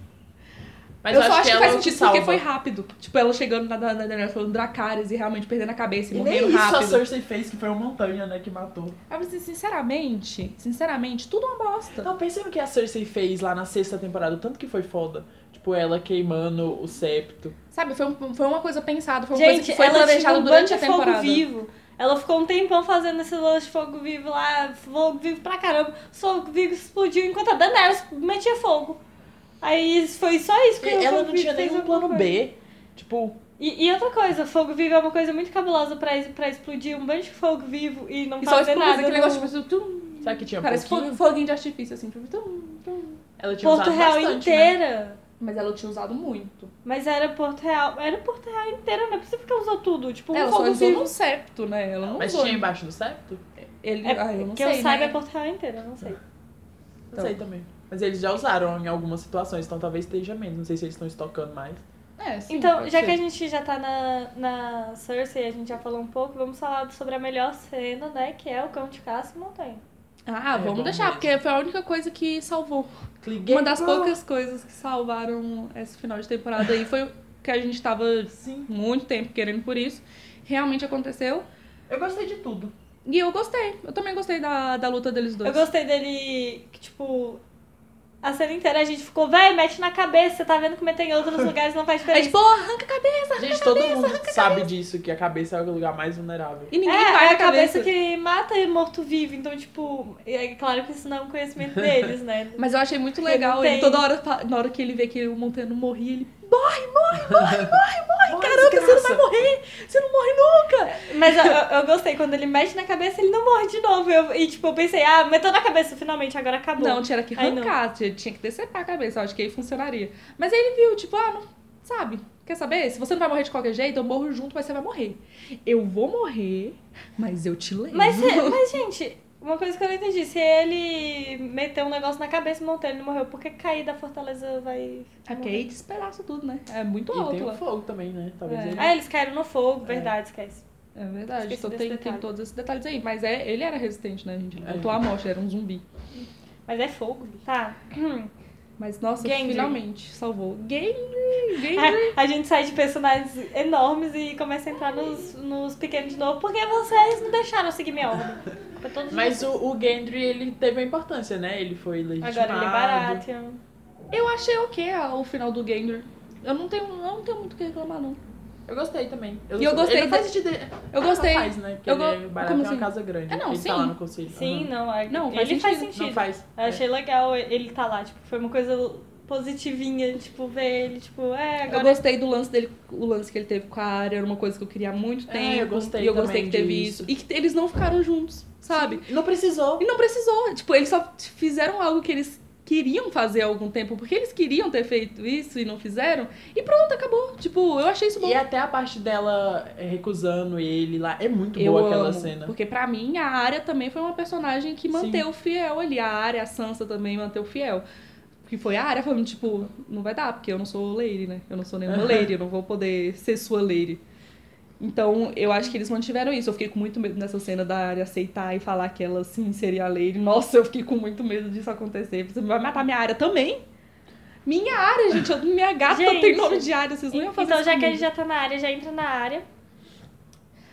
S2: Mas
S1: É eu só acho que,
S2: ela
S1: faz
S2: é o
S1: sentido
S2: salva.
S1: porque foi rápido. Tipo, ela chegando na na- na Daenerys falando Dracarys e realmente perdendo a cabeça e,
S2: E nem
S1: morrendo
S2: isso a
S1: rápido.
S2: Cersei fez, que foi uma montanha, né, que matou.
S1: Eu pensei, sinceramente, sinceramente, tudo é uma bosta.
S2: Não, pensei no que a Cersei fez lá na sexta temporada, o tanto que foi foda. Tipo, ela queimando o septo.
S1: Sabe, foi, um- foi uma coisa pensada, foi uma coisa
S3: Gente,
S1: que foi
S3: ela tinha
S1: planejada
S3: um
S1: durante
S3: durante
S1: a
S3: de fogo
S1: temporada.
S3: vivo. Ela ficou um tempão fazendo esse lance de fogo vivo lá, fogo vivo pra caramba. Fogo vivo explodiu enquanto a Daenerys metia fogo. Aí foi só isso que
S2: E
S3: o
S2: ela
S3: fogo
S2: não
S3: vivo
S2: tinha
S3: fez
S2: nenhum
S3: alguma
S2: plano
S3: coisa.
S2: B. Tipo,
S3: E, e outra coisa, fogo vivo é uma coisa muito cabulosa pra, es- pra explodir um bando de fogo vivo e não
S1: E só
S3: fazer
S1: explodiu
S3: nada. né?
S1: aquele
S3: no-
S1: negócio, tipo, tum,
S2: sabe que tinha
S1: parece
S2: Um pouquinho?
S1: fogu- foguinho de artifício, assim, tipo, tum, tum.
S2: Ela tinha
S3: Porto
S2: usado
S3: Real
S2: bastante, né?
S3: inteira.
S1: Mas ela tinha usado muito.
S3: Mas era Porto Real. Era Porto Real inteira, não é possível que ela usou tudo. Tipo, um
S1: É, ela só
S3: fogo
S1: usou
S3: vivo.
S1: num septo, né? Ela não
S2: Mas
S1: usou.
S2: tinha embaixo do septo?
S1: Ele,
S3: É,
S1: ah, eu não
S3: que
S1: sei,
S3: eu saiba
S1: né?
S3: é Porto Real inteira, não sei.
S2: Não sei também. Mas eles já usaram em algumas situações, então talvez esteja menos. Não sei se eles estão estocando mais.
S1: É, sim,
S3: então,
S1: pode
S3: já
S1: ser.
S3: que a gente já tá na, na Cersei, a gente já falou um pouco, vamos falar sobre a melhor cena, né? Que é o cão de caça e montanha.
S1: Ah,
S2: É bom
S1: vamos deixar,
S2: mesmo.
S1: porque foi a única coisa que salvou.
S2: Cliguei.
S1: Uma das
S2: pro-
S1: poucas coisas que salvaram esse final de temporada aí foi que a gente tava
S2: Sim.
S1: muito tempo querendo por isso. Realmente aconteceu.
S2: Eu gostei de tudo.
S1: E eu gostei. Eu também gostei da, da luta deles dois.
S3: Eu gostei dele, que, tipo, a cena inteira a gente ficou, véi, mete na cabeça, você tá vendo como é que tem em outros lugares, não faz
S1: É
S3: diferença.
S1: tipo, "Pô, arranca a cabeça.
S2: Gente, todo mundo sabe disso, que a cabeça é o lugar mais vulnerável.
S1: E ninguém
S3: é,
S1: vai
S3: é
S1: na
S3: a cabeça, que mata morto-vivo, então, tipo, é claro que isso não é um conhecimento deles, né?
S1: Mas eu achei muito
S3: Ele
S1: legal.
S3: não
S1: Ele,
S3: tem.
S1: toda hora, fa- na hora que ele vê que o Montano morria, ele.
S2: Ai,
S1: Caramba, você não vai morrer! Você não morre nunca!
S3: Mas eu, eu- eu gostei, quando ele mexe na cabeça, ele não morre de novo. Eu- e tipo, eu pensei, ah, meteu na cabeça, finalmente, agora acabou.
S1: Não, tinha que
S3: Ai, não.
S1: arrancar, tinha, tinha que decepar a cabeça. Eu acho que aí funcionaria. Mas aí ele viu, tipo, ah, não. Sabe? Quer saber? Se você não vai morrer de qualquer jeito, eu morro junto, mas você vai morrer. Eu vou morrer, mas eu te levo.
S3: Mas, é- se- mas, gente, uma coisa que eu não entendi, se ele meteu um negócio na cabeça e montou, ele morreu, por que cair da fortaleza vai...
S1: É porque aí despedaça tudo, né? É muito
S2: E
S1: alto
S2: tem o
S1: lá.
S2: fogo também, né? Talvez
S1: É.
S2: ele...
S3: Ah, eles caíram no fogo, verdade, esquece.
S1: É verdade.
S3: Esqueci
S1: Então
S3: desse
S1: tem, tem
S3: detalhe.
S1: todos esses detalhes aí. Mas é, ele era resistente, né, gente? Ele
S2: É.
S1: voltou à morte, era um zumbi.
S3: Mas é fogo, tá?
S1: Mas, nossa,
S3: Gendry.
S1: finalmente salvou. Gendry! Gendry!
S3: A, a gente sai de personagens enormes e começa a entrar nos, nos pequenos de novo, porque vocês não deixaram eu seguir minha ordem. Pra todos
S2: Mas o, o Gendry, ele teve a importância, né? Ele foi legitimado.
S3: Agora ele é
S1: Uhum.
S3: barato.
S1: Eu achei ok a- o final do Gendry. Eu não tenho, eu não tenho muito o que reclamar, não.
S2: Eu gostei também.
S1: E eu gostei
S2: Ele
S1: da-
S2: faz de...
S3: Ah,
S1: Eu gostei.
S2: Faz, né? Porque
S1: Eu
S2: ele
S1: go-
S2: é barato,
S1: Como
S2: é uma
S1: assim?
S2: casa grande.
S1: É, não,
S2: ele
S1: sim.
S2: tá lá no conselho.
S3: Sim,
S2: Uhum.
S3: não, a-
S1: Não, faz
S3: ele faz
S1: sentido.
S3: sentido.
S2: Não faz.
S3: Eu achei legal ele tá lá, tipo, foi uma coisa positivinha, tipo, ver ele, tipo, é,
S1: Eu
S3: agora
S1: gostei do lance dele, o lance que ele teve com a área, era uma coisa que eu queria há muito
S2: É,
S1: tempo.
S2: eu gostei
S1: E eu gostei que
S2: também
S1: teve
S2: disso.
S1: isso. E que eles não ficaram juntos, sabe?
S2: É. Não precisou.
S1: E não precisou. Tipo, eles só fizeram algo que eles queriam fazer há algum tempo, porque eles queriam ter feito isso e não fizeram. E pronto, acabou. Tipo, eu achei isso bom.
S2: E até a parte dela é, recusando ele lá. É muito
S1: eu
S2: boa aquela
S1: amo,
S2: cena.
S1: Porque pra mim a área também foi uma personagem que
S2: Sim.
S1: manteve o fiel ali. A área, a Sansa também manteve o fiel. Que foi a área falando, tipo, não vai dar, porque eu não sou lady, né? Eu não sou nenhuma lady, eu não vou poder ser sua lady. Então, eu acho que eles mantiveram isso. Eu fiquei com muito medo nessa cena da área aceitar e falar que ela sim seria a lady. Nossa, eu fiquei com muito medo disso acontecer. Você vai matar minha área também? Minha área, gente, eu- minha gata
S3: Gente.
S1: tem nome de área, vocês não iam fazer
S3: Então,
S1: isso
S3: já que a
S1: comigo.
S3: gente já tá na área, já entra na área.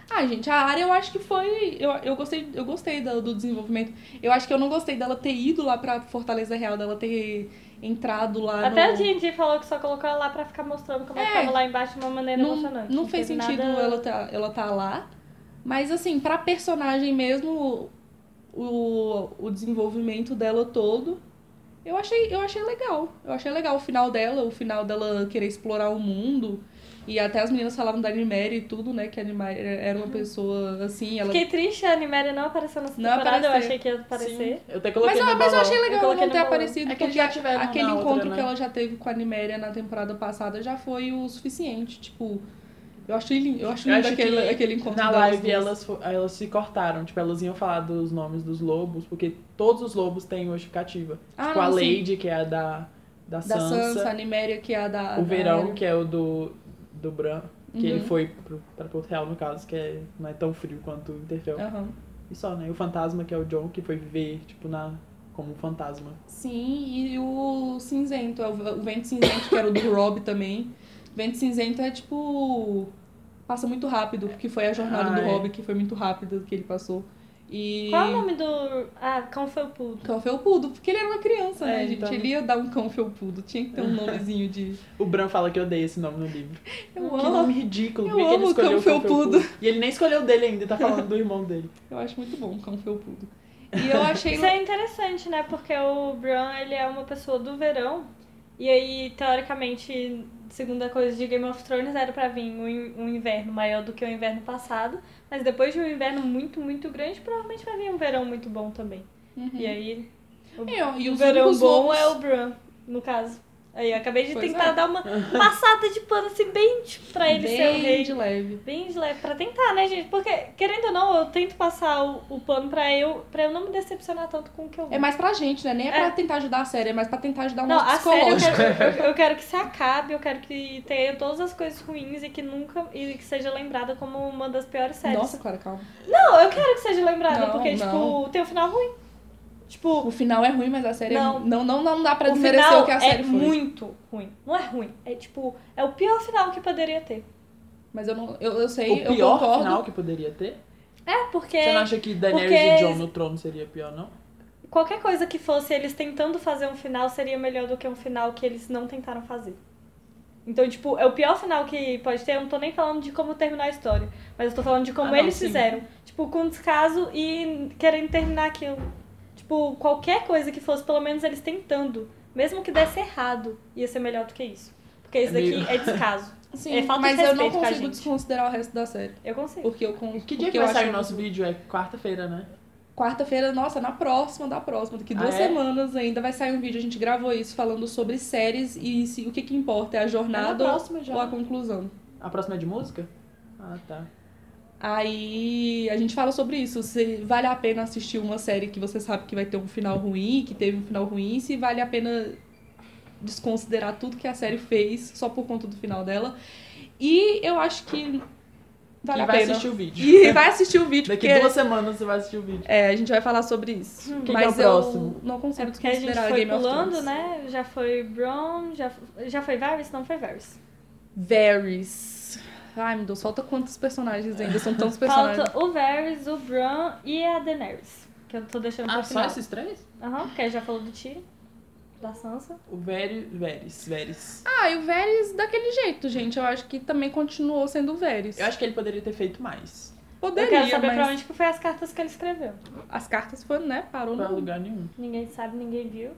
S1: Ah, gente, a área eu acho que foi. Eu, eu gostei, eu gostei do, do desenvolvimento. Eu acho que eu não gostei dela ter ido lá pra Fortaleza Real, dela ter entrado lá.
S3: Até
S1: no-
S3: a Dindi falou que só colocou ela lá pra ficar mostrando como é, que
S1: É.
S3: tava lá embaixo de uma maneira
S1: não,
S3: emocionante.
S1: não fez
S3: teve
S1: sentido
S3: nada-
S1: ela tá, ela tá lá. Mas, assim, pra personagem mesmo, o, o desenvolvimento dela todo, eu achei, eu achei legal. Eu achei legal o final dela, o final dela querer explorar o mundo. E até as meninas falavam da Animéria e tudo, né? Que a Animéria era
S3: Uhum.
S1: uma pessoa assim, ela.
S3: Fiquei triste, a Animéria não apareceu nessa
S1: Não
S3: temporada, eu
S1: apareceu.
S3: achei que ia aparecer.
S2: Sim, eu até
S1: Mas,
S2: coloquei
S1: eu,
S2: no
S1: mas eu
S2: bolão.
S1: achei legal ela
S3: coloquei
S1: não
S3: no
S1: ter
S3: balão.
S1: aparecido,
S2: É
S1: porque
S2: que eles já tiveram
S1: aquele
S2: na outra,
S1: encontro que
S2: né?
S1: ela já teve com a Niméria na temporada passada já foi o suficiente. Tipo, eu achei lindo, eu acho
S2: Eu
S1: lindo
S2: acho
S1: aquele,
S2: que
S1: aquele encontro
S2: na
S1: delas
S2: live
S1: duas.
S2: elas, fo- elas se cortaram, tipo, elas iam falar dos nomes dos lobos, porque todos os lobos têm uma justificativa.
S1: Ah,
S2: tipo, a
S1: não, sim.
S2: Lady, que é a da, da,
S1: Da
S2: Sansa,
S1: Sansa, a Niméria, que é a da. da-
S2: o Verão, que é o do, do Bran, que
S1: Uhum.
S2: ele foi pro, pra Porto Real, no caso, que é, não é tão frio quanto o Interfell.
S1: Aham.
S2: E só, né? E o Fantasma, que é o John, que foi viver, tipo, na, como um fantasma.
S1: Sim, e o cinzento, é o o vento cinzento, que era o do Rob também. Vento cinzento é tipo. Passa muito rápido, que foi a jornada
S2: Ah,
S1: do
S2: é.
S1: Rob, que foi muito rápida que ele passou. E.
S3: Qual é o nome do. Ah, cão felpudo.
S1: Cão felpudo, porque ele era uma criança, né,
S2: É,
S1: gente?
S2: então.
S1: Ele ia dar um cão felpudo, tinha que ter um nomezinho de.
S2: O Bran fala que odeia esse nome no livro.
S1: Eu
S2: que
S1: amo,
S2: nome ridículo.
S1: eu
S2: Por que que ele
S1: amo o
S2: escolheu
S1: cão
S2: o cão
S1: felpudo.
S2: felpudo? E ele nem escolheu o dele ainda, tá falando do irmão dele.
S1: eu acho muito bom o cão felpudo. E eu achei.
S3: Isso é interessante, né? Porque o Bran, ele é uma pessoa do verão. E aí, teoricamente, segundo a coisa de Game of Thrones, era pra vir um, in- um inverno maior do que o inverno passado. Mas depois de um inverno muito, muito grande, provavelmente vai vir um verão muito bom também. E aí,
S1: É, Uhum. e
S3: o
S1: os
S3: verão
S1: únicos
S3: bom
S1: lobos-
S3: é o Bran, no caso. Aí, eu acabei de
S1: Pois
S3: tentar
S1: é.
S3: dar uma passada de pano, assim, bem, tipo, pra ele ser o rei.
S1: Bem de leve.
S3: Bem de leve, pra tentar, né, gente? Porque, querendo ou não, eu tento passar o, o pano pra eu, pra eu não me decepcionar tanto com o que eu vi.
S1: É mais pra gente, né? Nem é,
S3: É.
S1: pra tentar ajudar a série, é mais pra tentar ajudar o
S3: Não,
S1: nosso
S3: a série eu
S1: psicológico.
S3: quero, eu- eu quero que se acabe, eu quero que tenha todas as coisas ruins e que nunca e que seja lembrada como uma das piores séries.
S1: Nossa, Clara, calma.
S3: Não, eu quero que seja lembrada,
S1: Não,
S3: porque, tipo,
S1: não.
S3: tem um final ruim. Tipo,
S1: O final é ruim, mas a série
S3: Não.
S1: é... não, não, não dá pra
S3: o
S1: desmerecer
S3: final
S1: o que a série
S3: é
S1: foi.
S3: muito ruim. Não é ruim. É tipo, é o pior final que poderia ter.
S1: Mas eu não. Eu, eu sei,
S2: O
S1: eu
S2: pior
S1: concordo.
S2: final que poderia ter?
S3: É, porque.
S2: Você não acha que Daenerys
S3: porque-
S2: e Jon no trono seria pior, não?
S3: Qualquer coisa que fosse eles tentando fazer um final seria melhor do que um final que eles não tentaram fazer. Então, tipo, é o pior final que pode ter. Eu não tô nem falando de como terminar a história, mas eu tô falando de como
S2: Ah, não,
S3: eles
S2: sim.
S3: fizeram. Tipo, com descaso e querendo terminar aquilo. Tipo, qualquer coisa que fosse, pelo menos eles tentando. Mesmo que desse errado, ia ser melhor do que isso. Porque isso daqui
S2: Amigo.
S3: é descaso.
S1: Sim,
S3: É falta de
S1: mas eu não
S3: respeito com a
S1: consigo
S3: gente.
S1: desconsiderar o resto da série.
S3: Eu consigo.
S1: Porque eu con-
S2: Que dia
S1: porque
S2: que
S1: eu
S2: vai sair
S1: acho-
S2: o nosso vídeo? É quarta-feira, né?
S1: Quarta-feira, nossa, na próxima, da próxima, daqui
S2: Ah,
S1: duas
S2: é?
S1: semanas ainda vai sair um vídeo. A gente gravou isso falando sobre séries e se, o que que importa, é a
S2: É na
S1: jornada
S2: próxima já.
S1: ou a conclusão.
S2: A próxima é de música? Ah, tá.
S1: Aí a gente fala sobre isso, se vale a pena assistir uma série que você sabe que vai ter um final ruim, que teve um final ruim, se vale a pena desconsiderar tudo que a série fez só por conta do final dela. E eu acho que vale
S2: Quem
S1: a
S2: vai
S1: pena.
S2: assistir o vídeo?
S1: E vai assistir o vídeo,
S2: Daqui
S1: porque
S2: duas semanas você vai assistir o vídeo.
S1: é, a gente vai falar sobre isso.
S2: Quem
S1: Mas
S2: que é o
S1: eu
S2: próximo?
S1: não
S3: Hum. É
S1: consigo
S3: porque a gente
S1: desconsiderar
S3: foi
S1: Game of
S3: pulando,
S1: Thrones.
S3: né? Já foi Bron, já, já foi Varys? Não foi Varys.
S1: Varys. Ai, meu Deus, falta quantos personagens ainda? São tantos personagens.
S3: Falta o Varys, o Bran e a Daenerys. Que eu tô deixando pra
S2: Ah, só
S3: final.
S2: esses três?
S3: Aham, porque aí já falou do Tyrion, da Sansa.
S2: O Veris, Veris, Veris.
S1: Ah, e o Varys daquele jeito, gente. Eu acho que também continuou sendo o Varys.
S2: Eu acho que ele poderia ter feito mais.
S1: Poderia,
S3: eu quero saber
S1: mas
S3: pra onde que foi as cartas que ele escreveu.
S1: as cartas foram, né? Parou
S2: Pra
S1: no...
S2: lugar nenhum.
S3: Ninguém sabe, ninguém viu.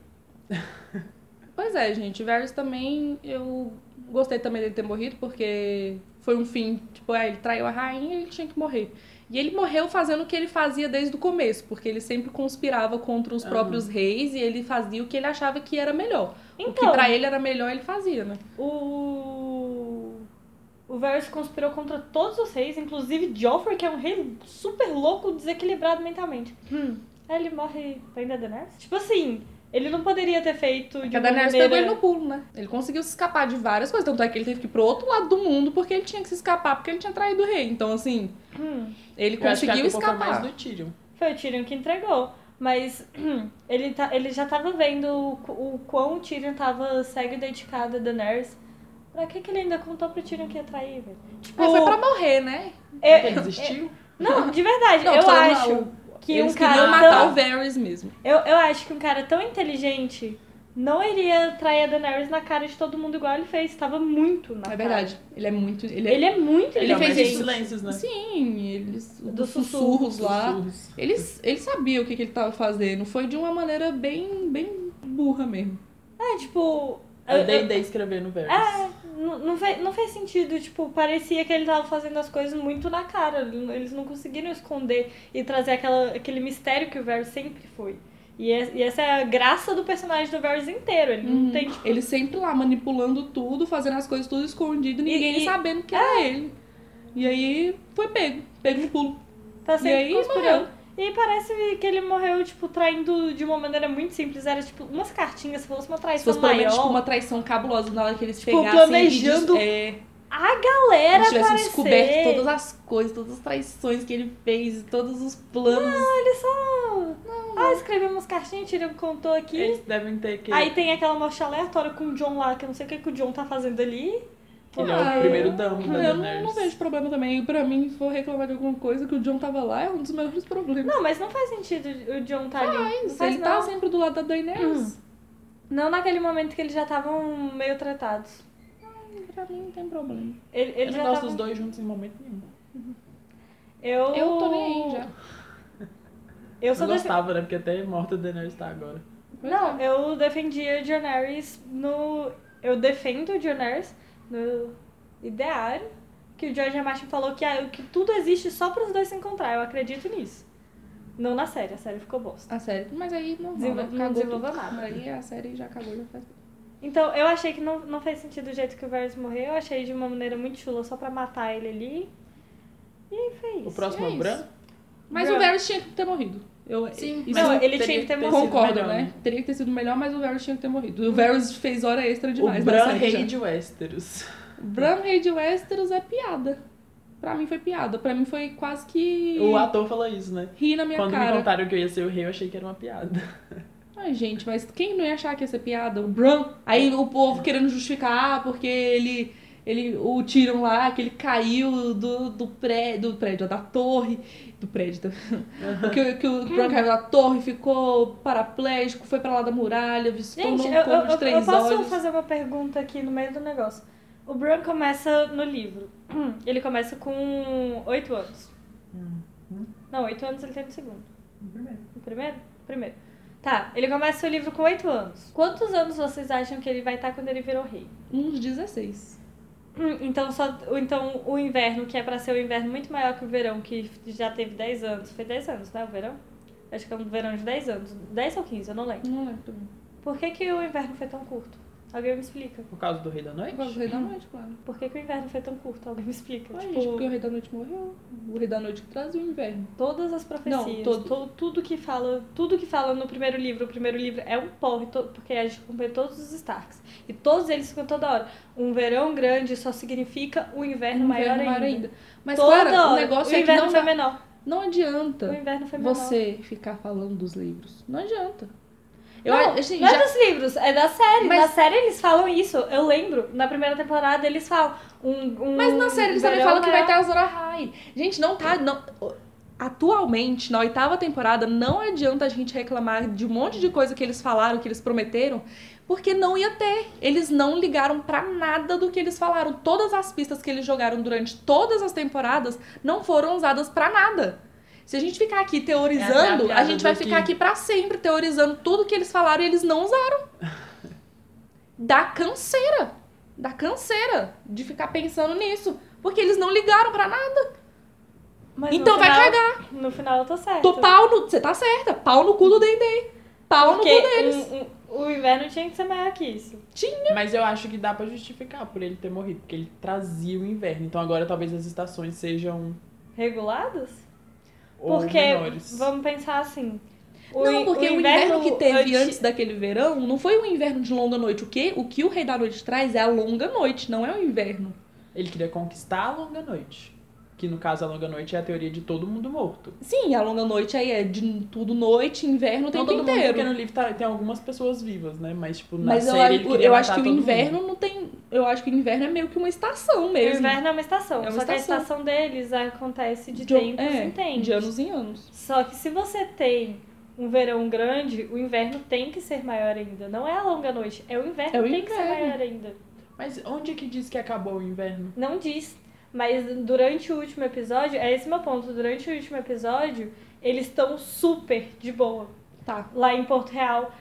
S1: Pois é, gente. Varys também, eu gostei também dele ter morrido, porque foi um fim, tipo, ah, ele traiu a rainha e ele tinha que morrer. E ele morreu fazendo o que ele fazia desde o começo, porque ele sempre conspirava contra os
S2: Aham.
S1: próprios reis e ele fazia o que ele achava que era melhor. o que
S3: Então,
S1: pra ele era melhor, ele fazia, né?
S3: o... O Varys conspirou contra todos os reis, inclusive Joffrey, que é um rei super louco, desequilibrado mentalmente. Hum. Aí ele morre pra ainda Daenerys? Tipo assim, ele não poderia ter feito de
S1: Porque a
S3: uma
S1: Daenerys
S3: maneira...
S1: pegou ele no pulo, né? Ele conseguiu se escapar de várias coisas. Tanto é que ele teve que ir pro outro lado do mundo porque ele tinha que se escapar, porque ele tinha traído o rei. Então, assim,
S3: Hum.
S1: ele
S2: Eu acho que é a
S1: conseguiu
S2: culpa foi
S1: escapar.
S2: mais do Tyrion.
S3: Foi o Tyrion que entregou. Mas ele, tá, ele já tava vendo o, qu- o quão o Tyrion tava cego e dedicado a Daenerys. Pra que, que ele ainda contou pro Tyrion que ia trair, velho? Tipo,
S1: Mas É, foi pra morrer, né?
S3: eu-
S2: Ele desistiu?
S1: é,
S3: Não, de verdade,
S1: Não,
S3: eu
S1: tô falando,
S3: acho que
S1: Eles
S3: um cara.
S1: queriam matar
S3: tão-
S1: o Varys mesmo.
S3: eu, eu acho que um cara tão inteligente não iria trair a Daenerys na cara de todo mundo igual ele fez. Tava muito na
S1: É
S3: cara.
S1: verdade. Ele é muito. Ele é.
S3: Ele é muito
S1: Ele
S2: é o
S1: fez
S2: mestre
S3: inteligente.
S1: isso.
S2: dos silêncios, né?
S1: Sim, eles. Dos
S3: Dos
S1: sussurros lá.
S2: Sussurros.
S1: Ele, ele sabia o que, que ele tava fazendo. Foi de uma maneira bem, bem burra mesmo.
S3: É, tipo. eu-
S2: Eu
S3: eu-
S1: Ah,
S2: dei, dei escrever no Veris.
S3: É, Não, não, fez, não fez sentido, tipo, parecia que ele tava fazendo as coisas muito na cara. Eles não conseguiram esconder e trazer aquela, aquele mistério que o Varys sempre foi. E, é- e essa é a graça do personagem do Varys inteiro. Ele
S1: Uhum.
S3: não tem, tipo,
S1: Ele sempre lá manipulando tudo, fazendo as coisas tudo escondido, ninguém
S3: e-
S1: sabendo que era ele. E aí foi pego, pego no pulo.
S3: Tá
S1: E
S3: sempre
S1: aí,
S3: conspirando. E aí parece que ele morreu, tipo, traindo de uma maneira muito simples. Era, tipo, umas cartinhas, se fosse uma
S1: Se
S3: traição
S1: fosse pelo
S3: maior.
S1: menos tipo, uma traição cabulosa na hora que eles
S3: Tipo,
S1: pegassem
S3: planejando
S1: e des- é,
S3: A galera
S1: eles tivessem
S3: aparecer.
S1: descoberto todas as coisas, todas as traições que ele fez, todos os planos.
S3: Ah, escreveu umas cartinhas, Tyrion contou aqui.
S1: É,
S2: Eles devem ter que.
S3: Aí tem aquela morte aleatória com o John lá, que eu não sei o que, que o John tá fazendo ali.
S2: Ele é
S1: Ah,
S2: o primeiro damo da
S1: eu não,
S2: Daenerys.
S1: não vejo problema também. Pra mim, se for reclamar de alguma coisa, que o John tava lá é um dos maiores problemas.
S3: Não, mas não faz sentido o John tá ali. não
S1: Você
S3: faz
S1: ele tá
S3: não.
S1: sempre do lado da Daenerys.
S3: Não naquele momento que eles já estavam meio tratados. Hum.
S1: Pra mim, não tem problema.
S3: Ele, ele
S2: Eu
S3: já
S2: não gosto
S3: tava-
S2: dos dois juntos em momento nenhum.
S3: Eu...
S1: Eu tô nem aí já.
S3: Eu
S2: Eu
S3: sou desse-
S2: gostava, né? Porque até morta a Daenerys tá agora.
S3: Não, eu defendia Jonaris no. Eu defendo o Jonaris no ideário que o George R. R. Martin falou que, ah, que tudo existe só para os dois se encontrar. Eu acredito nisso. Não na série, a série ficou bosta.
S1: A série. Mas aí não,
S3: Desenvol-
S1: não
S3: não
S1: cagou
S3: desenvolveu
S1: tudo.
S3: nada.
S1: Aí a série já acabou, já faz.
S3: Então eu achei que não, não fez sentido o jeito que o Varys morreu. Eu achei de uma maneira muito chula só para matar ele ali. E aí foi isso.
S2: O
S1: é
S2: próximo é,
S1: isso.
S2: o branco?
S1: Mas
S3: Bran.
S1: o Varys tinha que ter morrido. Eu,
S4: Sim.
S1: isso
S3: Não,
S1: eu
S3: ele
S2: teria
S3: tinha que ter
S2: que ter
S3: morrido.
S1: concordo,
S2: sido melhor,
S1: né? Teria que ter sido melhor, mas o Varys tinha que ter morrido. O Varys fez hora extra demais.
S2: o
S1: na
S2: Bran
S1: série já.
S2: Rei de Westeros.
S1: Bran Rei de Westeros é piada. Pra mim foi piada. Pra mim foi quase que
S2: O ator falou isso, né?
S1: rir na minha
S2: Quando me
S1: cara.
S2: contaram que eu ia ser o rei, eu achei que era uma piada.
S1: Ai, gente, mas quem não ia achar que ia ser piada? O Bran. Aí o
S2: É.
S1: povo querendo justificar porque ele. Ele, o tiram lá, que ele caiu do, do, pré, do prédio, da torre. Do prédio. da- que, o- que o Bran caiu da torre, ficou paraplégico, foi pra lá da muralha, visitou um
S3: Gente,
S1: pombo
S3: eu, eu,
S1: de
S3: eu,
S1: três
S3: eu posso
S1: olhos.
S3: fazer uma pergunta aqui no meio do negócio. O Bran começa no livro. Ele começa com 8 anos. Não, 8 anos ele tem no segundo. No primeiro? Primeiro. Tá, ele começa o livro com 8 anos. Quantos anos vocês acham que ele vai estar quando ele virou rei?
S1: Uns 16.
S3: Hum, Então, só, ou então o inverno, que é pra ser o inverno muito maior que o verão, que já teve 10 anos. Foi 10 anos, né? O verão? Acho que é um verão de 10 anos. 10 ou 15, eu não lembro.
S1: Não é, lembro. também.
S3: Por que, que o inverno foi tão curto? Alguém me explica.
S2: Por causa do Rei da Noite?
S1: Eu gosto do Rei da Noite, claro.
S2: Tipo,
S3: Por que, que o inverno foi tão curto? Alguém me explica.
S1: Ai,
S3: tipo,
S1: gente, porque o Rei da Noite morreu. O Rei da Noite que traz o inverno.
S3: todas as profecias,
S1: Não, todo-
S3: to- tudo que fala, tudo que fala no primeiro livro, o primeiro livro é um porre, to- porque a gente acompanha todos os Starks. E todos eles ficam toda hora. Um verão grande só significa um inverno, maior,
S1: inverno
S3: ainda.
S1: Mas,
S3: toda
S1: Clara, o
S3: hora.
S1: negócio
S3: o
S1: é que
S3: inverno
S1: não,
S3: foi
S1: dá-
S3: menor.
S1: não é
S3: O
S1: adianta
S3: inverno foi menor.
S1: você ficar falando dos livros. Não adianta. Eu
S3: Eu, não,
S1: acho assim,
S3: não é
S1: já...
S3: dos livros, é da série.
S1: Mas-
S3: Na série eles falam isso, eu lembro. Na primeira temporada eles falam um, um
S1: Mas na série eles também
S3: verão
S1: falam que vai
S3: maior.
S1: ter Azor Ahai. Gente, não tá... Não... Atualmente, na oitava temporada, não adianta a gente reclamar de um monte de coisa que eles falaram, que eles prometeram, porque não ia ter. Eles não ligaram pra nada do que eles falaram. Todas as pistas que eles jogaram durante todas as temporadas não foram usadas pra nada. Se a gente ficar aqui
S2: Essa é a
S1: teorizando, a
S2: piada
S1: gente vai
S2: do
S1: ficar
S2: que-
S1: aqui pra sempre teorizando tudo que eles falaram e eles não usaram. Dá canseira. Dá canseira de ficar pensando nisso. Porque eles não ligaram pra nada.
S3: Mas no
S1: Então vai
S3: final- No final eu tô certa.
S1: Tô pau no. Você tá certa. Pau no cu do Dendê. Pau
S3: Porque
S1: no cu deles.
S3: um- um- o inverno tinha que ser maior que isso.
S2: Mas eu acho que dá pra justificar por ele ter morrido, porque ele trazia o inverno. Então agora talvez as estações sejam
S3: Regulados?
S2: ou
S3: porque,
S2: menores.
S3: vamos pensar assim. o
S1: não,
S3: in-
S1: porque o inverno, que teve
S3: anti-
S1: antes... daquele verão não foi um inverno de longa noite. O que o, que o Rei da Noite traz é a longa noite, não é o inverno.
S2: Ele queria conquistar a longa noite. Que no caso a longa noite é a teoria de todo mundo morto.
S1: Sim, a longa noite aí é de tudo noite, inverno o
S2: não
S1: tempo
S2: todo mundo,
S1: inteiro.
S2: porque no livro tá- tem algumas pessoas vivas, né? Mas tipo, na
S1: Mas eu,
S2: série ele
S1: acho-
S2: queria
S1: eu acho
S2: matar
S1: que o
S2: todo
S1: inverno
S2: mundo.
S1: não tem. Eu acho que o inverno é meio que uma estação
S3: O
S1: mesmo.
S3: inverno é uma estação.
S1: É uma
S3: só que a
S1: estação.
S3: estação deles acontece de,
S1: De-
S3: tempos
S1: é,
S3: em tempos.
S1: de anos em anos.
S3: Só que se você tem um verão grande, o inverno tem que ser maior ainda. Não é a longa noite, é o inverno
S1: É o
S3: que tem que ser
S1: inverno.
S3: maior ainda.
S2: Mas onde é que diz que acabou o inverno?
S3: Não diz. Mas durante o último episódio, é esse meu ponto, durante o último episódio, eles estão super de boa.
S1: Tá.
S3: lá em Porto Real.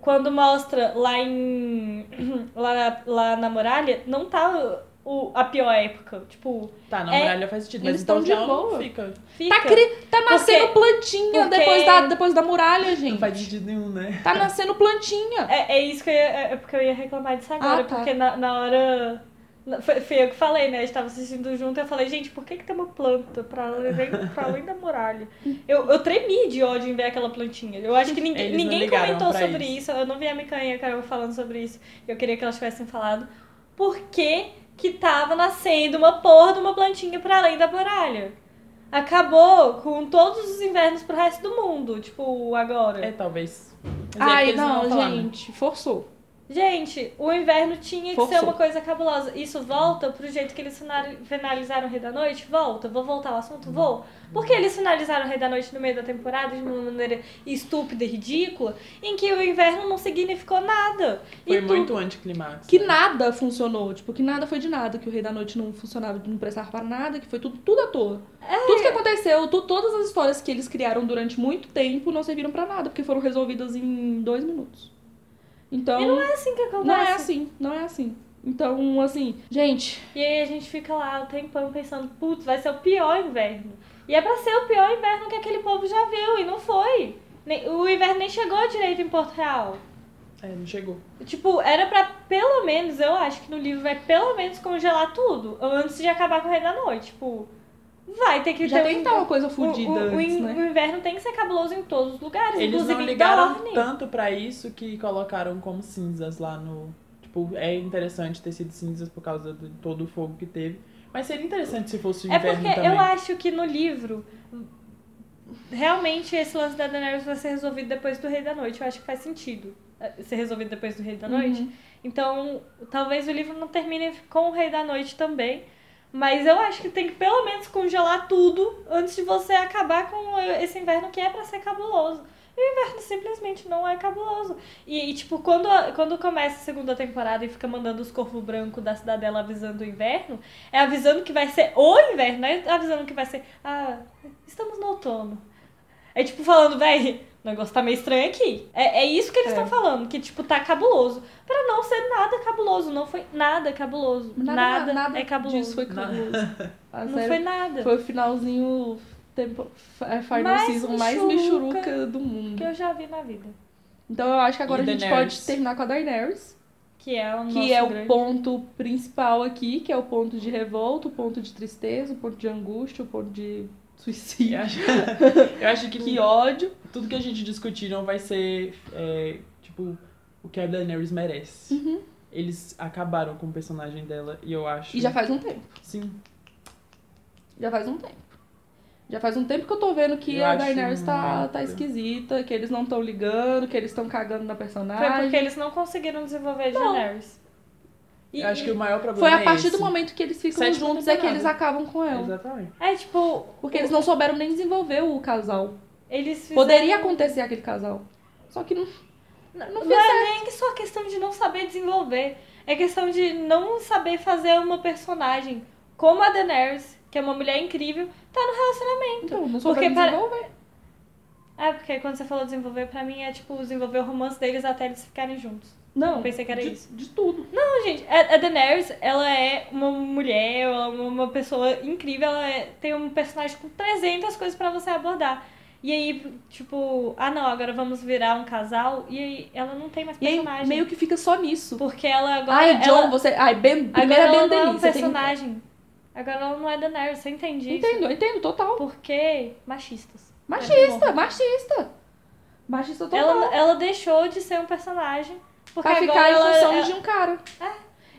S3: quando mostra lá em. lá na, lá na muralha, não tá o, a pior época. Tipo,
S2: Tá, na
S3: É,
S2: muralha faz sentido, mas
S1: eles
S2: então
S1: tão de
S2: já
S1: boa.
S2: fica.
S3: fica.
S1: Tá, cri... tá nascendo
S3: Porque-
S1: plantinha
S3: porque-
S1: Depois, da, depois da muralha,
S2: Não
S1: gente.
S2: faz sentido nenhum, né?
S1: Tá nascendo plantinha.
S3: É, é isso que eu ia, é porque eu ia reclamar disso agora,
S1: Ah, tá.
S3: porque na, na hora. na- Foi, foi eu que falei, né? A gente tava assistindo junto e eu falei, gente, por que, que tem uma planta pra além, pra além da muralha? Eu, eu tremi de ódio em ver aquela plantinha. Eu acho que ninguém,
S2: Eles não
S3: ninguém
S2: ligaram
S3: comentou
S2: pra
S3: sobre isso. Eu não vi a Micanha e a Carol falando sobre isso. Eu queria que elas tivessem falado. Por que, que tava nascendo uma porra de uma plantinha pra além da muralha? Acabou com todos os invernos pro resto do mundo, tipo, agora.
S2: É, talvez. Mas é porque
S1: Ai,
S2: eles
S1: não,
S2: vão falar, né?
S1: gente. Forçou.
S3: Gente, o inverno tinha que
S1: Forçou.
S3: ser uma coisa cabulosa. Isso volta pro jeito que eles finali- finalizaram o Rei da Noite? Volta. Vou voltar ao assunto? Vou. Porque eles finalizaram o Rei da Noite no meio da temporada de uma maneira estúpida e ridícula, em que o inverno não significou nada.
S2: Foi
S3: e tu-
S2: muito anticlimax.
S1: Que
S2: né?
S1: nada funcionou. Tipo, que nada foi de nada. Que o Rei da Noite não funcionava, não prestava pra nada. Que foi tudo, tudo à toa.
S3: É.
S1: Tudo que aconteceu, tu- todas as histórias que eles criaram durante muito tempo não serviram pra nada. Porque foram resolvidas em dois minutos. Então,
S3: E não é assim que acontece.
S1: não é assim. Não é assim. Então, assim, gente,
S3: E aí a gente fica lá o tempão pensando, putz, vai ser o pior inverno. E é pra ser o pior inverno que aquele povo já viu, e não foi. Nem- O inverno nem chegou direito em Porto Real.
S2: É, não chegou.
S3: Tipo, era pra pelo menos, eu acho que no livro vai pelo menos congelar tudo antes de acabar com o Rei da Noite. Tipo, vai ter que
S1: já
S3: ter um
S1: tem que estar uma coisa
S3: o,
S1: fodida
S3: o- o
S1: antes,
S3: in-
S1: né?
S3: o inverno tem que ser cabuloso em todos os lugares,
S2: Eles
S3: inclusive
S2: não
S3: em
S2: ligaram
S3: Dorne.
S2: tanto pra isso que colocaram como cinzas lá no. Tipo, é interessante ter sido cinzas por causa de todo o fogo que teve. Mas seria interessante se fosse o
S3: É
S2: inverno
S3: porque
S2: também.
S3: eu acho que no livro realmente esse lance da Daenerys vai ser resolvido depois do Rei da Noite. Eu acho que faz sentido eh, ser resolvido depois do Rei da Noite.
S1: Uhum.
S3: Então, talvez o livro não termine com o Rei da Noite também. Mas eu acho que tem que pelo menos congelar tudo antes de você acabar com esse inverno que é pra ser cabuloso. E o inverno simplesmente não é cabuloso. E, e, tipo, quando, a- quando começa a segunda temporada e fica mandando os corvos brancos da cidadela avisando o inverno, é avisando que vai ser o inverno, não é avisando que vai ser. Ah, estamos no outono. É tipo falando, véi, o negócio tá meio estranho aqui. É, é isso que eles
S1: É.
S3: estão falando, que tipo, tá cabuloso. Pra não ser nada cabuloso, não foi nada cabuloso. Nada, é cabuloso.
S1: disso foi cabuloso. A
S3: Não
S1: série
S3: foi nada.
S1: Foi o finalzinho tempo, é, final
S3: Mais
S1: season mais
S3: michuruca.
S1: michuruca do
S3: que
S1: mundo.
S3: eu já vi na vida.
S1: Então eu acho que agora
S2: E
S1: a gente
S2: Daenerys.
S1: pode terminar com a Daenerys,
S3: Que é o
S1: que
S3: nosso
S1: é o
S3: grande-
S1: ponto principal aqui, que é o ponto de revolta, o ponto de tristeza, o ponto de angústia, o ponto de
S2: Eu
S1: suicídio.
S2: acho, eu acho que,
S1: Que ódio.
S2: tudo que a gente discutir não vai ser, é, tipo, o que a Daenerys merece. Eles acabaram com o personagem dela e eu acho.
S1: Uhum. E já faz um tempo.
S2: Sim.
S1: Já faz um tempo. Já faz um tempo que eu tô vendo que
S2: Eu
S1: a
S2: acho
S1: Daenerys tá,
S2: muito.
S1: tá esquisita, que eles não estão ligando, que eles estão cagando na
S3: Foi
S1: personagem.
S3: porque eles não conseguiram desenvolver
S1: Não.
S3: Daenerys. E,
S2: eu acho que o maior problema
S1: Foi a
S2: é
S1: partir
S2: esse.
S1: do momento que eles ficam
S2: Sétima
S1: juntos é que
S2: temporada.
S1: eles acabam com ela.
S2: Exatamente.
S3: É tipo,
S1: Porque eles não souberam nem desenvolver o casal.
S3: eles fizeram...
S1: Poderia acontecer aquele casal. Só que não.
S3: Não,
S1: não
S3: não é nem que só questão de não saber desenvolver. É questão de não saber fazer uma personagem. Como a Daenerys, que é uma mulher incrível, tá no relacionamento.
S1: Então, não souberam
S3: para-
S1: desenvolver.
S3: Ah, porque quando você falou desenvolver, pra mim é tipo desenvolver o romance deles até eles ficarem juntos.
S1: Não.
S3: Eu pensei que era
S1: de,
S3: isso.
S1: De tudo.
S3: Não, gente, a a Daenerys, ela é uma mulher, ela é uma- uma pessoa incrível, ela é- tem um personagem com 300 coisas pra você abordar. E aí, tipo, ah não, agora vamos virar um casal, e aí ela não tem mais
S1: E
S3: personagem.
S1: aí, meio que fica só nisso.
S3: Porque ela agora.
S1: Ai, John,
S3: ela,
S1: você. Ai, ben...
S3: agora
S1: primeiro é
S3: ela
S1: Ben
S3: não é um
S1: Denis. Você tem-
S3: personagem. Agora ela não é Daenerys, você entende isso?
S1: Entendo, entendo,
S3: É,
S1: total.
S3: Porque machistas.
S1: Machista, machista. Machista total.
S3: tá Ela, ela deixou de ser um personagem. Porque
S1: pra
S3: agora
S1: ficar em
S3: ela, é,
S1: função
S3: ela-
S1: de um cara.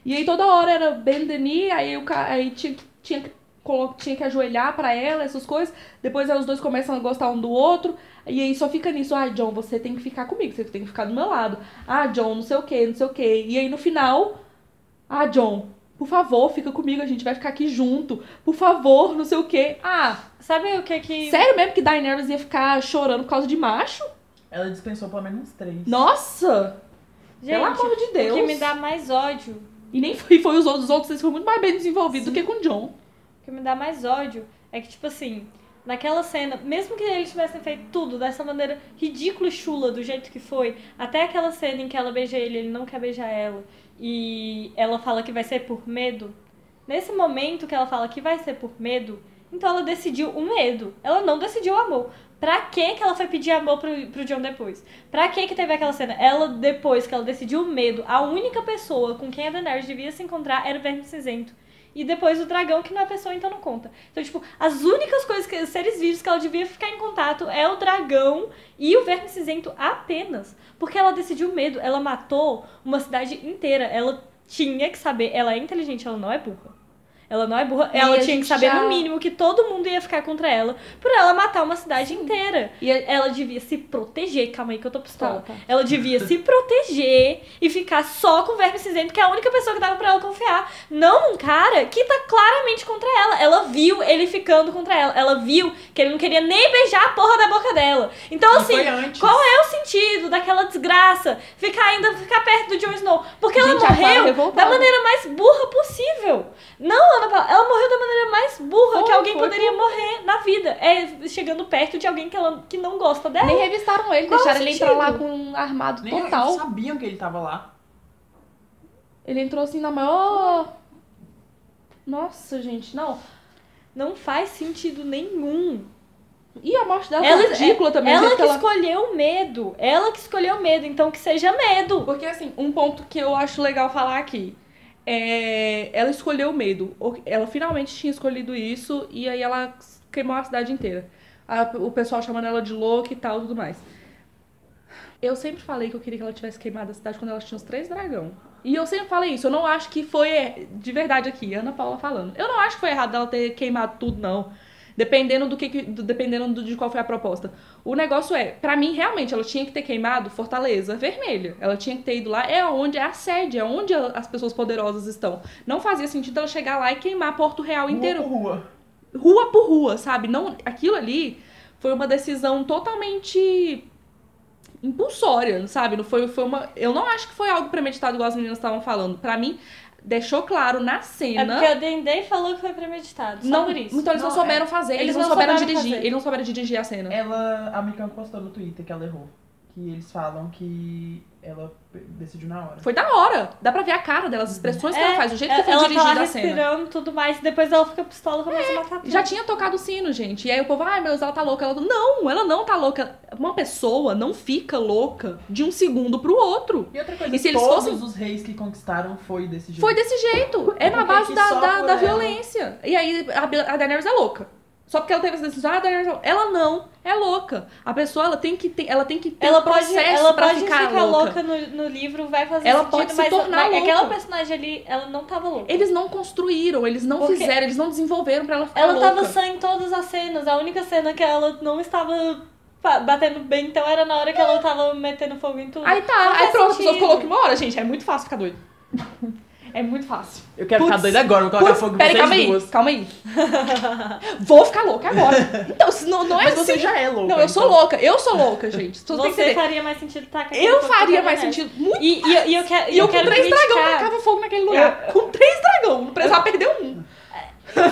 S1: E aí toda hora era Ben Denis, aí, o ca... aí tinha, que- tinha, que colo- tinha que ajoelhar pra ela, essas coisas. Depois aí os dois começam a gostar um do outro. E aí só fica nisso, ah, John, você tem que ficar comigo, você tem que ficar do meu lado. Ah, John, não sei o que, não sei o que. E aí no final, ah, John, por favor, fica comigo, a gente vai ficar aqui junto. Por favor, não sei o que. Ah,
S3: Sabe o que que.
S1: sério mesmo que Daenerys ia ficar chorando por causa de macho?
S2: Ela dispensou pelo menos três.
S1: Nossa!
S3: Gente,
S1: pelo amor de Deus.
S3: O que me dá mais ódio.
S1: E nem foi, foi os outros, os outros eles foram muito mais bem desenvolvidos do que com o John.
S3: O que me dá mais ódio é que, tipo assim, naquela cena, mesmo que eles tivessem feito tudo dessa maneira ridícula e chula do jeito que foi, até aquela cena em que ela beija ele, ele não quer beijar ela e ela fala que vai ser por medo. Nesse momento que ela fala que vai ser por medo, então ela decidiu o medo. Ela não decidiu o amor. Pra que que ela foi pedir amor pro, pro John depois? Pra que que teve aquela cena? Ela, depois que ela decidiu o medo, a única pessoa com quem a Daenerys devia se encontrar era o Verme Cinzento. E depois o dragão, que não é pessoa, então não conta. Então, tipo, as únicas coisas, que, seres vivos que ela devia ficar em contato é o dragão e o verme cinzento apenas. Porque ela decidiu o medo, ela matou uma cidade inteira. Ela tinha que saber, ela é inteligente, ela não é burra. Ela não é burra,
S4: E
S3: ela
S4: a
S3: tinha que
S4: gente
S3: saber
S4: já-
S3: no mínimo que todo mundo ia ficar contra ela por ela matar uma cidade inteira.
S4: E a-
S3: Ela devia se proteger, calma aí que eu tô pistola.
S4: Tá, tá.
S3: Ela devia se proteger e ficar só com o verme cinzento, que é a única pessoa que dava pra ela confiar. Não num cara que tá claramente contra ela. Ela viu ele ficando contra ela. Ela viu que ele não queria nem beijar a porra da boca dela. Então,
S2: E
S3: assim,
S2: foi antes.
S3: qual é o sentido daquela desgraça? Ficar ainda ficar perto do Jon Snow. Porque ela
S4: Gente, a Clara
S1: é
S3: morreu
S4: revoltada.
S3: da maneira mais burra possível. Não, Ana Paula, ela morreu da maneira mais burra que
S4: Foi,
S3: alguém
S4: foi,
S3: poderia morrer na vida. É chegando perto de alguém que, ela, que não gosta dela.
S4: Nem revistaram ele,
S3: É. Qual
S4: deixaram
S3: o
S4: ele
S3: sentido?
S4: entrar lá com um armado
S2: Nem
S4: total.
S2: eles sabiam que ele tava lá.
S4: Ele entrou assim na maior. Nossa, gente, não.
S3: Não faz sentido nenhum.
S4: E a morte dela
S3: Ela- é,
S4: foi ridícula também. do
S3: ela
S4: jeito
S3: que
S4: que ela...
S3: escolheu o medo. Ela que escolheu o medo, então que seja medo.
S1: Porque, assim, um ponto que eu acho legal falar aqui. É... Ela escolheu o medo. O- Ela finalmente tinha escolhido isso e aí ela queimou a cidade inteira. A- O pessoal chamando ela de louca e tal tudo mais. Eu sempre falei que eu queria que ela tivesse queimado a cidade quando ela tinha os três dragão. E eu sempre falei isso. Eu não acho que foi. er- De verdade aqui, Ana Paula falando. Eu não acho que foi errado ela ter queimado tudo, não. Dependendo do que. que- do- dependendo do- de qual foi a proposta. O negócio é, pra mim, realmente, ela tinha que ter queimado Fortaleza Vermelha. Ela tinha que ter ido lá, é onde é a sede, é onde a- as pessoas poderosas estão. Não fazia sentido ela chegar lá e queimar Porto Real inteiro
S2: Rua por rua.
S1: rua por rua, sabe? Não, aquilo ali foi uma decisão totalmente impulsória, sabe? Não foi, foi uma, eu não acho que foi algo premeditado igual as meninas estavam falando. Pra mim, deixou claro na
S3: É
S1: cena.
S3: porque a Dendê falou que foi premeditado. Só
S1: não,
S3: por isso.
S1: Então eles não,
S2: Não,
S3: é.
S1: souberam fazer, eles, não, souberam, dirigir, eles não souberam dirigir a cena.
S2: Ela, a Mikan postou no Twitter que ela errou. Que eles falam que ela decidiu na hora.
S1: Foi da hora. Dá pra ver a cara delas, as expressões que
S3: É,
S1: ela faz, o jeito que foi
S3: ela tá
S1: dirigida
S3: lá
S1: a cena. É,
S3: respirando e tudo mais, e depois ela fica pistola e começa a matar tudo.
S1: Já tinha tocado o sino, gente. E aí o povo, ai, meu Deus, ela tá louca. Ela... Não, ela não tá louca. Uma pessoa não fica louca de um segundo pro outro.
S2: E outra coisa,
S1: E se eles
S2: todos
S1: fossem-
S2: os reis que conquistaram foi desse jeito.
S1: Foi desse jeito. É na
S2: Porque
S1: base
S2: que
S1: da,
S2: só
S1: da,
S2: por
S1: da
S2: ela.
S1: violência. E aí a, Bel- a Daenerys é louca. Só porque ela teve essa decisão, ah, a Daenerys é louca. Ela não é louca. A pessoa ela tem que ter, ela tem que ter
S3: ela
S1: um
S3: pode,
S1: processo
S3: ela
S1: pra
S3: pode
S1: ficar, louca.
S3: louca, no, no livro, vai fazer
S1: Ela
S3: sentido,
S1: pode se
S3: mas,
S1: tornar
S3: mas
S1: louca.
S3: aquela personagem ali, ela não tava louca.
S1: Eles não construíram, eles não
S3: Porque-
S1: fizeram, eles não desenvolveram pra ela ficar
S3: Ela
S1: louca.
S3: tava sã em todas as cenas. A única cena que ela não estava fa- batendo bem, então era na hora que ela tava metendo fogo em tudo.
S1: Aí
S3: Não
S1: tá, aí
S3: faz
S1: pronto, a
S3: sentido.
S1: pessoa ficou louca uma hora, gente. É muito fácil ficar doido. É muito fácil.
S2: Eu quero
S1: Putz,
S2: ficar doida agora, vou colocar
S1: Putz,
S2: fogo em
S1: peraí,
S2: vocês
S1: calma
S2: duas.
S1: aí, calma aí. Vou ficar louca agora. Então, se não, não é
S2: Mas
S1: assim.
S2: você já é louca.
S1: Não, eu sou
S2: então.
S1: louca. Eu sou louca, gente. Vocês têm que
S3: Você tá
S1: entender.
S3: faria mais sentido tacar
S1: Eu
S3: fogo
S1: faria
S3: pra
S1: mais
S3: Daenerys.
S1: sentido. Muito
S3: E, e, eu- e eu, quero
S1: E eu com
S3: quero
S1: três
S3: criticar. É.
S1: dragões tacava fogo naquele lugar. Com três dragões. Não precisava perder um.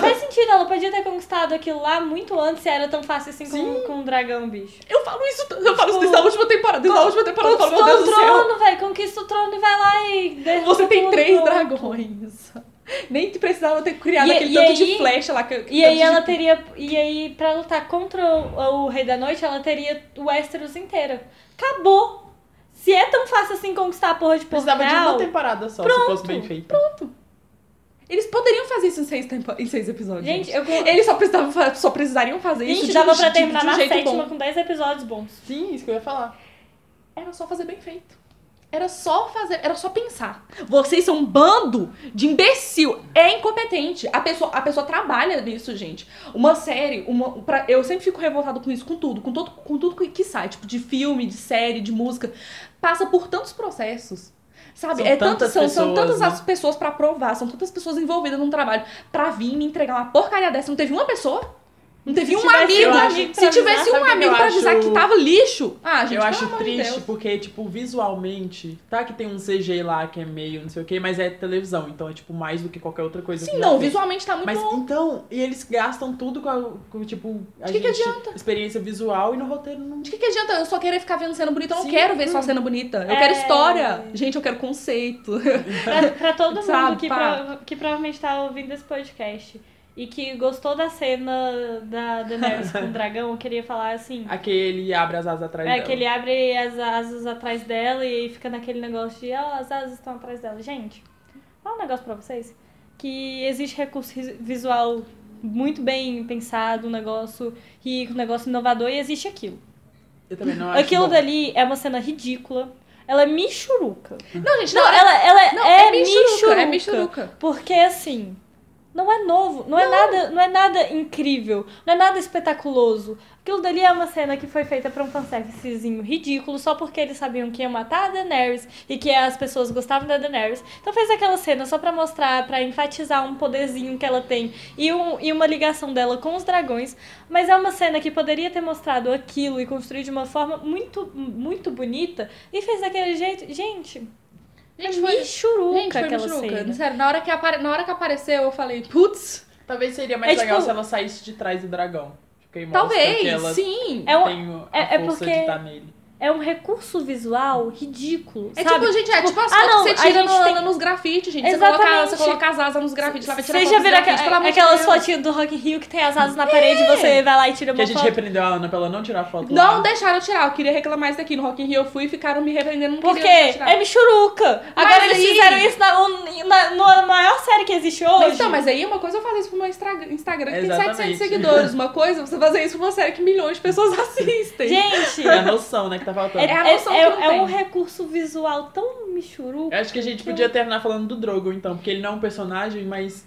S3: Faz sentido, ela podia ter conquistado aquilo lá muito antes se era tão fácil assim com, com um dragão, bicho.
S1: Eu falo isso, eu falo isso desde a última temporada. Desde a última temporada eu falo, meu
S3: Conquistou o
S1: Deus do céu.
S3: trono, velho. Conquista o trono e vai lá e. derruba
S1: Você tem
S3: tudo
S1: três
S3: pronto.
S1: dragões. Nem que precisava ter criado
S3: E-
S1: aquele
S3: e
S1: tanto
S3: aí-
S1: de flecha lá. que-
S3: E
S1: tanto
S3: aí
S1: de-
S3: ela teria. E aí, pra lutar contra o, o Rei da Noite, ela teria o Westeros inteiro. Acabou! Se é tão fácil assim conquistar a porra de Portugal...
S1: um
S2: Precisava de uma temporada só, se fosse bem feito.
S1: Eles poderiam fazer isso em seis, tempo- em seis episódios.
S3: Gente,
S1: Gente,
S3: eu...
S1: eles só, precisavam, fa- só precisariam fazer isso
S3: Gente,
S1: de um-
S3: dava
S1: de,
S3: pra terminar
S1: de um
S3: na
S1: jeito
S3: sétima
S1: bom.
S3: com 10 episódios bons.
S2: Sim, isso que eu ia falar.
S1: Era só fazer bem feito. Era só fazer, era só pensar. Vocês são um bando de imbecil. É incompetente. A pessoa, a pessoa trabalha nisso, gente. Uma série, uma, pra- eu sempre fico revoltado com isso, com tudo, com, todo, com tudo que, que sai, tipo, de filme, de série, de música. Passa por tantos processos. Sabe?
S2: São
S1: é tanto-
S2: tantas
S1: são, são
S2: pessoas,
S1: tantas
S2: né?
S1: as pessoas pra provar, são tantas pessoas envolvidas num trabalho pra vir me entregar uma porcaria dessa. Não teve uma pessoa? Não teve
S3: Se
S1: um
S3: tivesse
S1: amigo.
S2: um amigo
S1: se
S3: pra
S1: tivesse
S2: avisar,
S1: um
S2: sabe o que
S1: amigo
S2: eu
S1: pra avisar
S2: acho-
S1: que tava lixo. Ah, gente,
S2: eu
S1: pelo
S2: acho
S1: amor de
S2: triste,
S1: Deus.
S2: porque, tipo, visualmente, tá que tem um CG lá que é meio não sei o que, mas é televisão, então é, tipo, mais do que qualquer outra coisa.
S4: Sim,
S2: que
S1: né?
S4: não,
S2: já fez.
S4: visualmente
S1: é
S4: tá muito
S2: Mas
S4: bom.
S2: então, e eles gastam tudo com, a, com, tipo, a
S4: De que que
S2: gente- experiência visual e no roteiro não.
S1: De que, que adianta eu só querer ficar vendo cena bonita? Eu não
S2: Sim.
S1: quero ver só cena bonita. Eu
S3: É.
S1: quero história. Gente, eu quero conceito.
S3: Pra, pra todo mundo
S1: Sabe,
S3: que,
S1: Tá, pá.
S3: prova- que provavelmente tá ouvindo esse podcast e que gostou da cena da Daenerys com o dragão, eu queria falar assim.
S2: Aquele abre as asas atrás
S3: É,
S2: dela.
S3: que ele abre as asas atrás dela e fica naquele negócio de, ó, as asas estão atrás dela. Gente, falar um negócio pra vocês. Que existe recurso ris- visual muito bem pensado, um negócio rico, um negócio inovador, e existe aquilo.
S2: Eu também não Ah, acho
S3: Aquilo
S2: bom.
S3: dali é uma cena ridícula. Ela é michuruca.
S1: Não, gente,
S3: Não, ela, ela
S1: não,
S3: é,
S1: é michuruca, é michuruca.
S3: Porque assim, não é novo, não, é nada, não é nada incrível, não é nada espetaculoso. Aquilo dali é uma cena que foi feita pra um fanservicezinho ridículo, só porque eles sabiam que ia matar a Daenerys e que as pessoas gostavam da Daenerys. Então fez aquela cena só pra mostrar, pra enfatizar um poderzinho que ela tem e, um, e uma ligação dela com os dragões. Mas é uma cena que poderia ter mostrado aquilo e construído de uma forma muito, muito bonita e fez daquele jeito. Gente,
S1: Gente,
S3: foi,
S1: foi,
S3: michuruca
S1: gente, foi
S3: aquela
S1: É michuruca. né?
S3: cena.
S1: Sério, na hora, que apare- na hora que apareceu, eu falei, putz,
S2: Talvez seria mais
S3: É,
S2: legal
S3: tipo-
S2: se ela saísse de trás do dragão. Tipo, Fiquei que
S1: talvez,
S2: ela
S1: sim.
S3: É um-
S2: tem a
S3: é- é
S2: força
S3: porque-
S2: de estar nele.
S3: É um recurso visual ridículo.
S1: É
S3: sabe?
S1: tipo, gente, é tipo as
S3: ah,
S1: fotos
S3: não,
S1: que
S3: a
S1: você tira
S3: gente
S1: no-
S3: tem-
S1: nos grafites, gente. Você, coloca,
S3: Exatamente.
S1: você coloca as asas nos grafites, lá vai tirar
S3: Vocês
S1: foto
S3: já
S1: dos
S3: viram
S1: grafites, pelo amor de
S3: aquelas
S1: Deus. É.
S3: fotinhas do Rock in Rio que tem as asas na parede e você vai lá e tira
S2: Que
S3: uma
S2: a gente
S3: foto?
S2: repreendeu a Ana pela não tirar foto.
S1: Não
S2: lá.
S1: deixaram eu tirar, eu queria reclamar isso daqui. No Rock in Rio eu fui e ficaram me repreendendo. não
S3: Porque
S1: queriam tirar.
S3: é michuruca.
S1: Mas
S3: Agora eles
S1: aí-
S3: fizeram isso na, um- na, numa maior série que existe hoje.
S1: Mas, então, mas aí uma coisa eu fazer isso pro meu Instra- Instagram que tem
S2: Exatamente.
S1: 700 seguidores. Uma coisa é você fazer isso pra uma série que milhões de pessoas assistem.
S3: Gente,
S2: É a
S3: é,
S2: noção, né, que tá faltando.
S1: É a
S3: é-
S1: noção que
S3: é-
S1: não
S3: é um
S1: tem.
S3: recurso visual tão michuruca.
S2: Eu acho que a gente podia terminar falando do Drogo, então, porque ele não é um personagem, mas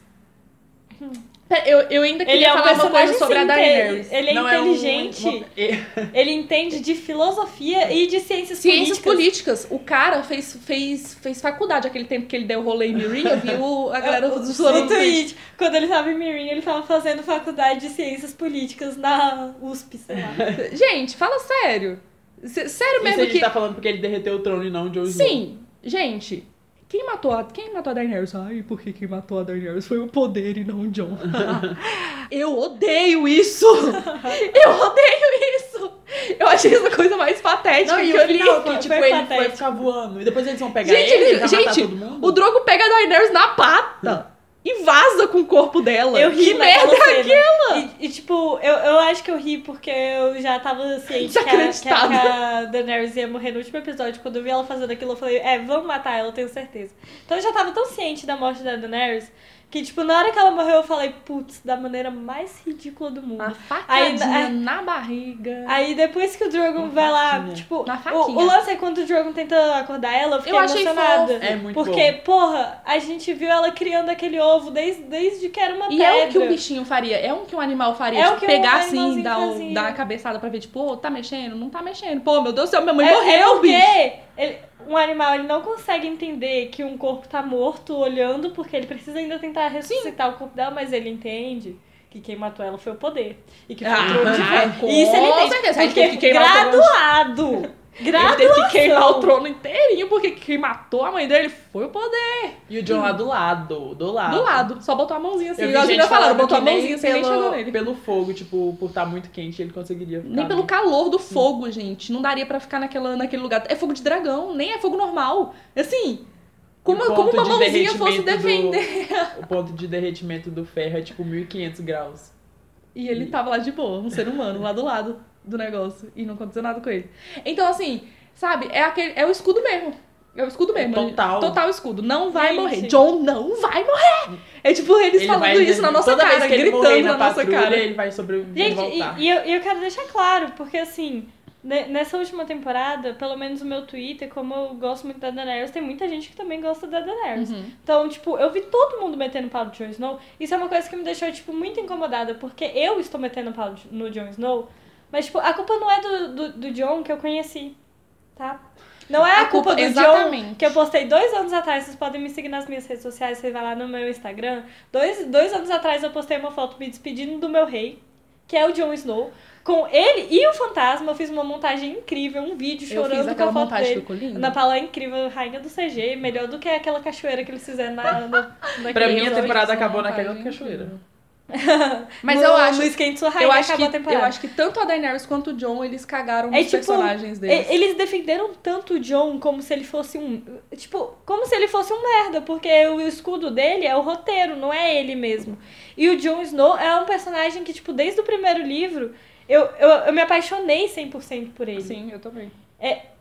S1: Pera, Eu, eu inte- ainda
S3: Ele
S1: queria
S3: é um
S1: falar uma
S3: personagem
S1: coisa sobre a
S3: sim,
S1: Daenerys.
S3: que Ele é
S2: não
S3: inteligente,
S2: É um, uma- é-
S3: ele entende de filosofia e de ciências,
S1: Ciências
S3: políticas.
S1: políticas. O cara fez, fez, fez faculdade aquele tempo que ele deu rolê em Mirim. Eu vi o- a galera
S3: O-
S1: zoando
S3: o
S1: no Twitter.
S3: tweet. Então, Quando ele tava em Mirim, ele tava fazendo faculdade de ciências políticas na USP, sei lá.
S1: Gente, fala sério. Sé- Sério
S2: não sei se a
S1: mesmo
S2: gente
S1: que.
S2: tá falando porque ele derreteu o trono e não o Jon Snow.
S1: Sim, gente. Quem matou, a, quem matou a Daenerys? Ai, por que quem matou a Daenerys foi o poder e não o John. eu odeio isso! Eu odeio isso! Eu achei essa coisa mais patética
S2: Não, e
S1: é que
S2: o
S1: eu li.
S2: final,
S3: foi-
S2: que tipo,
S3: foi
S2: ele foi
S3: patético.
S2: ficar voando. E depois eles vão pegar
S1: Gente,
S2: ele, ele
S1: ele-
S2: vai matar
S1: gente,
S2: todo mundo.
S1: O Drogo pega a Daenerys na pata e vaza com o corpo dela.
S3: Hum. Eu ri
S1: que
S3: naquela
S1: merda!
S3: cena. E, e, tipo, eu, eu acho que eu ri porque eu já tava ciente que a, que, a,
S1: Desacreditada.
S3: que a Daenerys ia morrer no último episódio. Quando eu vi ela fazendo aquilo, eu falei, é, vamos matar ela, eu tenho certeza. Então eu já tava tão ciente da morte da Daenerys que, tipo, na hora que ela morreu, eu falei, putz, da maneira mais ridícula do mundo.
S1: Uma
S3: Aí- é,
S1: facadinha na barriga.
S3: Aí depois que o Drogon
S2: Na
S3: vai lá,
S2: faquinha.
S3: tipo,
S1: Na
S3: o,
S1: faquinha.
S3: o lance é quando o Drogon tenta acordar ela, eu fiquei
S1: Eu achei
S3: emocionada.
S1: fofo.
S2: É muito
S3: porque,
S2: bom.
S3: porra, a gente viu ela criando aquele ovo desde, desde que era uma
S1: E
S3: pedra.
S1: é o que um bichinho faria, é o que um animal faria.
S3: É o
S1: tipo,
S3: que um
S1: pegar
S3: animalzinho
S1: assim, dar, um,
S3: fazia.
S1: dar uma cabeçada pra ver, tipo, ô, tá mexendo? Não tá mexendo. Pô, meu Deus do céu, minha mãe
S3: é,
S1: morreu,
S3: é porque
S1: bicho.
S3: ele- um animal ele não consegue entender que um corpo tá morto olhando, porque ele precisa ainda tentar ressuscitar o corpo dela, mas ele entende que quem matou ela foi o poder. E que foi
S1: Ah,
S3: o trono de ferro.
S1: com
S3: E Isso ele entende.
S1: certeza, ele
S3: Porque
S1: teve que queimar o trono.
S3: graduado!
S1: Ele teve que queimar
S3: graduação.
S1: o trono inteirinho, porque quem matou a mãe dele foi o poder.
S2: E o John lá do lado, do lado.
S1: Do lado, só botou a mãozinha assim.
S2: Ah. Eu vi
S1: Eu acho
S2: gente
S1: que falaram,
S2: falando
S1: botou a
S2: que nem
S1: mãozinha assim, nem
S2: pelo-
S1: chegou nele.
S2: Pelo fogo, tipo, por estar muito quente, ele conseguiria ficar.
S1: Nem pelo
S2: né?
S1: calor do fogo, gente. Não daria pra ficar naquela, naquele lugar. É fogo de dragão, nem é fogo normal. Assim, como,
S2: O
S1: como
S2: ponto
S1: uma
S2: de
S1: mãozinha fosse
S2: derretimento do-
S1: defender.
S2: O ponto de derretimento do ferro é tipo 1500 graus.
S1: E ele tava lá de boa, um ser humano, lá do lado do negócio. E não aconteceu nada com ele. Então, assim, sabe, é, aquele, é o escudo mesmo. É o escudo mesmo.
S2: Total.
S1: Total escudo. Não vai
S3: Gente.
S1: morrer. John não vai morrer. É tipo eles
S2: Ele
S1: falando
S2: vai-
S1: isso na nossa
S2: toda vez
S1: cara,
S2: que ele morrer
S1: gritando na, nossa
S2: patrulha,
S1: cara.
S2: Ele vai sobreviver
S3: Gente,
S2: e voltar.
S3: e, e eu, eu quero deixar claro, porque assim, ne- nessa última temporada, pelo menos o meu Twitter, como eu gosto muito da Daenerys, tem muita gente que também gosta da
S1: Uhum.
S3: Daenerys. Então, tipo, eu vi todo mundo metendo pau no Jon Snow. Isso é uma coisa que me deixou, tipo, muito incomodada, porque eu estou metendo pau no Jon Snow, mas, tipo, a culpa não é do, do, do Jon que eu conheci, tá? Não é a,
S1: A
S3: culpa,
S1: culpa-
S3: do John
S1: exatamente.
S3: que eu postei dois anos atrás. Vocês podem me seguir nas minhas redes sociais, você vai lá no meu Instagram. Dois, dois anos atrás eu postei uma foto me despedindo do meu rei. que é o Jon Snow. Com ele e o fantasma, eu fiz uma montagem incrível, um vídeo
S1: Eu
S3: chorando
S1: fiz
S3: com a
S1: aquela
S3: foto
S1: montagem
S3: dele.
S1: do Colinho.
S3: Ana Paula é incrível, rainha do CG, melhor do que aquela cachoeira que eles fizeram na. na, na
S2: Pra mim, a
S1: Eu
S2: temporada
S1: acho
S2: acabou
S1: essa
S2: naquela
S1: montagem
S2: cachoeira.
S1: Mas
S3: no,
S1: eu acho.
S3: No Esquente Sua Rainha
S1: Eu acho, que,
S3: acabou a temporada.
S1: eu acho que tanto a Daenerys quanto o John, eles cagaram
S3: É
S1: os
S3: tipo,
S1: personagens
S3: E-
S1: deles.
S3: Eles defenderam tanto o John como se ele fosse um. Tipo, como se ele fosse um merda, porque o escudo dele é o roteiro, não é ele mesmo. E o Jon Snow é um personagem que, tipo, desde o primeiro livro, eu, eu, eu me apaixonei 100% por ele.
S1: Sim, eu também.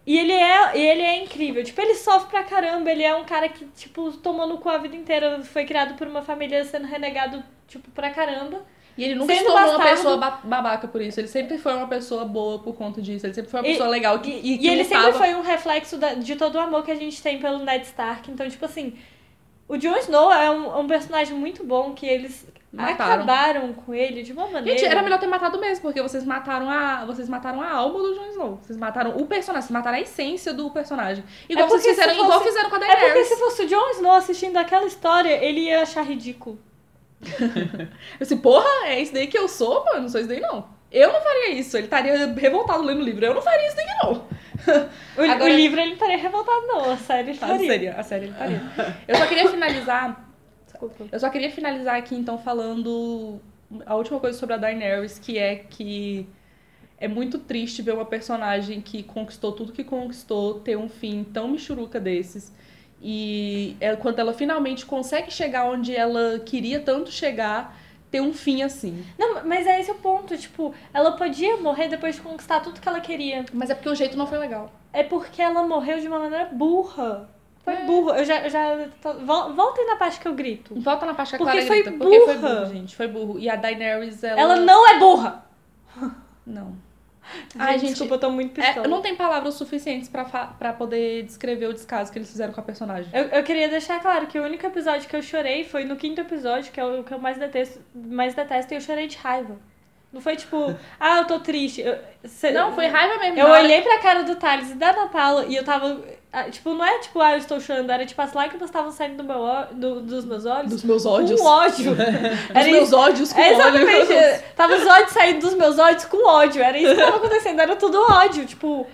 S3: E ele, é, e ele é incrível. Tipo, ele sofre pra caramba. Ele é um cara que, tipo, tomou no cu a vida inteira. Foi criado por uma família sendo renegado, tipo, pra caramba.
S1: E ele nunca
S3: Sendo
S1: se tornou uma
S3: bastardo-
S1: pessoa ba- babaca por isso. Ele sempre foi uma pessoa boa por conta disso. Ele sempre foi uma
S3: E-
S1: pessoa legal. Que,
S3: E,
S1: e,
S3: e
S1: que
S3: ele sempre
S1: lutava.
S3: foi um reflexo da- de todo o amor que a gente tem pelo Ned Stark. Então, tipo assim, o Jon Snow é um, é um personagem muito bom que eles
S1: Mataram.
S3: acabaram com ele de uma maneira.
S1: Gente, era melhor ter matado mesmo, porque vocês mataram a. Vocês mataram a alma do Jon Snow. Vocês mataram o personagem, vocês mataram a essência do personagem. Igual
S3: É porque
S1: vocês fizeram,
S3: se
S1: igual
S3: fosse-
S1: fizeram com a
S3: É
S1: Daenerys.
S3: porque se fosse o Jon Snow assistindo aquela história, ele ia achar ridículo.
S1: Eu disse, porra, é isso daí que eu sou, mano? Não sou isso daí, não. Eu não faria isso. Ele estaria revoltado lendo o livro. Eu não faria isso daí, não.
S3: O, o
S1: Agora- Tá
S3: livro ele não estaria revoltado, não. A série ele
S1: A
S3: estaria.
S1: série, a série ele estaria. Eu só queria finalizar
S3: Desculpa.
S1: Eu só queria finalizar aqui, então, falando a última coisa sobre a Daenerys, que é que é muito triste ver uma personagem que conquistou tudo que conquistou ter um fim tão michuruca desses. E é, quando ela finalmente consegue chegar onde ela queria tanto chegar, ter um fim assim.
S3: Não, mas é esse o ponto. Tipo, ela podia morrer depois de conquistar tudo que ela queria.
S1: Mas é porque o jeito não foi legal.
S3: É porque ela morreu de uma maneira burra. Foi
S1: É.
S3: burra. Eu já. Eu já tô- vol- Voltem na parte que eu grito.
S1: Volta na parte que a
S3: Porque
S1: Clara
S3: foi
S1: grita, Porque foi
S3: burra.
S1: burro, gente. Foi burro. E a Daenerys, ela...
S3: Ela não é burra!
S1: Não. Ai, gente,
S3: desculpa, eu tô muito
S1: É,
S3: pistola.
S1: não tem palavras suficientes pra fa- pra poder descrever o descaso que eles fizeram com a personagem.
S3: eu, eu queria deixar claro que o único episódio que eu chorei foi no quinto episódio, que é o que eu mais detesto, mais detesto e eu chorei de raiva. Não foi tipo, ah, eu tô triste. Eu, cê-
S1: É, Não, foi raiva mesmo.
S3: Eu
S1: na hora-
S3: olhei pra cara do Thales e da Ana Paula e eu tava. ah, Tipo, não é tipo, ah, eu estou chorando, era tipo, as lágrimas estavam saindo do meu, ó- do- dos meus olhos.
S1: dos meus ódios.
S3: Com ódio.
S1: Dos
S3: Era
S1: meus ódios com
S3: É,
S1: ódio.
S3: exatamente. Tava os ódios saindo dos meus ódios com ódio. Era isso que tava acontecendo. Era tudo ódio. Tipo,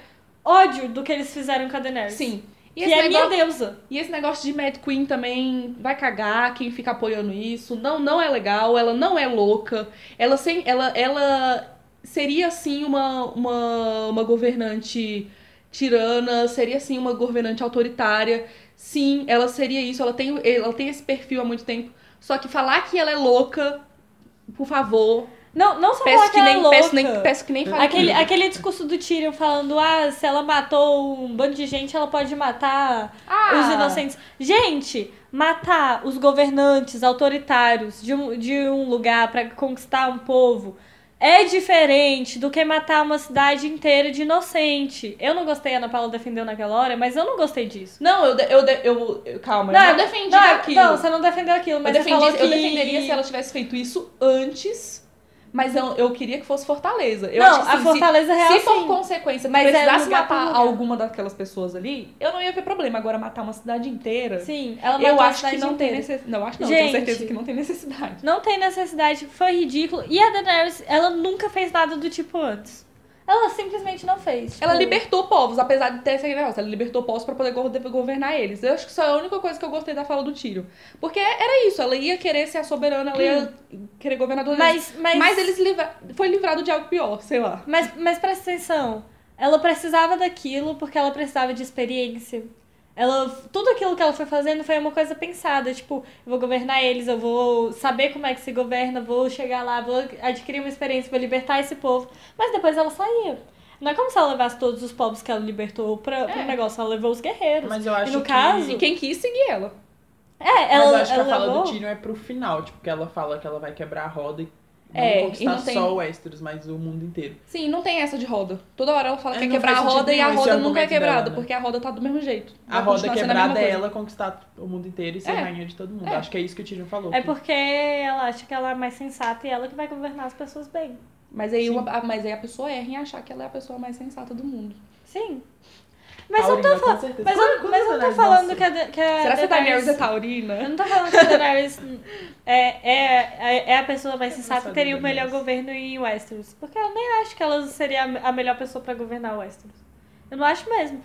S3: ódio do que eles fizeram com a Daenerys.
S1: Sim. E assim,
S3: Que
S1: esse,
S3: é minha
S1: negócio,
S3: deusa.
S1: e esse negócio de Mad Queen também vai cagar quem fica apoiando isso. Não, não é legal, ela não é louca. Ela sem ela ela seria assim uma uma, uma governante tirana, seria assim uma governante autoritária. Sim, ela seria isso, ela tem ela tem esse perfil há muito tempo. Só que falar que ela é louca, por favor,
S3: Não, não só falar
S1: peço
S3: que,
S1: que
S3: ela é
S1: nem
S3: louca.
S1: peço nem peço que nem fale
S3: Aquele, aquele discurso do Tyrion falando, ah, se ela matou um bando de gente, ela pode matar
S1: Ah.
S3: os inocentes. Gente, matar os governantes autoritários de um, de um lugar pra conquistar um povo é diferente do que matar uma cidade inteira de inocente. Eu não gostei, a Ana Paula defendeu naquela hora, mas eu não gostei disso.
S1: Não, eu, de- eu, de- eu, eu- Calma,
S3: Não,
S1: eu não defendi
S3: não,
S1: aquilo.
S3: Não, você não defendeu aquilo,
S1: eu,
S3: mas você
S1: defendi,
S3: falou
S1: eu
S3: que-
S1: defenderia se ela tivesse feito isso antes, mas eu, eu queria que fosse Fortaleza. Eu
S3: não,
S1: acho que,
S3: a
S1: sim,
S3: Fortaleza é
S1: se,
S3: Real,
S1: se for
S3: sim.
S1: consequência,
S3: Mas
S1: mas
S3: é
S1: precisasse
S3: lugar por
S1: matar
S3: lugar.
S1: alguma daquelas pessoas ali, eu não ia ver problema. Agora, matar uma cidade inteira,
S3: Sim, ela matou
S1: eu
S3: a
S1: acho que
S3: cidade
S1: não tem
S3: inteira.
S1: necessidade. Não, acho não,
S3: Gente.
S1: tenho certeza que não tem necessidade.
S3: Não tem necessidade, foi ridículo. E a Daenerys, ela nunca fez nada do tipo antes. Ela simplesmente não fez.
S1: Ela
S3: tipo,
S1: libertou povos, apesar de ter esse negócio. Ela libertou povos pra poder go- governar eles. Eu acho que isso é a única coisa que eu gostei da fala do Tírio. Porque era isso, ela ia querer ser a soberana, ela ia querer governar todos eles.
S3: Hum. Mas, mas,
S1: Mas
S3: mas,
S1: eles livra... foi livrado de algo pior, sei lá.
S3: mas, presta atenção. Ela precisava daquilo porque ela precisava de experiência. Ela, tudo aquilo que ela foi fazendo foi uma coisa pensada. Tipo, eu vou governar eles, eu vou saber como é que se governa, vou chegar lá, vou adquirir uma experiência, vou libertar esse povo. Mas depois ela saía. Não é como se ela levasse todos os povos que ela libertou pra, pro
S1: É.
S3: negócio, ela levou os guerreiros.
S2: Mas eu acho
S3: no
S2: que...
S3: caso,
S1: E Assim, quem quis seguir ela.
S3: É,
S2: Mas
S3: ela,
S2: eu acho que
S3: ela
S2: a fala
S3: levou...
S2: do Tyrion é pro final, tipo, que ela fala que ela vai quebrar a roda e não
S1: É, e
S2: conquistar
S1: não tem-
S2: só o Westeros, mas o mundo inteiro.
S1: Sim, não tem essa de roda. Toda hora ela fala
S2: É,
S1: que quer
S2: não
S1: quebrar a
S2: faz
S1: roda
S2: sentido
S1: e a
S2: nenhum esse
S1: roda nunca é
S2: argumento dela,
S1: quebrada,
S2: né?
S1: porque a roda tá do mesmo jeito.
S2: A
S1: Vai
S2: roda
S1: continuar sendo a mesma
S2: quebrada é
S1: coisa.
S2: ela conquistar o mundo inteiro e ser
S1: É.
S2: rainha de todo mundo.
S1: É.
S2: Acho que é isso que o Tyrion falou.
S3: É
S2: que-
S3: porque ela acha que ela é mais sensata e ela que vai governar as pessoas bem.
S1: Mas aí,
S2: Sim.
S1: uma- a, mas aí a pessoa erra em achar que ela é a pessoa mais sensata do mundo.
S3: Sim. Mas eu tô falando. Mas eu, mas eu tô falando que a. Da- Que a
S1: tá Será que a Daenerys
S3: Daenerys-
S1: é
S3: Eu
S1: taurina?
S3: não tô falando que a Daenerys é, é, é- é a pessoa mais sensata e
S2: sabia
S3: teria o melhor
S2: disso.
S3: governo em Westeros. Porque eu nem acho que ela seria a a melhor pessoa pra governar Westeros. Eu não acho mesmo.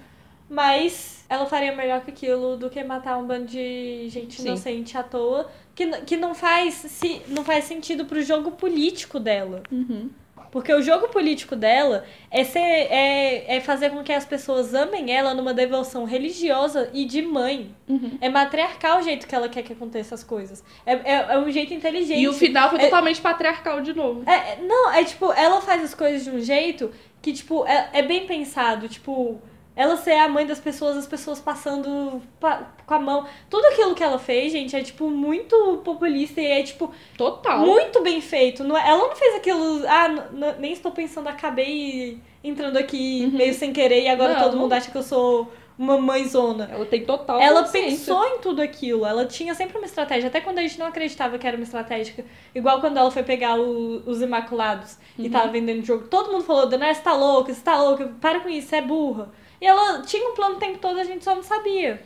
S3: Mas ela faria melhor que aquilo do que matar um bando de gente
S1: Sim.
S3: inocente à toa. Que, n- que não, faz, se, não faz sentido pro jogo político dela.
S1: Uhum.
S3: Porque o jogo político dela é, ser, é, é fazer com que as pessoas amem ela numa devoção religiosa e de mãe.
S4: Uhum.
S3: É matriarcal o jeito que ela quer que aconteça as coisas. É, é, é um jeito inteligente.
S4: E o final foi
S3: É-
S4: totalmente patriarcal de novo.
S3: É, é- não, é tipo, ela faz as coisas de um jeito que, tipo, é, é bem pensado. Tipo, ela ser a mãe das pessoas, as pessoas passando pa- com a mão. Tudo aquilo que ela fez, gente, é, tipo, muito populista e é, tipo,
S4: Total.
S3: muito bem feito. Não é- ela não fez aquilo, ah, n- n- nem estou pensando, acabei entrando aqui
S1: Uhum.
S3: meio sem querer e agora
S4: Não.
S3: todo mundo acha que eu sou uma mãezona.
S1: Ela tem total
S3: Ela
S1: consciência.
S3: pensou em tudo aquilo, ela tinha sempre uma estratégia, até quando a gente não acreditava que era uma estratégia. Igual quando ela foi pegar o- os Imaculados
S1: Uhum.
S3: e tava vendendo o jogo. Todo mundo falou, Dana, você tá louca, você tá louca, para com isso, você é burra. E ela tinha um plano o tempo todo, a gente só não sabia.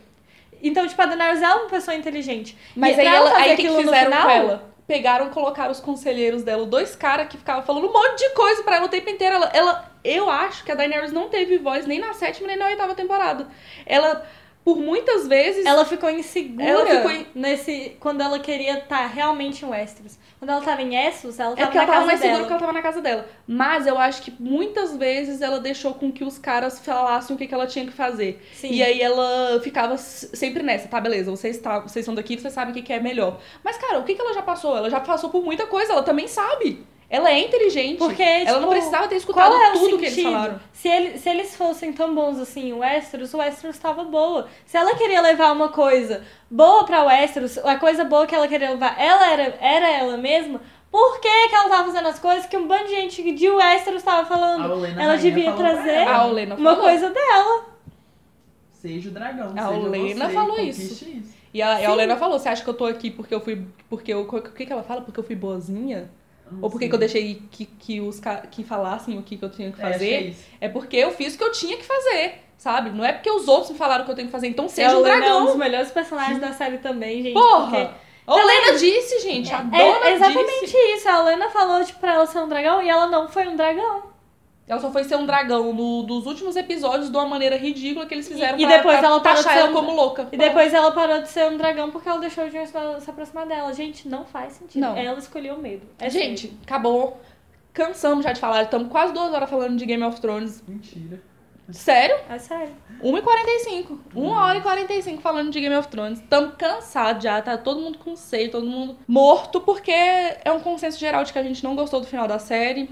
S3: Então, tipo, a Daenerys é uma pessoa inteligente.
S1: Mas
S3: E
S1: aí
S3: pra
S1: ela,
S3: fazer
S1: aí o que que
S3: aquilo no
S1: fizeram
S3: final-
S1: com ela? Pegaram, colocaram os conselheiros dela, dois caras que ficavam falando um monte de coisa pra ela o tempo inteiro. Ela, ela- eu acho que a Daenerys não teve voz nem na sétima nem na oitava temporada. Ela, por muitas vezes,
S3: Ela ficou insegura
S1: Ela ficou in-
S3: nesse, quando ela queria estar realmente em Westeros. Quando ela tava em Essos, ela
S1: é
S3: tava
S1: porque
S3: na
S1: ela tava
S3: casa
S1: mais segura
S3: dela.
S1: porque ela tava na casa dela. Mas eu acho que muitas vezes ela deixou com que os caras falassem o que, que ela tinha que fazer.
S3: Sim.
S1: E aí ela ficava s- sempre nessa, tá, beleza, vocês, tá, vocês são daqui, vocês sabem o que, que é melhor. Mas, cara, o que, que ela já passou? Ela já passou por muita coisa, ela também sabe. Ela é inteligente.
S3: Porque,
S1: ela não
S3: tipo,
S1: precisava ter escutado
S3: Qual é o
S1: tudo
S3: sentido?
S1: que eles falaram.
S3: Se, ele- se eles fossem tão bons assim em Westeros, o Westeros tava boa. Se ela queria levar uma coisa boa pra Westeros, a coisa boa que ela queria levar, ela era, era ela mesma, por que, que ela tava fazendo as coisas que um bando de gente de Westeros tava falando? Ela devia trazer
S1: ela. A Olena
S3: É, uma
S1: falou.
S3: coisa dela.
S2: Seja o dragão.
S1: A
S2: seja
S1: Olena
S2: você,
S1: falou isso.
S2: conquiste isso.
S1: E a, e a Olena falou: você acha que eu tô aqui porque eu fui. Porque eu. O que, que ela fala? Porque eu fui boazinha? Ou porque que eu deixei que, que os ca- que falassem o que, que eu tinha que
S2: É, achei
S1: fazer?
S2: isso.
S1: É, porque eu fiz o que eu tinha que fazer, sabe? Não é porque os outros me falaram o que eu tenho que fazer, então
S3: E
S1: seja
S3: a
S1: um
S3: Olenna É um
S1: dragão.
S3: dos melhores personagens da série também, gente. porque-
S1: Porra! A Olena disse, gente. A dona
S3: É exatamente
S1: disse.
S3: isso. A Helena falou tipo, pra ela ser um dragão e ela não foi um dragão.
S1: Ela só foi ser um dragão no, dos últimos episódios de uma maneira ridícula que eles fizeram
S3: E- e
S1: pra,
S3: depois
S1: pra
S3: ela parou de
S1: taxar
S3: ser
S1: ela
S3: um-
S1: como louca.
S3: E depois ela parou de ser um dragão porque ela deixou o Jon Snow se aproximar dela. Gente, não faz sentido.
S1: Não.
S3: Ela escolheu o medo. É
S1: gente,
S3: sério.
S1: acabou. Cansamos já de falar. Estamos quase duas horas falando de Game of Thrones.
S2: Mentira.
S1: Sério?
S3: É sério.
S1: 1h45. 1 hora e 45 falando de Game of Thrones. Estamos cansados já, tá todo mundo com sede, todo mundo morto, porque é um consenso geral de que a gente não gostou do final da série.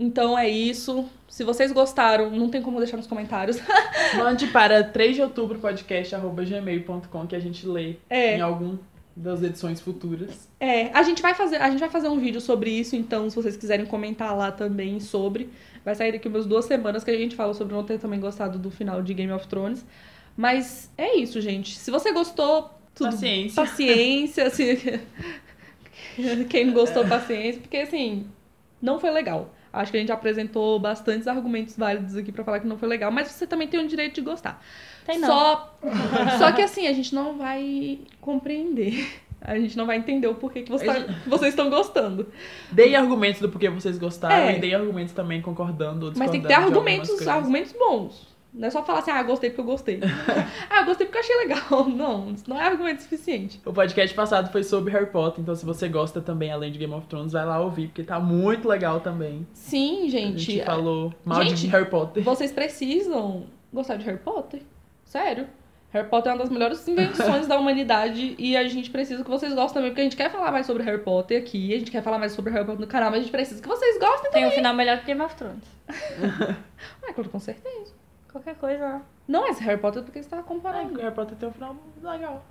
S1: Então é isso. Se vocês gostaram, não tem como deixar nos comentários.
S2: Mande para 3 de outubro podcast arroba gmail.com que a gente lê
S1: É,
S2: em algum das edições futuras.
S1: é. A gente vai fazer, a gente vai fazer um vídeo sobre isso, então se vocês quiserem comentar lá também sobre, vai sair daqui umas duas semanas que a gente fala sobre não ter também gostado do final de Game of Thrones. Mas é isso, gente. Se você gostou, tudo
S2: Paciência.
S1: paciência, assim. Quem não gostou, paciência, porque assim, não foi legal. Acho que a gente apresentou bastantes argumentos válidos aqui pra falar que não foi legal, mas você também tem o direito de gostar.
S3: Tem não.
S1: Só, só que assim, a gente não vai compreender. A gente não vai entender o porquê que, você tá- que vocês estão gostando.
S2: Deem argumentos do porquê vocês gostaram
S1: É.
S2: e deem argumentos também concordando ou discordando.
S1: Mas tem que ter
S2: de algumas
S1: argumentos,
S2: coisas.
S1: argumentos bons. Não é só falar assim, ah, gostei porque eu gostei. ah, gostei porque eu achei legal. Não, isso não é argumento suficiente.
S2: O podcast passado foi sobre Harry Potter, então se você gosta também, além de Game of Thrones, vai lá ouvir, porque tá muito legal também.
S1: Sim,
S2: A
S1: gente. é-
S2: gente falou mal de
S1: Gente,
S2: Harry Potter.
S1: Vocês precisam gostar de Harry Potter. Sério. Harry Potter é uma das melhores invenções da humanidade e a gente precisa que vocês gostem também, porque a gente quer falar mais sobre Harry Potter aqui, a gente quer falar mais sobre Harry Potter no canal, mas a gente precisa que vocês gostem
S3: Tem um final melhor que Game of Thrones.
S2: um
S1: também. Ah, com certeza.
S3: Qualquer coisa. né?
S1: Não é esse Harry Potter porque você tá
S2: Ah,
S1: comparando.
S2: Harry Potter tem um final legal.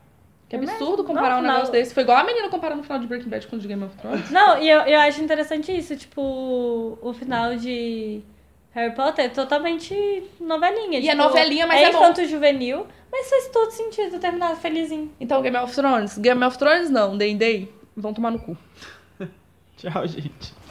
S1: Que absurdo comparar
S3: Não,
S1: um
S3: não.
S1: negócio desse. Foi igual a menina comparando o final de Breaking Bad com o de Game of Thrones.
S3: Não, e eu, eu acho interessante isso. Tipo, o final de Harry Potter é totalmente novelinha.
S1: E
S3: tipo,
S1: é novelinha, mas é bom.
S3: infanto-juvenil. Mas faz todo sentido terminar felizinho.
S1: Então, Game of Thrones? Game of Thrones não, Day Day. Vão tomar no cu.
S2: Tchau, gente.